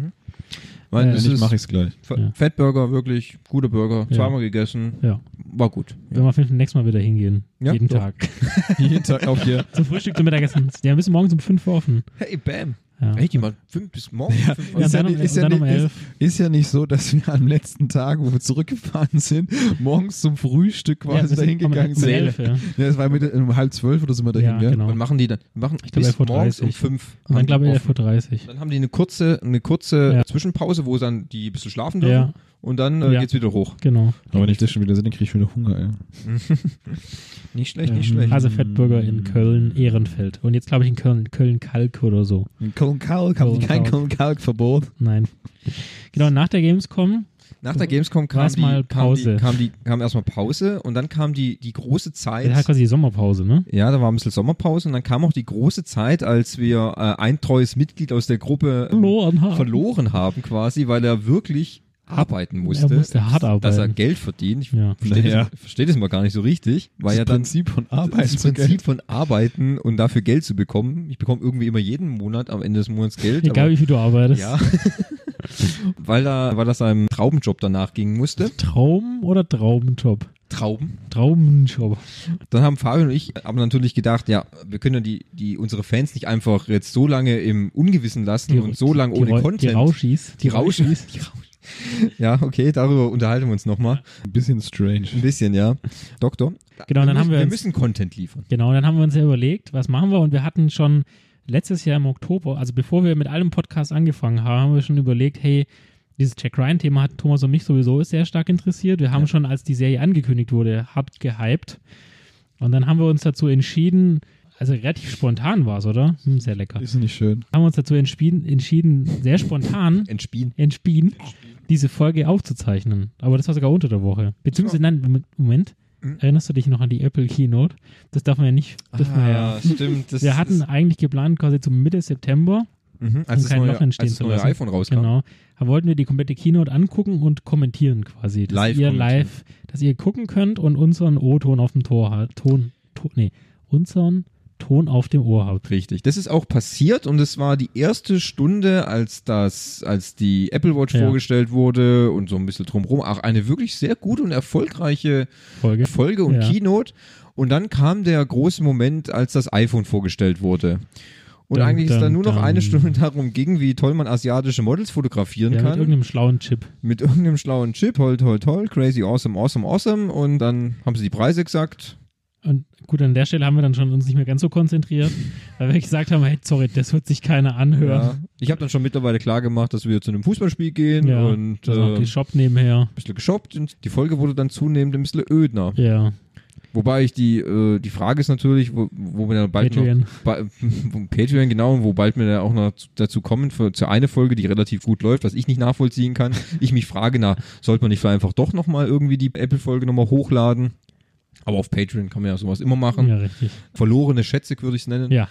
meine, Ja, das Wenn nicht, ist mache ich es gleich. Fa- Ja. Fatburger, wirklich, gute Burger, Ja. zweimal gegessen, Ja. war gut. Wenn wir auf jeden Fall nächstes Mal wieder hingehen. Ja, Jeden doch. Tag. Jeden Tag auf hier. Zum Frühstück, zum Mittagessen. Ja, wir müssen morgens um 5 Uhr offen. Hey, bam. Ja. Hey, die mal fünf bis morgen. fünf, Ja, Ist ja dann um- nicht- ist und ja dann um nicht- ist- 11. Ist ja nicht so, dass wir am letzten Tag, wo wir zurückgefahren sind, morgens zum Frühstück Ja, wir quasi sind dahin um- gegangen Um sind. 11, ja. Ja, es war mit, um halb zwölf oder sind wir dahin, ja, gell? genau. Wann machen die dann? Die machen Ich glaube, bis 11.30 morgens um fünf. Und haben dann die glaube ich offen. 11.30 Uhr. Dann haben die eine kurze, eine kurze Ja. Zwischenpause, wo sie dann die ein bisschen schlafen dürfen. Ja. und dann äh, Ja. geht's wieder hoch. Genau. Aber wenn ich das schon wieder sehe, dann kriege ich wieder Hunger, ey. Nicht schlecht, nicht Ähm, schlecht. Mhm. Also Fettburger in Köln, Ehrenfeld. Und jetzt glaube ich in Köln, Köln Kalk oder so. In Köln-Kalk haben die kein Köln-Kalk-Verbot. Nein. Genau, nach der Gamescom. Nach der Gamescom kam War's die, mal Pause. Kam, die, kam, die, kam erstmal Pause und dann kam die, die große Der hat Zeit. quasi die Sommerpause, ne? Ja, da war ein bisschen Sommerpause und dann kam auch die große Zeit, als wir äh, ein treues Mitglied aus der Gruppe ähm, Verloren haben. verloren haben quasi, weil er wirklich arbeiten musste. Er musste hart Dass er arbeiten. Geld verdient. Ich ähm, Ja. verstehe Naja. das, versteh das mal gar nicht so richtig. Weil ja das dann Prinzip von das Arbeit. zu Prinzip Geld. von Arbeiten und dafür Geld zu bekommen. Ich bekomme irgendwie immer jeden Monat am Ende des Monats Geld. Egal wie viel du aber, arbeitest. ja. weil, da, weil das einem Traubenjob danach gehen musste. Traum oder Traubenjob? Trauben. Traubenjob. Dann haben Fabio und ich aber natürlich gedacht, ja, wir können ja die, die, unsere Fans nicht einfach jetzt so lange im Ungewissen lassen und so lange die, ohne Rau- Content. Die Rauschis. Die Rauschis. Die Rauschis. Ja, okay, darüber unterhalten wir uns nochmal. Ein bisschen strange. Ein bisschen, ja. Doktor. Genau, dann wir, haben wir wir uns- müssen Content liefern. Genau, dann haben wir uns ja überlegt, was machen wir? Und wir hatten schon letztes Jahr im Oktober, also bevor wir mit allem Podcast angefangen haben, haben wir schon überlegt, hey, dieses Jack Ryan-Thema hat Thomas und mich sowieso sehr stark interessiert. Wir haben schon, als die Serie angekündigt wurde, hart gehypt. Und dann haben wir uns dazu entschieden, also relativ spontan war es, oder? Hm, sehr lecker. Ist nicht schön. Haben wir uns dazu entspien- entschieden, sehr spontan, Entspielen. entspien, diese Folge aufzuzeichnen. Aber das war sogar unter der Woche. Beziehungsweise, nein, Moment, Hm? erinnerst du dich noch an die Apple Keynote? Das darf man ja nicht, das war ja Ah, stimmt. Das wir hatten eigentlich geplant, quasi zum Mitte September, mhm, um als das kein neue, Loch entstehen als das zu neue lassen. iPhone rauskam. Genau. Da wollten wir die komplette Keynote angucken und kommentieren quasi. Dass Live ihr kommentieren. live, dass ihr gucken könnt und unseren O-Ton auf dem Tor hat. Ton, Ton, nee, unseren Ton auf dem Ohr habt. Richtig. Das ist auch passiert und es war die erste Stunde, als das, als die Apple Watch Ja. vorgestellt wurde und so ein bisschen drumherum. Auch eine wirklich sehr gute und erfolgreiche Folge. Folge und Ja. Keynote. Und dann kam der große Moment, als das iPhone vorgestellt wurde. Und Dun, eigentlich es dun, dann nur noch dun. eine Stunde darum ging, wie toll man asiatische Models fotografieren Ja, mit kann. irgendeinem schlauen Chip. mit irgendeinem schlauen Chip, hol, toll, toll, crazy, awesome, awesome, awesome. Und dann haben sie die Preise gesagt. Und gut, an der Stelle haben wir dann schon uns nicht mehr ganz so konzentriert, weil wir gesagt haben, hey, sorry, das wird sich keiner anhören. Ja. Ich habe dann schon mittlerweile klar gemacht, dass wir zu einem Fußballspiel gehen und also auch äh, den Shop nebenher. ein bisschen geshoppt. Und die Folge wurde dann zunehmend ein bisschen ödner. Ja, Wobei ich die, äh, die Frage ist natürlich, wo, wo wir dann bald noch Patreon. Ba- Patreon, genau, wo bald wir da auch noch zu- dazu kommen, für, zu einer Folge, die relativ gut läuft, was ich nicht nachvollziehen kann. Ich mich frage, na, sollte man nicht vielleicht einfach doch nochmal irgendwie die Apple-Folge nochmal hochladen? Aber auf Patreon kann man ja sowas immer machen. Ja, richtig. Verlorene Schätze würde ich es nennen. Ja.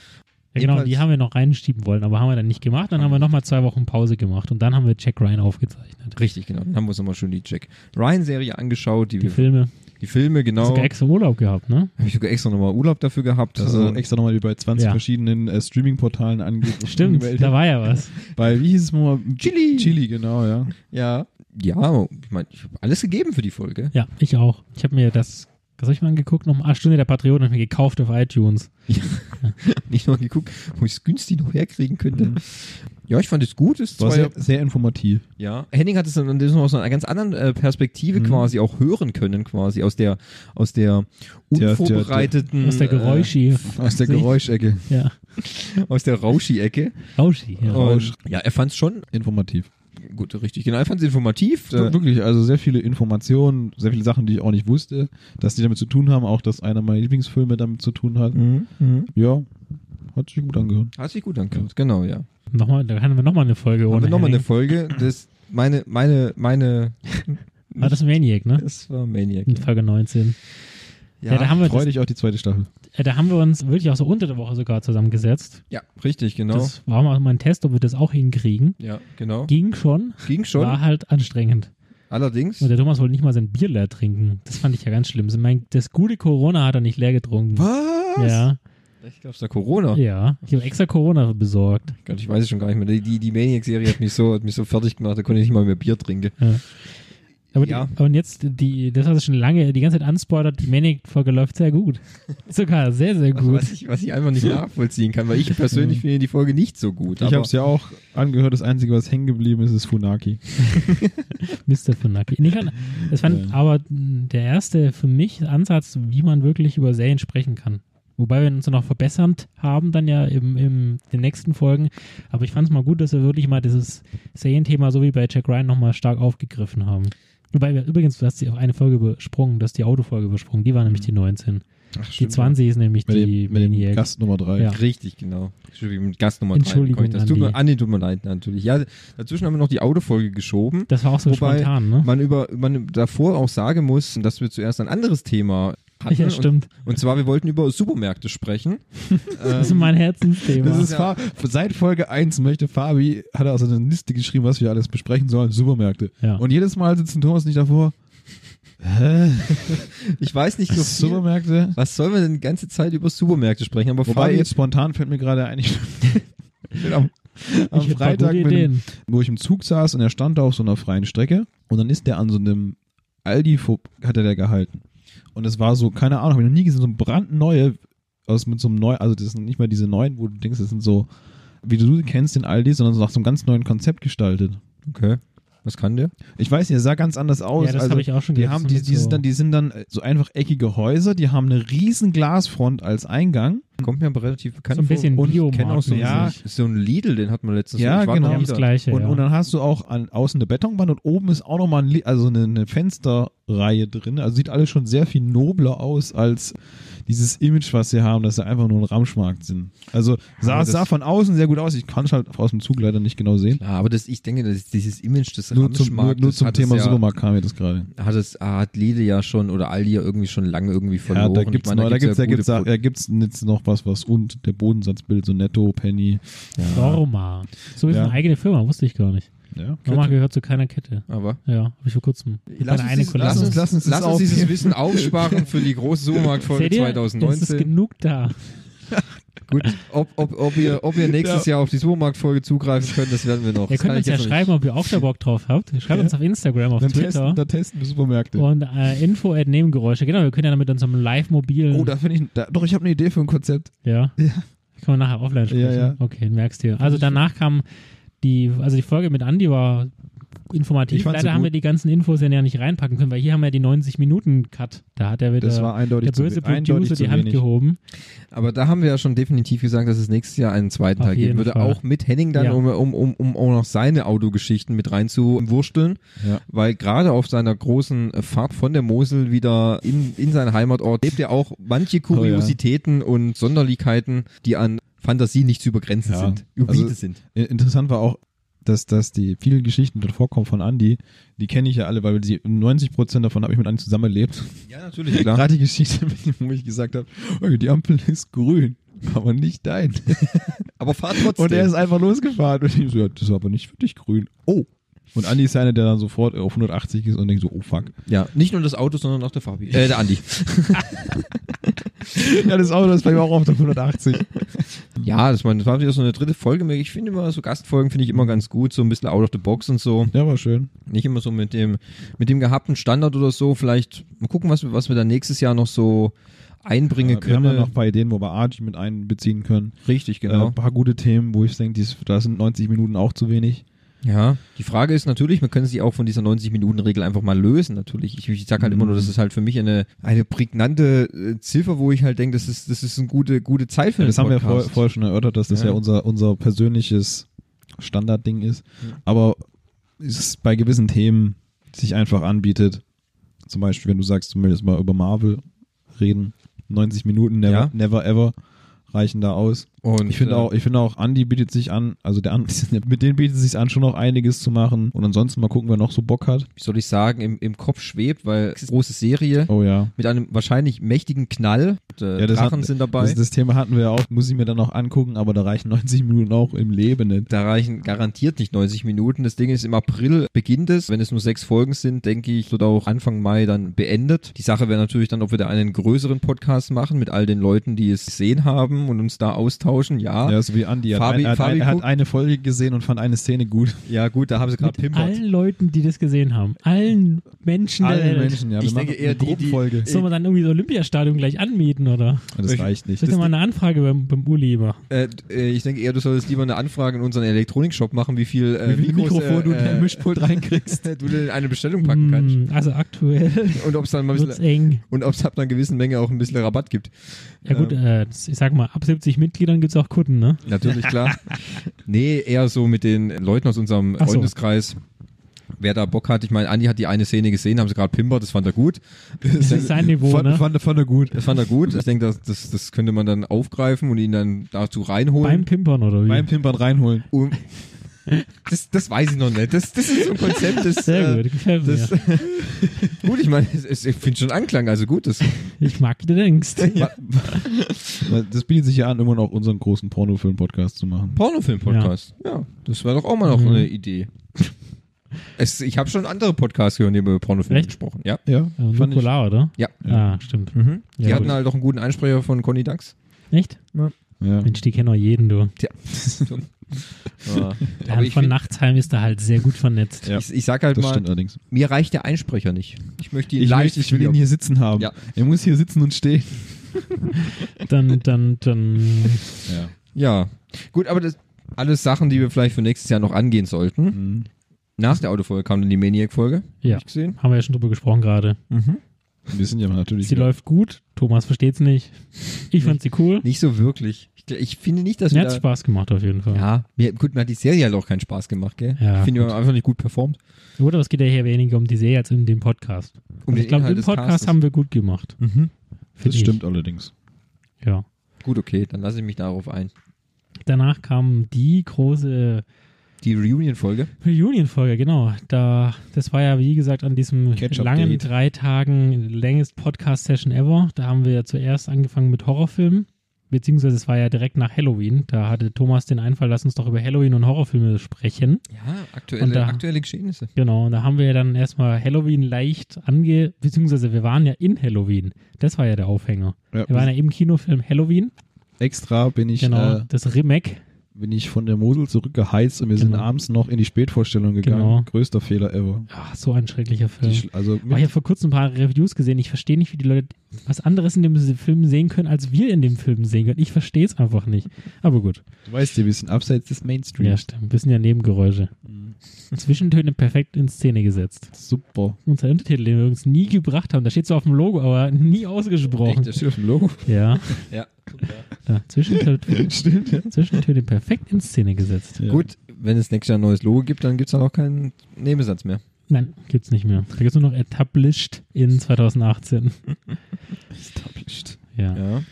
Ja, genau, die Jedenfalls- haben wir noch reinschieben wollen, aber haben wir dann nicht gemacht. Dann haben wir nochmal zwei Wochen Pause gemacht und dann haben wir Jack Ryan aufgezeichnet. Richtig, genau. Dann haben wir uns nochmal schön die Jack Ryan-Serie angeschaut, die, Die wir, Filme. die Filme, Hast genau. sogar extra Urlaub gehabt, ne? Habe ich sogar extra nochmal Urlaub dafür gehabt. Das ist Also, auch extra nochmal wie bei 20 Ja. verschiedenen äh, Streaming-Portalen ange Stimmt, angemeldet. da war ja was. Bei, wie hieß es mal? Chili. Chili, genau, ja. ja. Ja, ich meine, ich habe alles gegeben für die Folge. Ja, ich auch. Ich habe mir das, was habe ich mal angeguckt? Noch ah, Stunde der Patrioten habe ich mir gekauft auf iTunes. Nicht nur geguckt, wo ich es günstig noch herkriegen könnte. Ja, ich fand es gut. Es War war ja sehr, sehr informativ. Ja, Henning hat es dann das noch aus einer ganz anderen äh, Perspektive quasi auch hören können, quasi aus der aus der der- unvorbereiteten Aus der Geräuschi. Aus der Sich- Geräuschecke. Ja. äh, aus der Rauschi-Ecke. Rauschi. Ja. Und, Ja, er fand es schon Informativ. gut, richtig, genau. Er fand es informativ. Äh, Wir- Wirklich, also sehr viele Informationen, sehr viele Sachen, die ich auch nicht wusste, dass die damit zu tun haben, auch dass einer meiner Lieblingsfilme damit zu tun Äh, Mhm. hat. Ja, hat sich gut angehört. hat sich gut angehört, genau, ja. Nochmal, da hatten wir nochmal eine Folge Haben ohne. wir nochmal eine Henning. Folge, das meine meine meine War das Maniac, ne? das war Maniac. In Folge 19. Ja, da haben wir Freue das, dich auf die zweite Staffel. äh, da haben wir uns wirklich auch so unter der Woche sogar zusammengesetzt. Ja, richtig, genau. Das war mal mein Test, ob wir das auch hinkriegen. ja, genau. Ging schon, Ging schon. war halt anstrengend. Allerdings Und der Thomas wollte nicht mal sein Bier leer trinken. Das fand ich ja ganz schlimm. Ich mein, das gute Corona hat er nicht leer getrunken. Was? Ja, Ich glaube, es ist da Corona. ja. Ich habe extra Corona besorgt. Gott, ich weiß es schon gar nicht mehr. Die, die, die Maniac-Serie hat mich so, hat mich so fertig gemacht, da konnte ich nicht mal mehr Bier trinken. Aber Ja. die, und jetzt, die, das hast du schon lange, die ganze Zeit anspoilert, die Manic-Folge läuft sehr gut. Sogar sehr, sehr gut. Also Was ich, was ich einfach nicht nachvollziehen kann, weil ich persönlich finde die Folge nicht so gut. Ich aber- habe es ja auch angehört, das Einzige, was hängen geblieben ist, ist Funaki. Mr. Funaki. Nee, kann, das fand aber mh, der erste für mich Ansatz, wie man wirklich über Serien sprechen kann. Wobei wir uns noch verbessert haben, dann ja im, im den nächsten Folgen. Aber ich fand es mal gut, dass wir wirklich mal dieses Serien-Thema, so wie bei Jack Ryan, nochmal stark aufgegriffen haben. Wobei wir übrigens, du hast die auf eine Folge übersprungen, du hast die Autofolge übersprungen, die war nämlich die 19. Mhm. Ach, die 20 ist nämlich mit die dem, mit dem Maniac. Gast Nummer 3. Ja. Richtig, genau. Entschuldigung, mit Gast Nummer drei Entschuldigung, bekomme ich Das tut mir, Andi. Andi, tut mir leid, natürlich. Ja, dazwischen haben wir noch die Autofolge geschoben. Das war auch so Wobei- spontan, Hm? ne? Man über, man davor auch sagen muss, dass wir zuerst ein anderes Thema hatten. Ja, stimmt. Und, und zwar, wir wollten über Supermärkte sprechen. Das ist mein Herzensthema. Das ist Ja. Fa- seit Folge 1 möchte Fabi, hat er aus einer Liste geschrieben, was wir alles besprechen sollen, Supermärkte. Ja. Und jedes Mal sitzen Thomas nicht davor. Hä? Ich weiß nicht so viel. Supermärkte? Was sollen wir denn die ganze Zeit über Supermärkte sprechen? Aber Wobei Fabi, jetzt spontan fällt mir gerade ein, ich bin am, am ich hab ein paar Freitag, gute mit dem, Ideen. wo ich im Zug saß und er stand da auf so einer freien Strecke und dann ist der an so einem Aldi vor- hat er der gehalten. Und es war so, keine Ahnung, hab ich noch nie gesehen, so brandneue, aus mit so einem neu, also das sind nicht mal diese neuen, wo du denkst, das sind so, wie du sie kennst, den Aldi, sondern so nach so einem ganz neuen Konzept gestaltet. okay. Was kann der? Ich weiß nicht, er sah ganz anders aus. Ja, das also, habe ich auch schon die gehört, haben so die, mit die, so- sind dann, die sind dann äh, so einfach eckige Häuser, die haben eine riesen Glasfront als Eingang. Kommt mir aber relativ bekannt So ein vor. bisschen Und ich kenne auch Biomarkt- so, Ja. einen- so einen Lidl, den hat man letztens. Ja, ich war genau. noch Wir haben nie das da. Gleiche. Und, ja. und dann hast du auch an, außen eine Betonwand und oben ist auch nochmal ein, Li- also eine, eine Fensterreihe drin. Also sieht alles schon sehr viel nobler aus als dieses Image, was sie haben, dass sie einfach nur ein Ramschmarkt sind. Also sah, Aber das- sah von außen sehr gut aus. Ich kann es halt aus dem Zug leider nicht genau sehen. Ja, aber das, ich denke, das ist dieses Image des Nur zum, nur, Ramschmarktes nur zum hat es Thema ja, Supermarkt kam mir das gerade. Hat, es, hat Lidl ja schon oder Aldi ja irgendwie schon lange irgendwie Ja, verloren. da gibt's ich noch, meine, da gibt's, da gute gibt's, da, Pro- da gibt's jetzt noch was, was und der Bodensatzbild, so Netto, Penny. Norma. So ist Ja. eine eigene Firma, wusste ich gar nicht. Ja. Norma gehört zu keiner Kette. aber Ja, habe ich vor kurzem. Lass Meine uns, eine dieses, lass uns, lass uns, das aufheben. dieses Wissen aufsparen für die große Supermarktfolge Seht ihr? Es ist 2019. genug da. Gut, ob, ob, ob, ihr, ob ihr nächstes Jahr auf die Supermarktfolge zugreifen könnt, das werden wir noch. Ihr Das kann könnt ich uns ja jetzt noch nicht. schreiben, ob ihr auch da Bock drauf habt. Schreibt uns auf Instagram, auf Dann Twitter testen, dann testen wir Supermärkte. und äh, info at Nebengeräusche. Genau, wir können ja dann mit unserem Live-Mobilen. Oh, da finde ich, da, doch, ich habe eine Idee für ein Konzept. ja. Ja. Können wir nachher offline sprechen? Ja, ja. Okay, merkst du. Also danach kam die, also die Folge mit Andi war informativ. Ich fand sie Leider haben gut. wir die ganzen Infos ja nicht reinpacken können, weil hier haben wir die 90-Minuten-Cut. Da hat er wieder Das war eindeutig der böse zu, we- eindeutig Producer zu die Hand wenig. gehoben. Aber da haben wir ja schon definitiv gesagt, dass es nächstes Jahr einen zweiten Auf Teil geben jeden würde. Fall. Auch mit Henning dann, Ja. um, um, um, um auch noch seine Autogeschichten mit reinzuwursteln. Ja. Weil gerade auf seiner großen äh, Fahrt von der Mosel wieder in, in seinen Heimatort lebt er auch manche Kuriositäten und Sonderlichkeiten, die an Fantasie nicht zu übergrenzen Ja. sind, überbieten Also- sind. I- Interessant war auch, dass, dass die vielen Geschichten, die dort vorkommen von Andy, die kenne ich ja alle, weil die 90% davon habe ich mit Andy zusammenlebt. Ja, natürlich, klar. Gerade die Geschichte, mit dem, wo ich gesagt habe, okay, die Ampel ist grün, aber nicht dein. Aber fahr trotzdem. Und er ist einfach losgefahren. Und ich so, ja, das war aber nicht für dich grün. Oh. Und Andi ist ja einer, der dann sofort auf 180 ist und denkt so, oh fuck. ja, nicht nur das Auto, sondern auch der Fabi. Äh, der Andi. Ja, das Auto ist bei mir auch auf der 180. Ja, das, meine, das war wieder so eine dritte Folge. Ich finde immer, so Gastfolgen finde ich immer ganz gut, so ein bisschen out of the box und so. Ja, war schön. Nicht immer so mit dem, mit dem gehabten Standard oder so. Vielleicht mal gucken, was wir, was wir dann nächstes Jahr noch so einbringen Wir haben können. ja noch ein paar Ideen, wo wir Archie mit einbeziehen können. Richtig, genau. Äh, ein paar gute Themen, wo ich denke, dies- da sind 90 Minuten auch zu wenig. ja. Die Frage ist natürlich, man können sie auch von dieser 90-Minuten-Regel einfach mal lösen, natürlich. Ich, ich sag halt immer nur, Mhm. das ist halt für mich eine, eine prägnante äh, Ziffer, wo ich halt denke, das ist, das ist eine gute, gute Zeit für das den haben wir Podcast. vorher vorher schon erörtert, dass das ja, Ja. unser, unser persönliches Standardding ist. Aber es ist bei gewissen Themen sich einfach anbietet. Zum Beispiel, wenn du sagst, du willst mal über Marvel reden. 90 Minuten, never, Ja. never ever reichen da aus. Und Ich finde äh, auch, ich finde auch, Andy bietet sich an, also der Andi, mit denen bietet es sich an, schon noch einiges zu machen. Und ansonsten mal gucken, wer noch so Bock hat. wie soll ich sagen, im, im Kopf schwebt, weil es ist eine große Serie Oh ja. mit einem wahrscheinlich mächtigen Knall. Und, äh, Ja, das Drachen hat- sind dabei. Das, das Thema hatten wir ja auch, muss ich mir dann noch angucken, aber da reichen 90 Minuten auch im Leben nicht. Da reichen garantiert nicht 90 Minuten. Das Ding ist, im April beginnt es. Wenn es nur sechs Folgen sind, denke ich, wird auch Anfang Mai dann beendet. Die Sache wäre natürlich dann, ob wir da einen größeren Podcast machen mit all den Leuten, die es gesehen haben zusammen und uns da austauschen, ja. Ja, so wie Andi. Hat, Fabi- ein, hat, Fabi ein, hat guckt- eine Folge gesehen und fand eine Szene gut. Ja, gut, da haben sie gerade Mit pimpert. allen Leuten, die das gesehen haben. Allen Menschen der Alle Welt. Menschen, ja. Ich wir denke machen eher eine die, die- Gruppenfolge. Sollen wir dann irgendwie das Olympiastadion gleich anmieten, oder? Das reicht nicht. Soll ich da mal eine Anfrage beim, beim Uli machen? Äh, d- äh, ich denke eher, du solltest lieber eine Anfrage in unseren Elektronikshop machen, wie viel, äh, wie viel Mikros, Mikrofon äh, du in äh, dein Mischpult reinkriegst. du in eine Bestellung packen kannst. Hm, Also aktuell Und ob es dann mal ein wird's bisschen, eng. und ob es ab einer gewissen Menge auch ein bisschen Rabatt gibt. Ja gut, äh, das- ich sag mal, ab 70 Mitgliedern gibt's auch Kunden, ne? Natürlich, klar. nee, eher so mit den Leuten aus unserem Ach so. Freundeskreis. Wer da Bock hat, ich meine, Andi hat die eine Szene gesehen, haben sie gerade pimpert, das fand er gut. Das ist sein Niveau, Fand, ne? fand, fand er gut. Das fand er gut. Ich denke, das, das, das könnte man dann aufgreifen und ihn dann dazu Beim reinholen. Pimpern, oder wie? Beim Pimpern reinholen. Um, das, das weiß ich noch nicht. Das, das ist so ein Konzept, das. Sehr äh, gut, gefällt mir. Das, gut, ich meine, es- es- ich finde schon Anklang, also gut. Das, Ich mag, wie du denkst. Weil Das bietet sich ja an, immer noch unseren großen Pornofilm-Podcast zu machen. Pornofilm-Podcast. Ja. das wäre doch auch mal noch Mhm. eine Idee. Es, ich habe schon andere Podcasts gehört, die über Pornofilme Echt? gesprochen. Ja. Ja, Äh, fand ich. Nukular, oder? Ja. Ah, stimmt. Die Ja, hatten gut. halt auch einen guten Einsprecher von Conny Dax. Echt? Ja. Mensch, die kennen auch jeden, du. Der Herr Aber ich, von find, Nachtsheim ist da halt sehr gut vernetzt. Ja. ich, ich sag halt Das mal, stimmt allerdings. mir reicht der Einsprecher nicht. Ich möchte ihn Ich, live möchte, ich will hier- ihn hier sitzen haben. Ja. Er muss hier sitzen und stehen. Dann, dann, dann. Ja. Ja. Gut, aber das alles Sachen, die wir vielleicht für nächstes Jahr noch angehen sollten. Mhm. Nach der Autofolge kam dann die Maniac-Folge. Ja. Hab ich gesehen. Haben wir ja schon drüber gesprochen gerade. Wir sind ja natürlich. Sie läuft gut. Thomas versteht's nicht. Ich fand sie cool. Nicht so wirklich. Ich, gl- ich finde nicht, dass Mir wir hat's da- Spaß gemacht auf jeden Fall. Ja, mir, gut, mir hat die Serie halt auch keinen Spaß gemacht, gell? Ja, ich finde, wir haben einfach nicht gut performt. Oder es geht ja hier weniger um die Serie als um den Podcast. Um Also ich den glaube, Inhalt den des Podcast Castes. haben wir gut gemacht. das Finde ich. stimmt allerdings. Ja. Gut, okay, dann lasse ich mich darauf ein. Danach kam die große Die Reunion-Folge. Reunion-Folge, genau. Da, das war ja, wie gesagt, an diesem Catch-up langen Date. drei Tagen längst Podcast-Session ever. Da haben wir ja zuerst angefangen mit Horrorfilmen, beziehungsweise es war ja direkt nach Halloween. Da hatte Thomas den Einfall, lass uns doch über Halloween und Horrorfilme sprechen. Ja, Und aktuelle, da- aktuelle Geschehnisse. Genau, und da haben wir ja dann erstmal Halloween leicht ange... beziehungsweise wir waren ja in Halloween. Das war ja der Aufhänger. Ja. Wir waren ja im Kinofilm Halloween, Extra bin ich, genau, äh, das Remake. bin ich von der Mosel zurückgeheizt und wir sind Genau. abends noch in die Spätvorstellung gegangen. Genau. Größter Fehler ever. Ach, Ah, so ein schrecklicher Die Film. Sch- also Ich mit, habe vor kurzem ein paar Reviews gesehen. Ich verstehe nicht, wie die Leute was anderes in dem Film sehen können, als wir in dem Film sehen können. Ich verstehe es einfach nicht. Aber gut. du weißt ja, wir sind abseits des Ja, Mainstreams. stimmt. Das sind ja Nebengeräusche. Zwischentöne perfekt in Szene gesetzt. Super. Unser Untertitel, den wir übrigens nie gebracht haben. Da steht zwar auf dem Logo, aber nie ausgesprochen. steht auf dem Logo. Ja. Ja. ja. Zwischentöne, Stimmt, ja. Zwischentöne perfekt in Szene gesetzt. Ja. Gut, wenn es nächstes Jahr ein neues Logo gibt, dann gibt es dann auch keinen Nebensatz mehr. Nein, gibt's nicht mehr. Da gibt's nur noch Established in 2018. Established. Ja. Ja.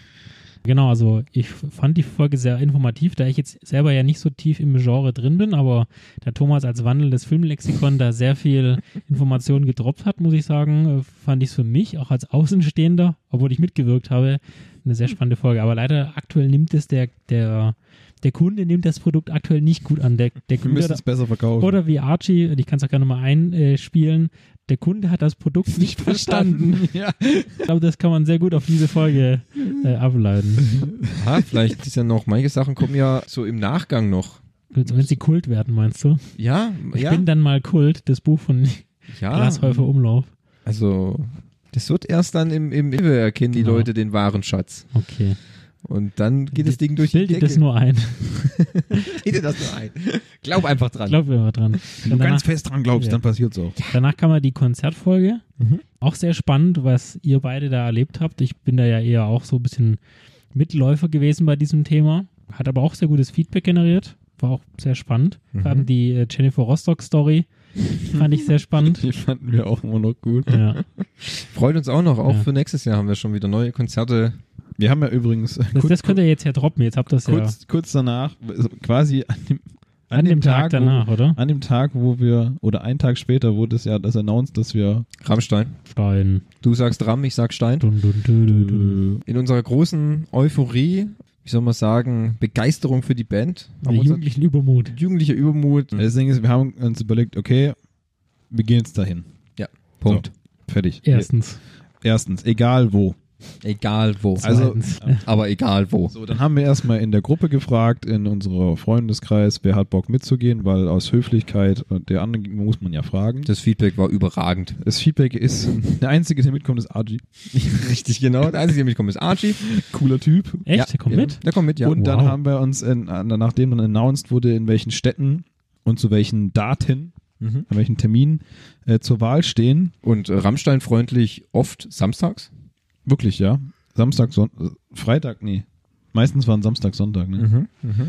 Genau, also ich fand die Folge sehr informativ, da ich jetzt selber ja nicht so tief im Genre drin bin, aber der Thomas als wandelndes Filmlexikon da sehr viel Informationen gedroppt hat, muss ich sagen, äh, fand ich es für mich, auch als Außenstehender, obwohl ich mitgewirkt habe, eine sehr spannende Folge. Aber leider aktuell nimmt es der, der, der Kunde nimmt das Produkt aktuell nicht gut an. Der, der Wir Kunde müssen es besser verkaufen. oder wie Archie, und ich kann es auch gerne mal einspielen, der Kunde hat das Produkt nicht verstanden. ja. Ich glaube, das kann man sehr gut auf diese Folge äh, ableiten. Aha, vielleicht ist ja noch, manche Sachen kommen ja so im Nachgang noch. Wenn wenn sie Kult werden, meinst du? Ja, Ich ja, Ah. bin dann mal Kult, das Buch von ja. Glashäufer Umlauf. Also, das wird erst dann im, im Irre erkennen die Genau. Leute den wahren Schatz. Okay. Und dann geht das Ding durch Bild die dir Decke. das nur ein. Bilde das nur ein. Glaub einfach dran. Glaub immer dran. Wenn du Und danach, ganz fest dran glaubst, Ja. dann passiert es auch. danach kam ja die Konzertfolge. Auch sehr spannend, was ihr beide da erlebt habt. Ich bin da ja eher auch so ein bisschen Mitläufer gewesen bei diesem Thema. Hat aber auch sehr gutes Feedback generiert. War auch sehr spannend. Vor allem die äh, Jennifer Rostock-Story fand ich sehr spannend. Die fanden wir auch immer noch gut. Ja, Freut uns auch noch. Auch Ja. für nächstes Jahr haben wir schon wieder neue Konzerte. Wir haben ja übrigens das, das könnt ihr jetzt ja droppen. Jetzt habt ihr das ja kurz, kurz danach, also quasi an dem, an, dem Tag, wo- danach, oder? An dem Tag, wo wir, oder einen Tag später wurde es ja das announced, dass wir Rammstein. Stein. Du sagst Ramm, ich sag Stein. Dun, dun, dun, dun, dun. äh, In unserer großen Euphorie, wie soll man sagen, Begeisterung für die Band. Der unser jugendlichen Übermut. jugendlicher Übermut. das Ding ist, wir haben uns überlegt, okay, wir gehen jetzt dahin. Punkt. Fertig. Erstens. Erstens, egal wo. Egal wo. Also, aber egal wo. So, dann haben wir erstmal in der Gruppe gefragt, in unserer Freundeskreis, wer hat Bock mitzugehen, weil aus Höflichkeit und der anderen muss man ja fragen. Das Feedback war überragend. Das Feedback ist, der einzige, der mitkommt, ist Argy. Richtig, genau. Der einzige, der mitkommt, ist Archie. Cooler Typ. Echt? Ja, Der kommt ja. mit? Der kommt mit, ja. und dann wow. haben wir uns, in, an- nachdem dann announced wurde, in welchen Städten und zu welchen Daten, Mhm. an welchen Terminen äh, zur Wahl stehen. Und äh, Rammstein freundlich oft samstags. Wirklich, ja. Samstag, Son äh, Freitag, nee. Meistens waren Samstag, Sonntag, ne?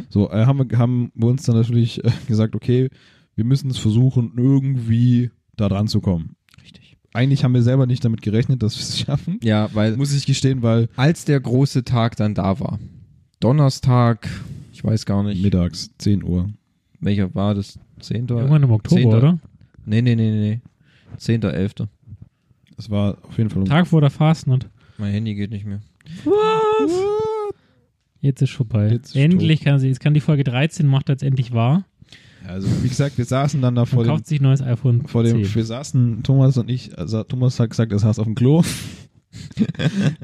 So, äh, haben, wir, haben wir uns dann natürlich äh, gesagt, okay, wir müssen es versuchen, irgendwie da dran zu kommen. Richtig. Eigentlich haben wir selber nicht damit gerechnet, dass wir es schaffen. Ja, weil Muss ich gestehen, weil als der große Tag dann da war, Donnerstag, ich weiß gar nicht, mittags, 10 Uhr. welcher war das? 10. Irgendwann im Oktober, Zehnter. oder? Nee, nee, nee, nee. nee. 10.11. Es war auf jeden Fall um Tag vor der Fastnacht. Mein Handy geht nicht mehr. Jetzt ist vorbei. Jetzt ist endlich kann sie, jetzt kann die Folge 13 macht jetzt endlich wahr. Also, wie gesagt, wir saßen dann da vor Man dem, kauft sich ein neues iPhone. vor dem 10. wir saßen, Thomas und ich, also Thomas hat gesagt, er saß auf dem Klo.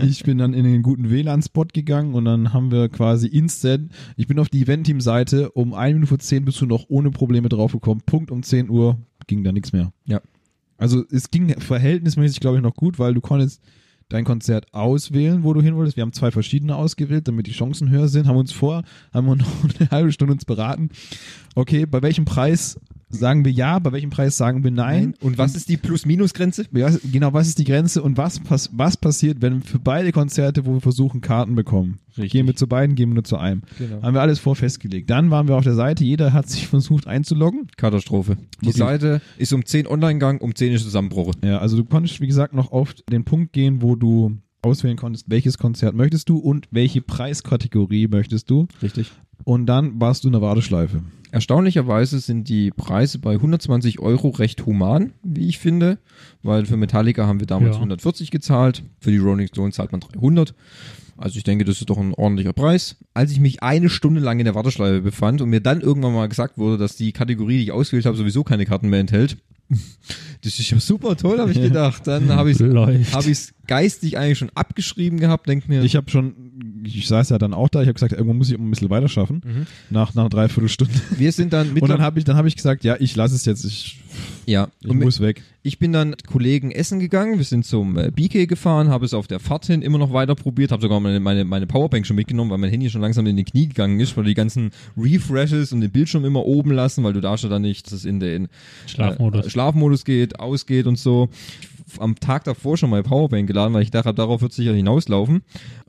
ich bin dann in den guten WLAN-Spot gegangen und dann haben wir quasi instant, ich bin auf die Event-Team-Seite, um 1 Minute vor 10 bist du noch ohne Probleme draufgekommen. Punkt um 10 Uhr ging da nichts mehr. Ja. Also, es ging verhältnismäßig, glaube ich, noch gut, weil du konntest dein Konzert auswählen, wo du hin wolltest. Wir haben zwei verschiedene ausgewählt, damit die Chancen höher sind. Haben uns vor, haben wir noch eine halbe Stunde uns beraten. Okay, bei welchem Preis sagen wir ja, bei welchem Preis sagen wir nein? Und was ist die Plus-Minus-Grenze? Ja, Genau, was ist die Grenze und was, pass was passiert, wenn für beide Konzerte, wo wir versuchen, Karten bekommen? Richtig. Gehen wir zu beiden, gehen wir nur zu einem. Genau. Haben wir alles vor festgelegt. Dann waren wir auf der Seite, jeder hat sich versucht einzuloggen. Katastrophe. Die Wirklich. Seite ist um 10 online gegangen, um 10 ist Zusammenbruch. Ja, also du konntest, wie gesagt, noch auf den Punkt gehen, wo du auswählen konntest, welches Konzert möchtest du und welche Preiskategorie möchtest du. Richtig. Und dann warst du in der Warteschleife. Erstaunlicherweise sind die Preise bei 120 Euro recht human, wie ich finde, weil für Metallica haben wir damals Ja. 140 gezahlt, für die Rolling Stones zahlt man 300. Also ich denke, das ist doch ein ordentlicher Preis. Als ich mich eine Stunde lang in der Warteschleife befand und mir dann irgendwann mal gesagt wurde, dass die Kategorie, die ich ausgewählt habe, sowieso keine Karten mehr enthält, das ist ja super toll, habe ich gedacht. Dann habe ich Läuft. habe ich es geistig eigentlich schon abgeschrieben gehabt, denke mir, Ich habe schon, ich saß ja dann auch da, ich habe gesagt, irgendwo muss ich immer ein bisschen weiterschaffen, nach, nach dreiviertel Stunde. wir sind dann Mhm. mit Und dann habe ich, dann hab ich gesagt, ja, ich lasse es jetzt, ich, ja, ich und mit- muss weg. Ich bin dann mit Kollegen essen gegangen, wir sind zum äh, BK gefahren, habe es auf der Fahrt hin immer noch weiter probiert, habe sogar meine, meine, meine Powerbank schon mitgenommen, weil mein Handy schon langsam in die Knie gegangen ist, weil die ganzen Refreshes und den Bildschirm immer oben lassen, weil du darfst ja dann nicht, dass es in den äh, Schlafmodus. Schlafmodus geht, ausgeht und so. Ich hab Am Tag davor schon meine Powerbank geladen, weil ich dachte, darauf wird sicher hinauslaufen.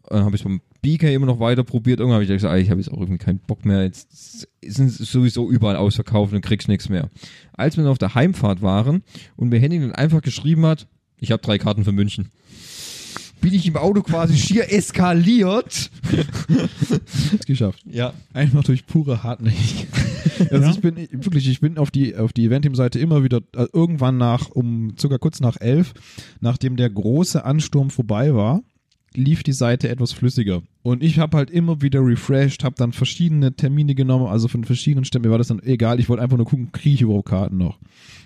Dann habe ich beim BK immer noch weiter probiert. Irgendwann habe ich gesagt, ah, ich habe jetzt auch irgendwie keinen Bock mehr. Jetzt sind es sowieso überall ausverkauft und kriegst nichts mehr. Als wir dann auf der Heimfahrt waren und mir Henning dann einfach geschrieben hat, ich habe drei Karten für München. Bin ich im Auto quasi schier eskaliert. Es geschafft. Ja. Einfach durch pure Hartnäckigkeit. Also Ja. ich bin ich- wirklich, ich bin auf die auf die Event-Team-Seite immer wieder äh, irgendwann nach um circa kurz nach elf, nachdem der große Ansturm vorbei war, lief die Seite etwas flüssiger. Und ich habe halt immer wieder refreshed, habe dann verschiedene Termine genommen, also von verschiedenen Stämmen. Mir war das dann egal. Ich wollte einfach nur gucken, kriege ich überhaupt Karten noch?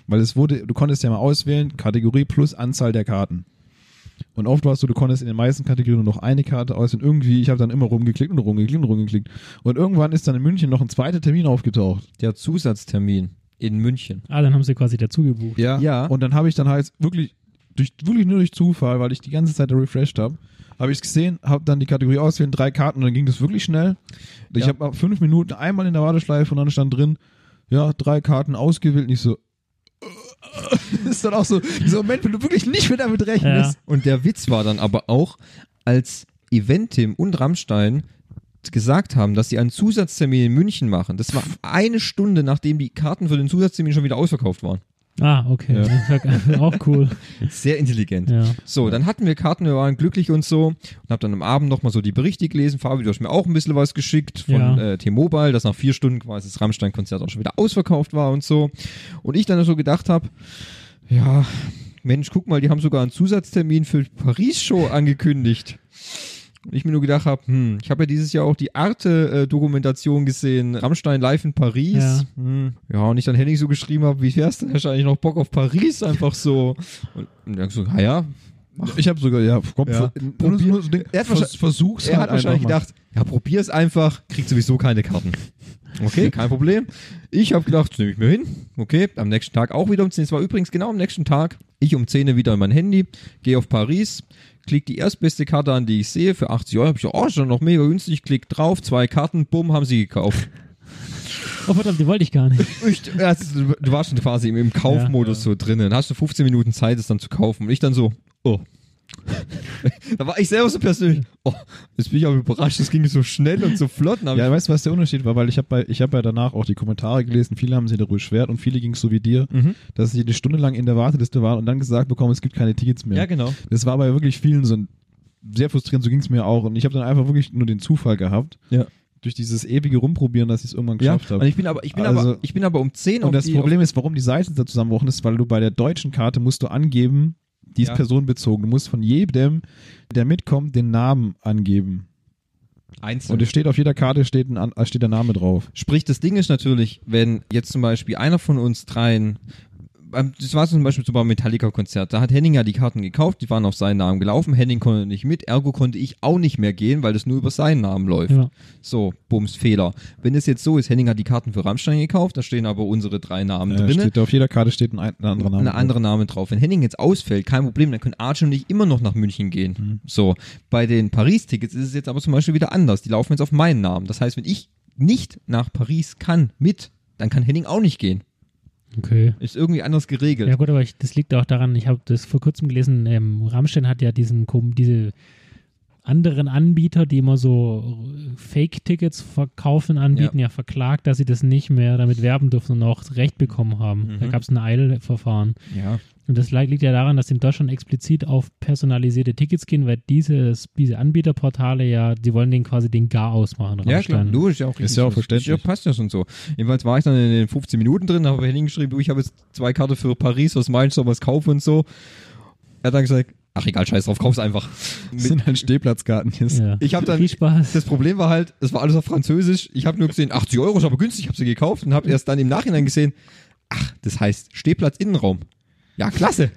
Weil es wurde, du konntest ja mal auswählen Kategorie plus Anzahl der Karten. Und oft warst du, du konntest in den meisten Kategorien nur noch eine Karte aus und irgendwie, ich habe dann immer rumgeklickt und rumgeklickt und rumgeklickt. Und irgendwann ist dann in München noch ein zweiter Termin aufgetaucht. Der Zusatztermin in München. Ah, dann haben sie quasi dazu gebucht. Ja. Ja. Und dann habe ich dann halt wirklich, durch, wirklich nur durch Zufall, weil ich die ganze Zeit refreshed habe, habe ich es gesehen, habe dann die Kategorie auswählen, drei Karten und dann ging das wirklich schnell. Ich Ja. habe nach fünf Minuten einmal in der Warteschleife und dann stand drin, ja, drei Karten ausgewählt, nicht so. Das ist dann auch so, dieser Moment, wenn du wirklich nicht mehr damit rechnest. Ja. Und der Witz war dann aber auch, als Eventim und Rammstein gesagt haben, dass sie einen Zusatztermin in München machen. Das war eine Stunde, nachdem die Karten für den Zusatztermin schon wieder ausverkauft waren. Ah, okay. Auch cool. Sehr intelligent. Ja. So, dann hatten wir Karten, wir waren glücklich und so. Und hab dann am Abend nochmal so die Berichte gelesen. Fabi, du hast mir auch ein bisschen was geschickt von Ja. äh, T-Mobile, dass nach vier Stunden quasi das Rammstein-Konzert auch schon wieder ausverkauft war und so. Und ich dann so gedacht habe, ja, Mensch, guck mal, die haben sogar einen Zusatztermin für die Paris-Show angekündigt. Und ich mir nur gedacht habe, hm, ich habe ja dieses Jahr auch die Arte-Dokumentation gesehen, Rammstein live in Paris. Ja. Hm. ja, und ich dann Henning so geschrieben habe, wie wär's denn, hast du eigentlich noch Bock auf Paris einfach so? Und, und er so, ja, ja, Ich habe sogar, ja, komm, Ja. ver- probier- Nur so ein Ding, Er hat vers- wahrscheinlich- versuch's Er hat halt wahrscheinlich einfach mal. gedacht, ja, probier's einfach, kriegt sowieso keine Karten. Okay, kein Problem. Ich habe gedacht, das nehme ich mir hin. Okay, am nächsten Tag auch wieder um 10. Es war übrigens genau am nächsten Tag. Ich um 10 Uhr wieder in mein Handy, gehe auf Paris, klick die erstbeste Karte an, die ich sehe, für 80 Euro. Hab ich, oh, ist doch noch mega günstig, klick drauf, zwei Karten, bumm, haben sie gekauft. Oh verdammt, die wollte ich gar nicht. Ich, das ist- du warst schon quasi im, im Kaufmodus so drinnen. Hast du 15 Minuten Zeit, es dann zu kaufen. Und ich dann so, oh. da war ich selber so persönlich, oh, jetzt bin ich aber überrascht, das ging so schnell und so flott. Und hab Ja, ich- weißt du, was der Unterschied war? Weil ich habe ich hab ja danach auch die Kommentare gelesen, viele haben sich darüber beschwert und viele gingen so wie dir, Mhm. dass sie eine Stunde lang in der Warteliste waren und dann gesagt bekommen, es gibt keine Tickets mehr. Ja, genau. Das war aber wirklich vielen so ein, sehr frustrierend, so ging es mir auch. Und ich habe dann einfach wirklich nur den Zufall gehabt. Ja. Durch dieses ewige Rumprobieren, dass ich es irgendwann Ja, geschafft und habe. ich bin aber, ich bin Also- aber, ich bin aber um 10 auf Und das die, Problem ist, warum die Seite da zusammenbrochen ist, weil du bei der deutschen Karte musst du angeben, die ist Ja. personenbezogen. Du musst von jedem, der mitkommt, den Namen angeben. auf einzeln. Und es steht auf jeder Karte steht, ein, an- steht der Name drauf. Sprich, das Ding ist natürlich, wenn jetzt zum Beispiel einer von uns dreien, beim- das war zum Beispiel so beim Metallica-Konzert, da hat Henning ja die Karten gekauft, die waren auf seinen Namen gelaufen, Henning konnte nicht mit, ergo konnte ich auch nicht mehr gehen, weil das nur über seinen Namen läuft. Ja. So, Bums, Fehler. Wenn es jetzt so ist, Henning hat die Karten für Rammstein gekauft, da stehen aber unsere drei Namen Äh, drinnen. steht, auf jeder Karte steht ein, ein anderer Name. Ein drauf. anderer Name drauf. Wenn Henning jetzt ausfällt, kein Problem, dann können Archie und ich immer noch nach München gehen. Mhm. So, bei den Paris-Tickets ist es jetzt aber zum Beispiel wieder anders. Die laufen jetzt auf meinen Namen. Das heißt, wenn ich nicht nach Paris kann mit, dann kann Henning auch nicht gehen. Okay. Ist irgendwie anders geregelt. Ja gut, aber ich, das liegt auch daran, ich habe das vor kurzem gelesen, ähm, Rammstein hat ja diesen kom- diese anderen Anbieter, die immer so Fake-Tickets verkaufen, anbieten, ja. verklagt, dass sie das nicht mehr damit werben dürfen und auch Recht bekommen haben. Mhm. Da gab es ein Eilverfahren. Ja. Und das li- liegt ja daran, dass in Deutschland explizit auf personalisierte Tickets gehen, weil dieses, diese Anbieterportale ja, die wollen denen quasi den Gar ausmachen. Ja, klar, Rammstein. du ist ja auch, richtig ja auch so. verständlich. Ja, passt das und so. Jedenfalls war ich dann in den 15 Minuten drin, habe Henning geschrieben, du, ich habe jetzt zwei Karte für Paris, was meinst du, was kaufen und so. Er hat dann gesagt, ach egal, scheiß drauf, kauf's einfach. Das sind halt Stehplatzkarten jetzt. Ja. Ich habe dann Viel Spaß. Das Problem war halt, es war alles auf Französisch. Ich habe nur gesehen, 80 Euro ist aber günstig, habe sie gekauft und habe erst dann im Nachhinein gesehen, ach, das heißt Stehplatz Innenraum. Ja, klasse.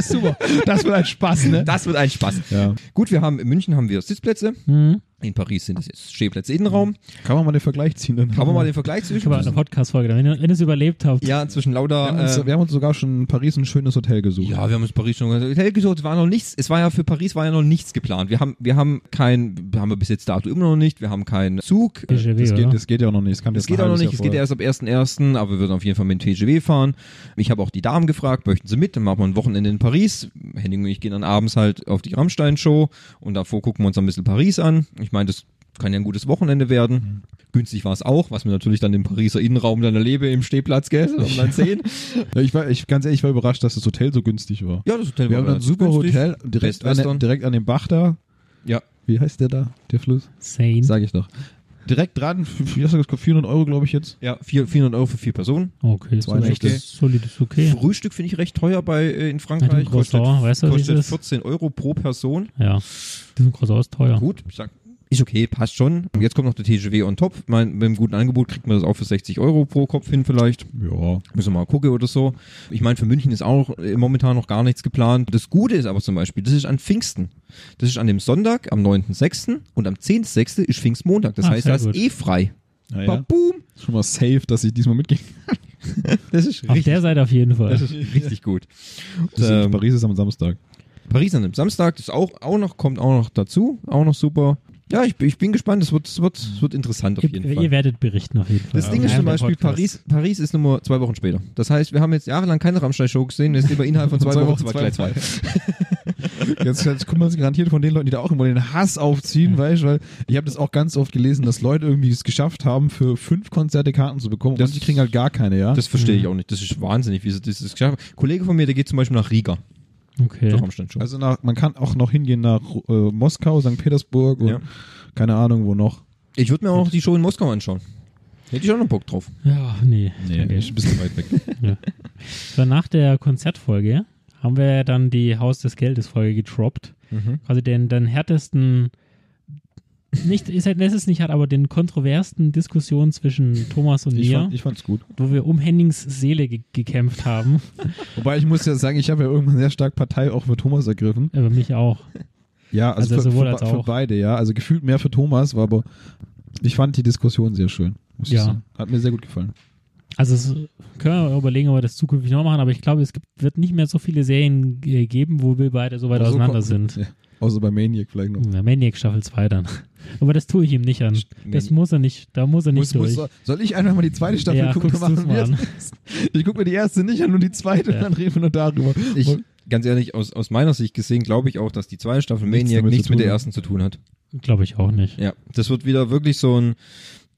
Super. Das wird ein Spaß, ne? Das wird ein Spaß. Ja. Gut, wir haben in München haben wir Sitzplätze. Hm? In Paris sind es jetzt Stehplätze Innenraum. Kann man mal den Vergleich ziehen. Dann Haben wir mal den Vergleich Ich habe eine zwischen Podcast-Folge, wenn ihr, wenn ihr es überlebt habt. ja zwischen wir, haben lauter uns, äh, wir haben uns sogar schon in Paris ein schönes Hotel gesucht. ja, wir haben uns Paris schon Hotel gesucht, es war noch nichts, es war ja für Paris war ja noch nichts geplant. Wir haben wir haben kein haben wir bis jetzt dato immer noch nicht, wir haben keinen Zug. Déjà vu, Das, oder? geht, das geht ja auch noch nicht. Das, kam Das jetzt geht ein auch noch halbes nicht, es Jahr geht vorher. erst ab 1.1., aber wir würden auf jeden Fall mit dem TGW fahren. Ich habe auch die Damen gefragt, möchten sie mit? Dann machen wir ein Wochenende in Paris. Henning und ich gehen dann abends halt auf die Rammstein-Show und davor gucken wir uns ein bisschen Paris an. Ich meine, das kann ja ein gutes Wochenende werden. Günstig war es auch, was mir natürlich dann im Pariser Innenraum dann erlebe, im Stehplatz, gell? Das werden wir dann sehen. Ja, ich war, ich, ganz ehrlich, ich war überrascht, dass das Hotel so günstig war. Ja, das Hotel war wir haben ein relativ super günstig. Hotel, direkt an, der- Western. direkt an dem Bach da. Ja. Wie heißt der da, der Fluss? Sane. Sag ich doch. Direkt dran, f- f- wie hast du das gesagt? 400 Euro, glaube ich, jetzt. Ja, vier- 400 Euro für vier Personen. Okay, das Zwei ist echt Nächte. solides Okay. Frühstück finde ich recht teuer bei äh, in Mit dem Frankreich. Kostet, Croissant, weißt du, wie es kostet ist? 14 Euro pro Person. Ja, diesen Croissant ist teuer. gut. Ich sag, ist okay, passt schon. Und Jetzt kommt noch der TGW on top. Mein, mit einem guten Angebot kriegt man das auch für 60 Euro pro Kopf hin vielleicht. Ja. Müssen wir mal gucken oder so. Ich meine, für München ist auch äh, momentan noch gar nichts geplant. Das Gute ist aber zum Beispiel, das ist an Pfingsten. Das ist an dem Sonntag am 9.6. und am 10.6. ist Pfingstmontag. Das Ah, heißt, sehr da ist gut. eh frei. Ja, Ja. ja. Boom. Schon mal safe, dass ich diesmal mitgehe. Das ist Auf der Seite auf jeden Fall. das ist richtig gut. Das ist- ähm, Paris ist am Samstag. Paris an dem Samstag, das auch, auch noch, kommt auch noch dazu. Auch noch super. Ja, ich, bin- ich bin gespannt. Es wird, es wird, es wird interessant auf Ihr, jeden Fall. ihr werdet berichten auf jeden Fall. Das Ding In ist einem zum der Beispiel, Podcasts. Paris, Paris ist nur zwei Wochen später. Das heißt, wir haben jetzt jahrelang keine Rammstein-Show gesehen, jetzt sind wir innerhalb von zwei, Zwei Wochen, Wochen, zwei, gleich zwei. zwei. Jetzt, jetzt kommt man sich garantiert von den Leuten, die da auch immer den Hass aufziehen, weißt du, weil ich habe das auch ganz oft gelesen, dass Leute irgendwie es geschafft haben, für fünf Konzerte Karten zu bekommen Das- und die kriegen halt gar keine, ja? Das verstehe ich auch nicht. Das ist wahnsinnig, wie sie das das geschafft haben. Ein Kollege von mir, der geht zum Beispiel nach Riga Okay. zur Rammstein-Show. also nach, man kann auch noch hingehen nach äh, Moskau, St. Petersburg und Ja. keine Ahnung wo noch. ich würde mir auch noch die Show in Moskau anschauen. Hätte ich auch noch Bock drauf. Ja, nee. Nee, ist ein bisschen weit weg. So, nach der Konzertfolge haben wir Mhm. dann die Haus des Geldes Folge getroppt. Quasi den, den härtesten nicht, ist halt, es ist nicht hat, aber den kontroversen Diskussionen zwischen Thomas und Ich, mir, fand, ich fand's gut. wo wir um Hennings Seele ge gekämpft haben. Wobei ich muss ja sagen, ich habe ja irgendwann sehr stark Partei auch für Thomas ergriffen. Äh, mich auch. Ja, also, Also für, sowohl für, als für auch. beide, ja. Also gefühlt mehr für Thomas, war aber ich fand die Diskussion sehr schön. Muss Ja. ich sagen. Hat mir sehr gut gefallen. Also es, können wir überlegen, ob wir das zukünftig noch machen, aber ich glaube, es gibt, wird nicht mehr so viele Serien äh, geben, wo wir beide so weit Also auseinander kommt- sind. Ja. Außer bei Maniac vielleicht noch. Na, Maniac Staffel 2 dann. Aber das tue ich ihm nicht an. Das Man- muss er nicht, da muss er nicht Muss, muss, durch. soll ich einfach mal die zweite Staffel Ja, gucken? guckst Machen du's mal wir an. das. Ich gucke mir die erste nicht an, nur die zweite, Ja. dann reden wir nur darüber. ich, ganz ehrlich, aus, aus meiner Sicht gesehen, glaube ich auch, dass die zweite Staffel Nichts Maniac damit zu nichts mit tun der hat. ersten zu tun hat. Glaube ich auch nicht. Ja, das wird wieder wirklich so ein.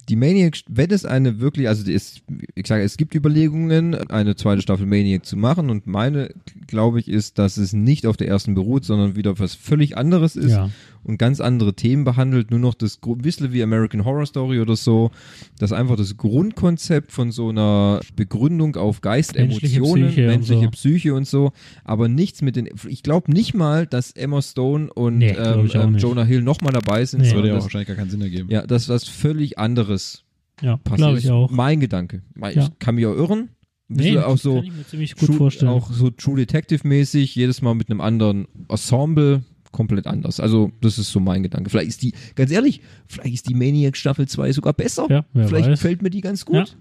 Die Maniac, wenn es eine wirklich, also die ist, ich sage, es gibt Überlegungen, eine zweite Staffel Maniac zu machen und meine, glaube ich, ist, dass es nicht auf der ersten beruht, sondern wieder was völlig anderes ist Ja. und ganz andere Themen behandelt, nur noch das Gru- bisschen wie American Horror Story oder so, dass einfach das Grundkonzept von so einer Begründung auf Geist, Menschliche Emotionen, Psyche und menschliche so. Psyche und so, aber nichts mit den, ich glaube nicht mal, dass Emma Stone und Nee, glaub ähm, ich auch ähm, nicht. Jonah Hill nochmal dabei sind, Nee. Das würde ja sondern auch wahrscheinlich gar keinen Sinn ergeben. ja, das ist was völlig anderes Ja, passiert. glaube ich auch. Mein Gedanke. Ich Ja. kann mich auch irren. Ein bisschen auch das so kann ich mir ziemlich gut True- vorstellen. auch so True Detective mäßig, jedes Mal mit einem anderen Ensemble, komplett anders. Also, das ist so mein Gedanke. Vielleicht ist die, ganz ehrlich, vielleicht ist die Maniac Staffel 2 sogar besser. Ja, wer vielleicht weiß. gefällt mir die ganz Ja. gut.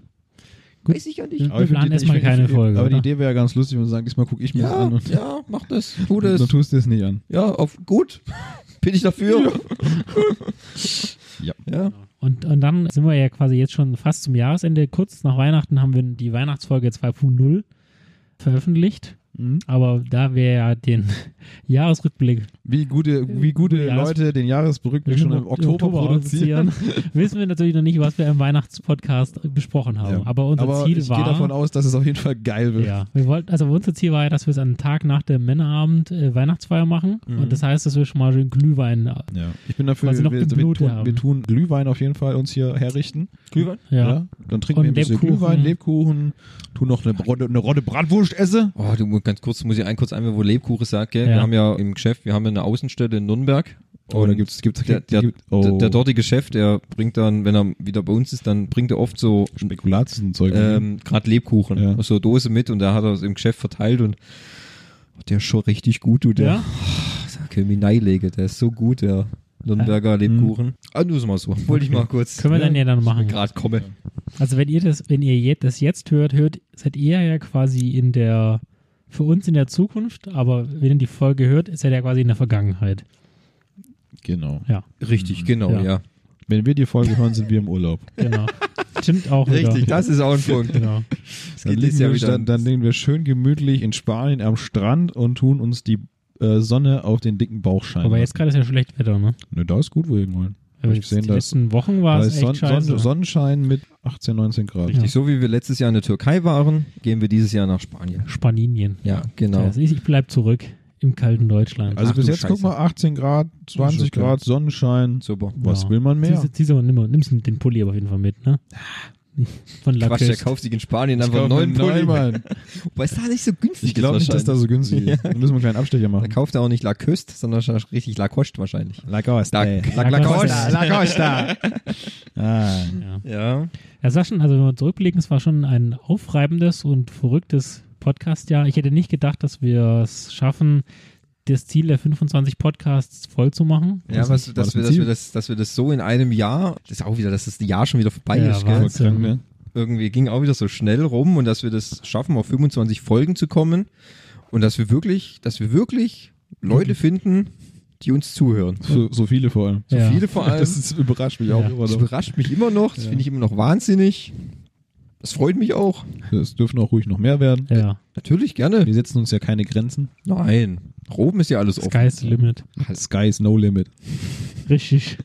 Gut. Weiß ich ja nicht. Ja. Wir planen erstmal keine Folge, Aber die oder? Idee wäre ja ganz lustig, wenn du sagst, diesmal gucke ich mir das Ja, an also. und ja, mach das. Tu du das. tust dir es nicht an. Ja, auf, gut. Bin ich dafür. Ja. ja. Und, und dann sind wir ja quasi jetzt schon fast zum Jahresende. Kurz nach Weihnachten haben wir die Weihnachtsfolge 2.0 veröffentlicht. Mhm. Aber da wir ja den Jahresrückblick Wie gute, wie gute Jahres- Leute den Jahresberückblick schon im Oktober, produzieren. wissen wir natürlich noch nicht, was wir im Weihnachtspodcast besprochen haben. Ja. Genau. Aber unser Aber Ziel ich war. gehe davon aus, ne? dass es auf jeden Fall geil wird. ja, wir wollten, also unser Ziel war ja, dass wir es am Tag nach dem Männerabend äh, Weihnachtsfeier machen. Mhm. Und das heißt, dass wir schon mal schön Glühwein. äh, Ja. Ich bin dafür, Weil sie wir, also noch wir, Blut tun, haben. wir tun Glühwein auf jeden Fall uns hier herrichten. Glühwein? Ja. Dann trinken Und wir ein bisschen Lebkuchen. Glühwein, Lebkuchen, tun noch eine, Rodde, eine Rodde Bratwurst esse. Oh, du, ganz kurz, muss ich ein kurz einwerfen, wo Lebkuchen sagt, gell? Ja. Wir haben ja im Geschäft, wir haben ja eine Außenstelle in Nürnberg. Oh, da Und gibt's, gibt's, der, der, gibt, oh, der, der dortige Chef, der bringt dann, wenn er wieder bei uns ist, dann bringt er oft so Spekulatienzeug. ähm, gerade Lebkuchen, Ja. aus so einer Dose mit und da hat er es im Geschäft verteilt und oh, der ist schon richtig gut, du, der. Ja? Da können wir ihn reinlegen, der ist so gut, der Nürnberger Lebkuchen. Ah, nur so mal so. Wollte ich mal kurz. Äh, hm. ne? Können wir dann ja dann machen. Gerade komme. Also wenn ihr das, wenn ihr je- das jetzt hört, hört, seid ihr ja quasi in der, für uns in der Zukunft, aber wenn ihr die Folge hört, seid ihr ja quasi in der Vergangenheit. genau. Ja, Richtig, genau, Ja. ja. Wenn wir die Folge hören, sind wir im Urlaub. genau. Stimmt auch Richtig, wieder. das ist auch ein Punkt. Genau. Es Dann geht liegen, dieses Jahr wir, wieder. dann, dann liegen wir schön gemütlich in Spanien am Strand und tun uns die äh, Sonne auf den dicken Bauch scheinen. Aber jetzt gerade ist ja schlecht Wetter, ne? ne, da ist gut, wo wir hinwollen. Hab Aber ich jetzt gesehen, die da ist, letzten Wochen war da es ist echt Son scheiße. Son Sonnenschein mit 18, 19 Grad. Richtig, Ja. so wie wir letztes Jahr in der Türkei waren, gehen wir dieses Jahr nach Spanien. Spanien. Ja, genau. Das ist, ich bleib zurück im kalten Deutschland. Also Ach bis du jetzt Scheiße. guck mal 18 Grad, 20 okay. Grad, Sonnenschein. Super. Was Ja. will man mehr? Ziehst- ziehst aber nimmer, nimmst den Pulli aber auf jeden Fall mit, ne? Ah. Von La Quatsch, der Coste. kauft sich in Spanien Ich einfach einen glaub, neuen neun Pulli. Mal. Weil es da nicht so günstig Ich glaube nicht, dass das so günstig ist. Da müssen wir einen kleinen Abstecher Da machen. kauft er auch nicht Lacoste, sondern wahrscheinlich richtig Lacoste wahrscheinlich. La Costa. Da- La- La Costa. La Costa. ah. Ja. Ja. Ja, es war schon, also wenn wir zurückblicken, es war schon ein aufreibendes und verrücktes Podcast-Jahr. Ich hätte nicht gedacht, dass wir es schaffen, das Ziel der 25 Podcasts voll zu machen. Ja, War das was, ein dass, wir, dass, Ziel? wir das, dass wir das so in einem Jahr, das ist auch wieder, dass das Jahr schon wieder vorbei Ja, ist, gell? Wahnsinn. Voll krank, ne? Irgendwie ging auch wieder so schnell rum und dass wir das schaffen, auf 25 Folgen zu kommen und dass wir wirklich, dass wir wirklich Leute finden, die uns zuhören. So, so viele vor allem. Ja. Viele vor allem. Das ist, überrascht mich auch Ja. immer Das noch. überrascht mich immer noch, das finde ich immer noch wahnsinnig. Das freut mich auch. Es dürfen auch ruhig noch mehr werden. Ja, Natürlich, gerne. Wir setzen uns ja keine Grenzen. Nein. Roben ist ja alles offen. Sky's the Limit. Sky is no limit. Richtig.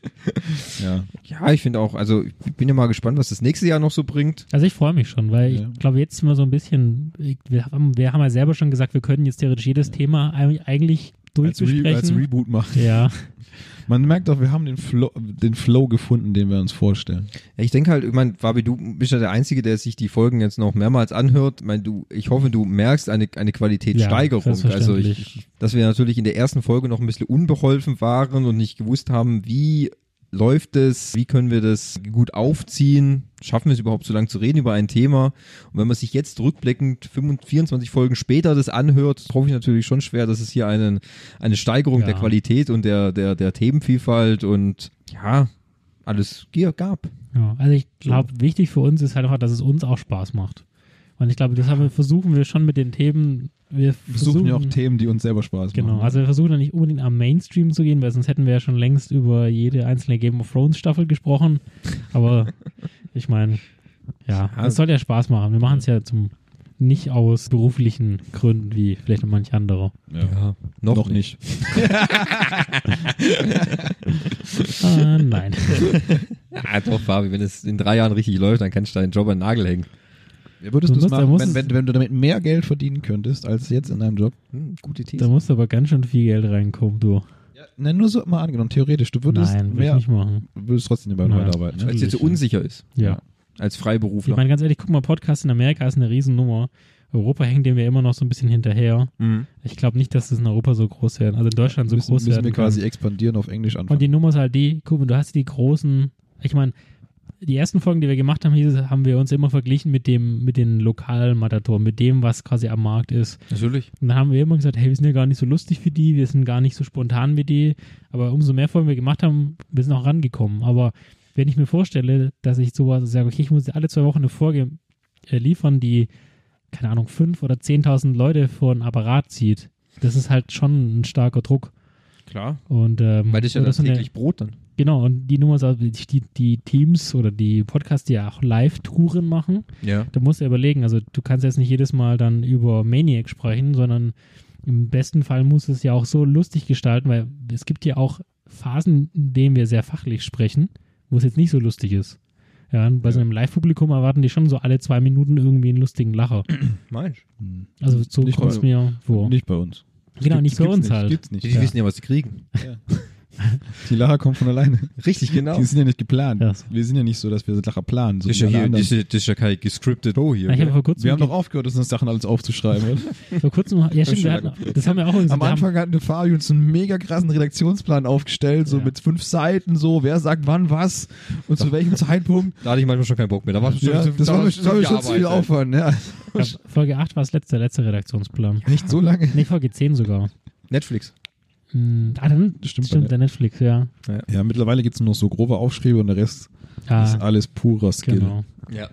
Ja. Ja, ich finde auch, also ich bin ja mal gespannt, was das nächste Jahr noch so bringt. Also ich freue mich schon, weil Ja. ich glaube, jetzt sind wir so ein bisschen, ich- wir haben, wir haben ja selber schon gesagt, wir können jetzt theoretisch jedes Thema eigentlich- eigentlich Als, Re als durchbesprechen. Reboot machen. ja, Man merkt doch, wir haben den Flow, den Flow gefunden, den wir uns vorstellen. Ja, ich denke halt, ich meine, Fabi, du bist ja der Einzige, der sich die Folgen jetzt noch mehrmals anhört. Ich, meine, du, ich hoffe, du merkst eine, eine Qualitätssteigerung. Ja, also, ich, dass wir natürlich in der ersten Folge noch ein bisschen unbeholfen waren und nicht gewusst haben, wie läuft es, wie können wir das gut aufziehen, schaffen wir es überhaupt so lange zu reden über ein Thema. Und wenn man sich jetzt rückblickend 25, 24 Folgen später das anhört, hoffe ich natürlich schon schwer, dass es hier einen, eine Steigerung Ja. der Qualität und der, der, der Themenvielfalt und ja, alles Gier gab. Ja, also ich glaube, wichtig für uns ist halt einfach, dass es uns auch Spaß macht. Und ich glaube, das haben wir, versuchen wir schon mit den Themen. Wir versuchen Suchen ja auch Themen, die uns selber Spaß machen. Genau, also wir versuchen dann nicht unbedingt am Mainstream zu gehen, weil sonst hätten wir ja schon längst über jede einzelne Game of Thrones Staffel gesprochen. Aber ich meine, ja, Ja. es soll ja Spaß machen. Wir machen es ja zum nicht aus beruflichen Gründen wie vielleicht noch manch andere. Ja. noch, Noch nicht. nicht. Äh, nein. Ja, Ah, doch, Fabi, wenn es in drei Jahren richtig läuft, dann kannst du deinen Job an den Nagel hängen. Würdest Du du es musst- da machen, muss wenn, es- wenn, wenn du damit mehr Geld verdienen könntest, als jetzt in deinem Job? Hm, gute Da These. musst du aber ganz schön viel Geld reinkommen, du. Nein, Äh, ne, nur so mal angenommen, theoretisch. Du würdest nein, würde ich mehr, nicht machen. würdest trotzdem nebenbei Nein. weiterarbeiten. Ne? Weil es dir zu unsicher ist, Ja. als Ich Freiberufler. meine, ganz ehrlich, guck mal, Podcast in Amerika ist eine Riesennummer. Europa hängt dem ja immer noch so ein bisschen hinterher. Mhm. Ich glaube nicht, dass das in Europa so groß werden, also in Deutschland so müssen, groß müssen werden wir kann. quasi expandieren auf Englisch Und anfangen. die Nummer ist halt die, guck mal, du hast die großen, ich meine, die ersten Folgen, die wir gemacht haben, hieß, es, haben wir uns immer verglichen mit dem, mit den lokalen Matatoren, mit dem, was quasi am Markt ist. Natürlich. Und dann haben wir immer gesagt, hey, wir sind ja gar nicht so lustig wie die, wir sind gar nicht so spontan wie die. Aber umso mehr Folgen wir gemacht haben, wir sind auch rangekommen. Aber wenn ich mir vorstelle, dass ich sowas sage, okay, ich muss alle zwei Wochen eine Folge äh, liefern, die, keine Ahnung, fünf oder 10.000 Leute vor ein Apparat zieht, das ist halt schon ein starker Druck. Klar. Und, ähm, Weil das ist ja oder das so eine- täglich Brot dann. Genau, und die Nummer ist also, die, die- die Teams oder die Podcasts, die ja auch Live-Touren machen, Ja. da musst du ja überlegen, also du kannst jetzt nicht jedes Mal dann über Maniac sprechen, sondern im besten Fall musst du es ja auch so lustig gestalten, weil es gibt ja auch Phasen, in denen wir sehr fachlich sprechen, wo es jetzt nicht so lustig ist. Ja, und bei so einem Live-Publikum erwarten die schon so alle zwei Minuten irgendwie einen lustigen Lacher. Meinst Also so Nicht kommt es bei- mir vor. Hm. Nicht bei uns. genau, nicht Das bei gibt's uns halt. Gibt's Die, nicht. die wissen ja, was sie kriegen. Die Lacher kommen von alleine. Richtig, genau. Die sind ja nicht geplant. Ja, so. Wir sind ja nicht so, dass wir Lacher planen. So Das ist wie ja, alle hier, anderen. das, ist, das ist ja kein gescriptet Show Oh, hier. Na, ich habe gell? vor kurzem, wir haben doch aufgehört, uns das Sachen alles aufzuschreiben. oder? vor kurzem, ja stimmt, wir hatten, das haben wir auch Am wir haben- Anfang hatten Fabio uns einen mega krassen Redaktionsplan aufgestellt, so Ja. mit fünf Seiten, so wer sagt wann was und zu welchem Zeitpunkt. Da hatte ich manchmal schon keinen Bock mehr. Da war schon Ja, das da war mir schon das war mir schon zu viel gearbeitet. Aufwand. Ja. Ja, Folge 8 war es letzter, letzter Redaktionsplan. Nicht so lange. Nee, Folge 10 sogar. Netflix. Hm, ah, dann Stimmt, stimmt, stimmt bei der Netflix, ja. Ja, mittlerweile gibt es nur noch so grobe Aufschriebe und der Rest ist Ah, alles purer Skill. genau. Ja.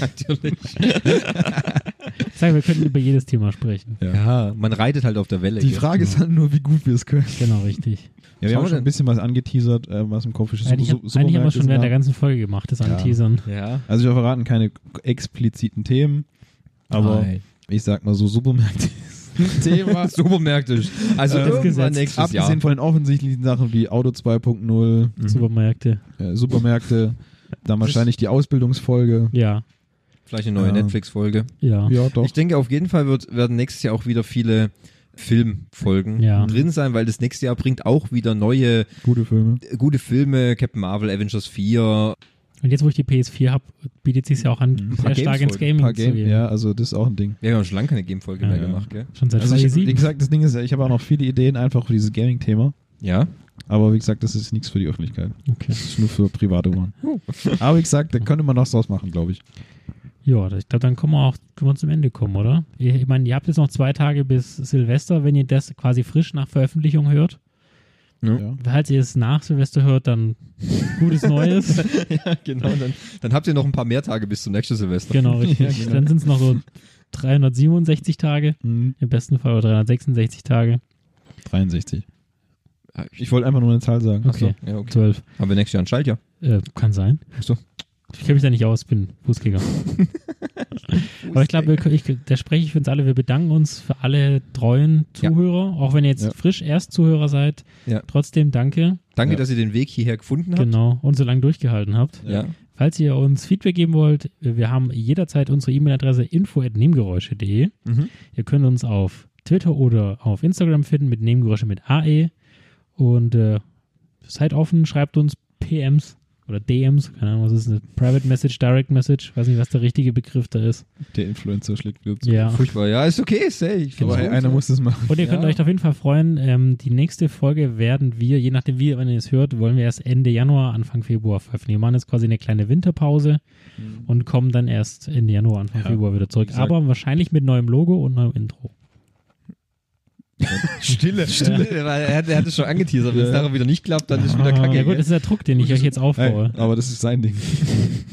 Natürlich. Ich sage, wir könnten über jedes Thema sprechen. Ja, man reitet halt auf der Welle. Die gell? Frage ist halt nur, wie gut wir es können. Genau, richtig. Ja, Was wir haben wir haben schon denn? ein bisschen was angeteasert, äh, was im Kopf ist. eigentlich Su- hab- eigentlich haben wir Supermärkte es schon sind während da. der ganzen Folge gemacht, das Anteasern. Ja. Also wir verraten keine expliziten Themen, aber Nein. ich sag mal so, Supermärkte ist ein Thema. Supermärkte. Also Äh, irgendwann gesetzt. nächstes Jahr. Abgesehen von den offensichtlichen Sachen wie Auto 2.0, Supermärkte. äh, Supermärkte, dann wahrscheinlich die Ausbildungsfolge. Ja, Vielleicht eine neue Ja. Netflix-Folge. ja. Ja, doch. Ich denke, auf jeden Fall wird, werden nächstes Jahr auch wieder viele Filmfolgen Ja. drin sein, weil das nächste Jahr bringt auch wieder neue Gute Filme. äh, gute Filme, Captain Marvel, Avengers 4. Und jetzt, wo ich die PS4 habe, bietet es sich ja auch an, paar sehr stark Games folgen, ins Gaming Mhm. paar zu Game, gehen. ja, also das ist auch ein Ding. Wir haben ja schon lange keine Game-Folge Ja, mehr ja. gemacht, gell? Schon seit Also Folge ich, 7. wie gesagt, das Ding ist ja, ich habe auch noch viele Ideen einfach für dieses Gaming-Thema. Ja. Aber wie gesagt, das ist nichts für die Öffentlichkeit. Okay. Das ist nur für private Ohren. Aber wie gesagt, da könnte man noch draus machen, glaube ich. Ja, ich glaube, dann kommen wir auch können wir zum Ende kommen, oder? Ich, ich meine, ihr habt jetzt noch zwei Tage bis Silvester, wenn ihr das quasi frisch nach Veröffentlichung hört. Ja. Falls ihr es nach Silvester hört, dann gutes Neues. Genau, dann, dann habt ihr noch ein paar mehr Tage bis zum nächsten Silvester. genau, richtig. Ja, genau. Dann sind es noch so 367 Tage, Mhm. im besten Fall, oder 366 Tage. 63. Ich wollte einfach nur eine Zahl sagen. Okay, Ja, okay. 12. Haben wir nächstes Jahr ein Schaltjahr. Äh, kann sein. Ach so. Ich kenne mich da nicht aus, bin Fußgänger. Aber ich glaube, wir können- ich, da spreche ich für uns alle. Wir bedanken uns für alle treuen Ja. Zuhörer, auch wenn ihr jetzt Ja. frisch erst Zuhörer seid. Ja. Trotzdem danke. Danke, Ja. dass ihr den Weg hierher gefunden habt. Genau. Und so lange durchgehalten habt. Ja. Falls ihr uns Feedback geben wollt, wir haben jederzeit unsere E-Mail-Adresse info.nebengeräusche.de. Mhm. Ihr könnt uns auf Twitter oder auf Instagram finden mit E. Nebengeräusche mit AE. Und äh, seid offen, schreibt uns PMs. Oder DMs, keine Ahnung, was ist eine Private Message, Direct Message, weiß nicht, was der richtige Begriff da ist. Der Influencer schlägt wieder zu. Ja. Furchtbar, ja, ist okay, ist safe. Aber Find's gut. einer muss das machen. Und ihr könnt Ja. euch auf jeden Fall freuen. Ähm, die nächste Folge werden wir, je nachdem wie, ihr- wenn ihr es hört, wollen wir erst Ende Januar, Anfang Februar veröffentlichen. Wir machen jetzt quasi eine kleine Winterpause Mhm. und kommen dann erst Ende Januar, Anfang Ja. Februar wieder zurück. Wie gesagt- Aber wahrscheinlich mit neuem Logo und neuem Intro. Stille, Stille, weil er, hat- er hat es schon angeteasert. Wenn es Ja. nachher wieder nicht klappt, dann ist wieder Ah, kacke. ja gut, gell? das ist der Druck, den ich euch jetzt aufbaue. Ey, aber das ist sein Ding.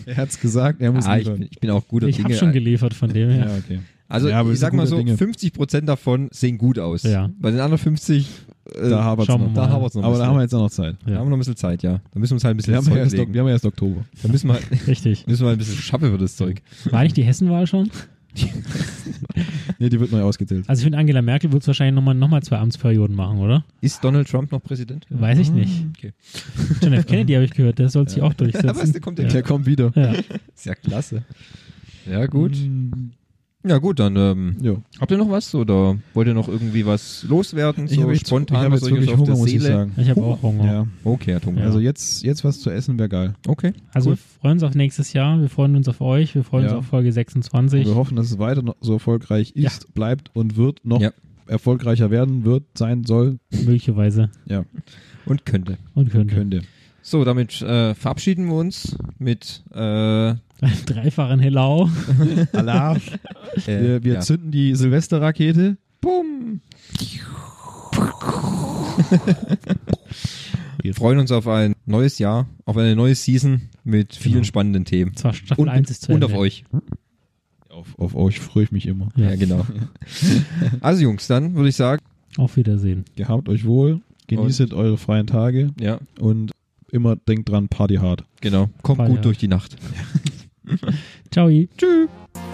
er hat's gesagt, er muss ah, ich, liefern. bin- ich bin auch guter ich habe Dinge. schon geliefert von dem her. Ja, okay. also Ja, aber wir ich sind sag mal guter so, Dinge. 50% davon sehen gut aus. Ja. Bei den anderen 50, äh, Da habert's schauen wir noch. mal. da haben wir es noch ein Aber da bisschen. haben wir jetzt auch noch Zeit. Da haben wir noch ein bisschen Zeit, ja. Da müssen wir uns halt ein bisschen Wir haben, ja ins erst, Zeug legen. wir haben ja erst Oktober. Da müssen wir, Richtig. müssen wir ein bisschen schaffen für das Zeug. War eigentlich die Hessenwahl schon? Nee, die wird neu ausgezählt. Also ich finde, Angela Merkel wird es wahrscheinlich nochmal noch mal zwei Amtsperioden machen, oder? Ist Donald Trump noch Präsident? Weiß ich nicht. okay. Ah. John F. Kennedy habe ich gehört, der soll sich auch durchsetzen. Aber der kommt ja. Der kommt wieder. ja. Ist ja klasse. Ja, gut. Mm, Ja, gut, dann ähm, Jo. habt ihr noch was oder wollt ihr noch irgendwie was loswerden? Ich so habe jetzt, ich spontan, hab was jetzt euch wirklich auf Hunger, der muss ich Seele. sagen. Ich habe auch Hunger. Ja. Okay, Herr Hunger. Also jetzt, jetzt was zu essen wäre geil. okay. Also Cool. wir freuen uns auf nächstes Jahr, wir freuen uns auf euch, wir freuen Ja. uns auf Folge Und 26. wir hoffen, dass es weiter noch so erfolgreich Ja. ist, bleibt und wird noch Ja. erfolgreicher werden, wird, sein, soll, Möglicherweise. Und könnte. Und könnte. könnte. So, damit äh, verabschieden wir uns mit äh, äh, Einen dreifachen Hellau. Alarm. Wir, wir ja. zünden die Silvesterrakete. Bumm. Wir freuen uns auf ein neues Jahr, auf eine neue Season mit vielen Genau. spannenden Themen. Zwar Staffel Und, 1 ist zu und Ende. auf euch. Auf, auf euch freue ich mich immer. Ja. Ja, genau. also Jungs, dann würde ich sagen, Auf Wiedersehen. Gehabt euch wohl, genießet eure freien Tage ja, und immer denkt dran, Party hard. genau. Kommt Voll, gut ja. durch die Nacht. Ciao. Tschüss.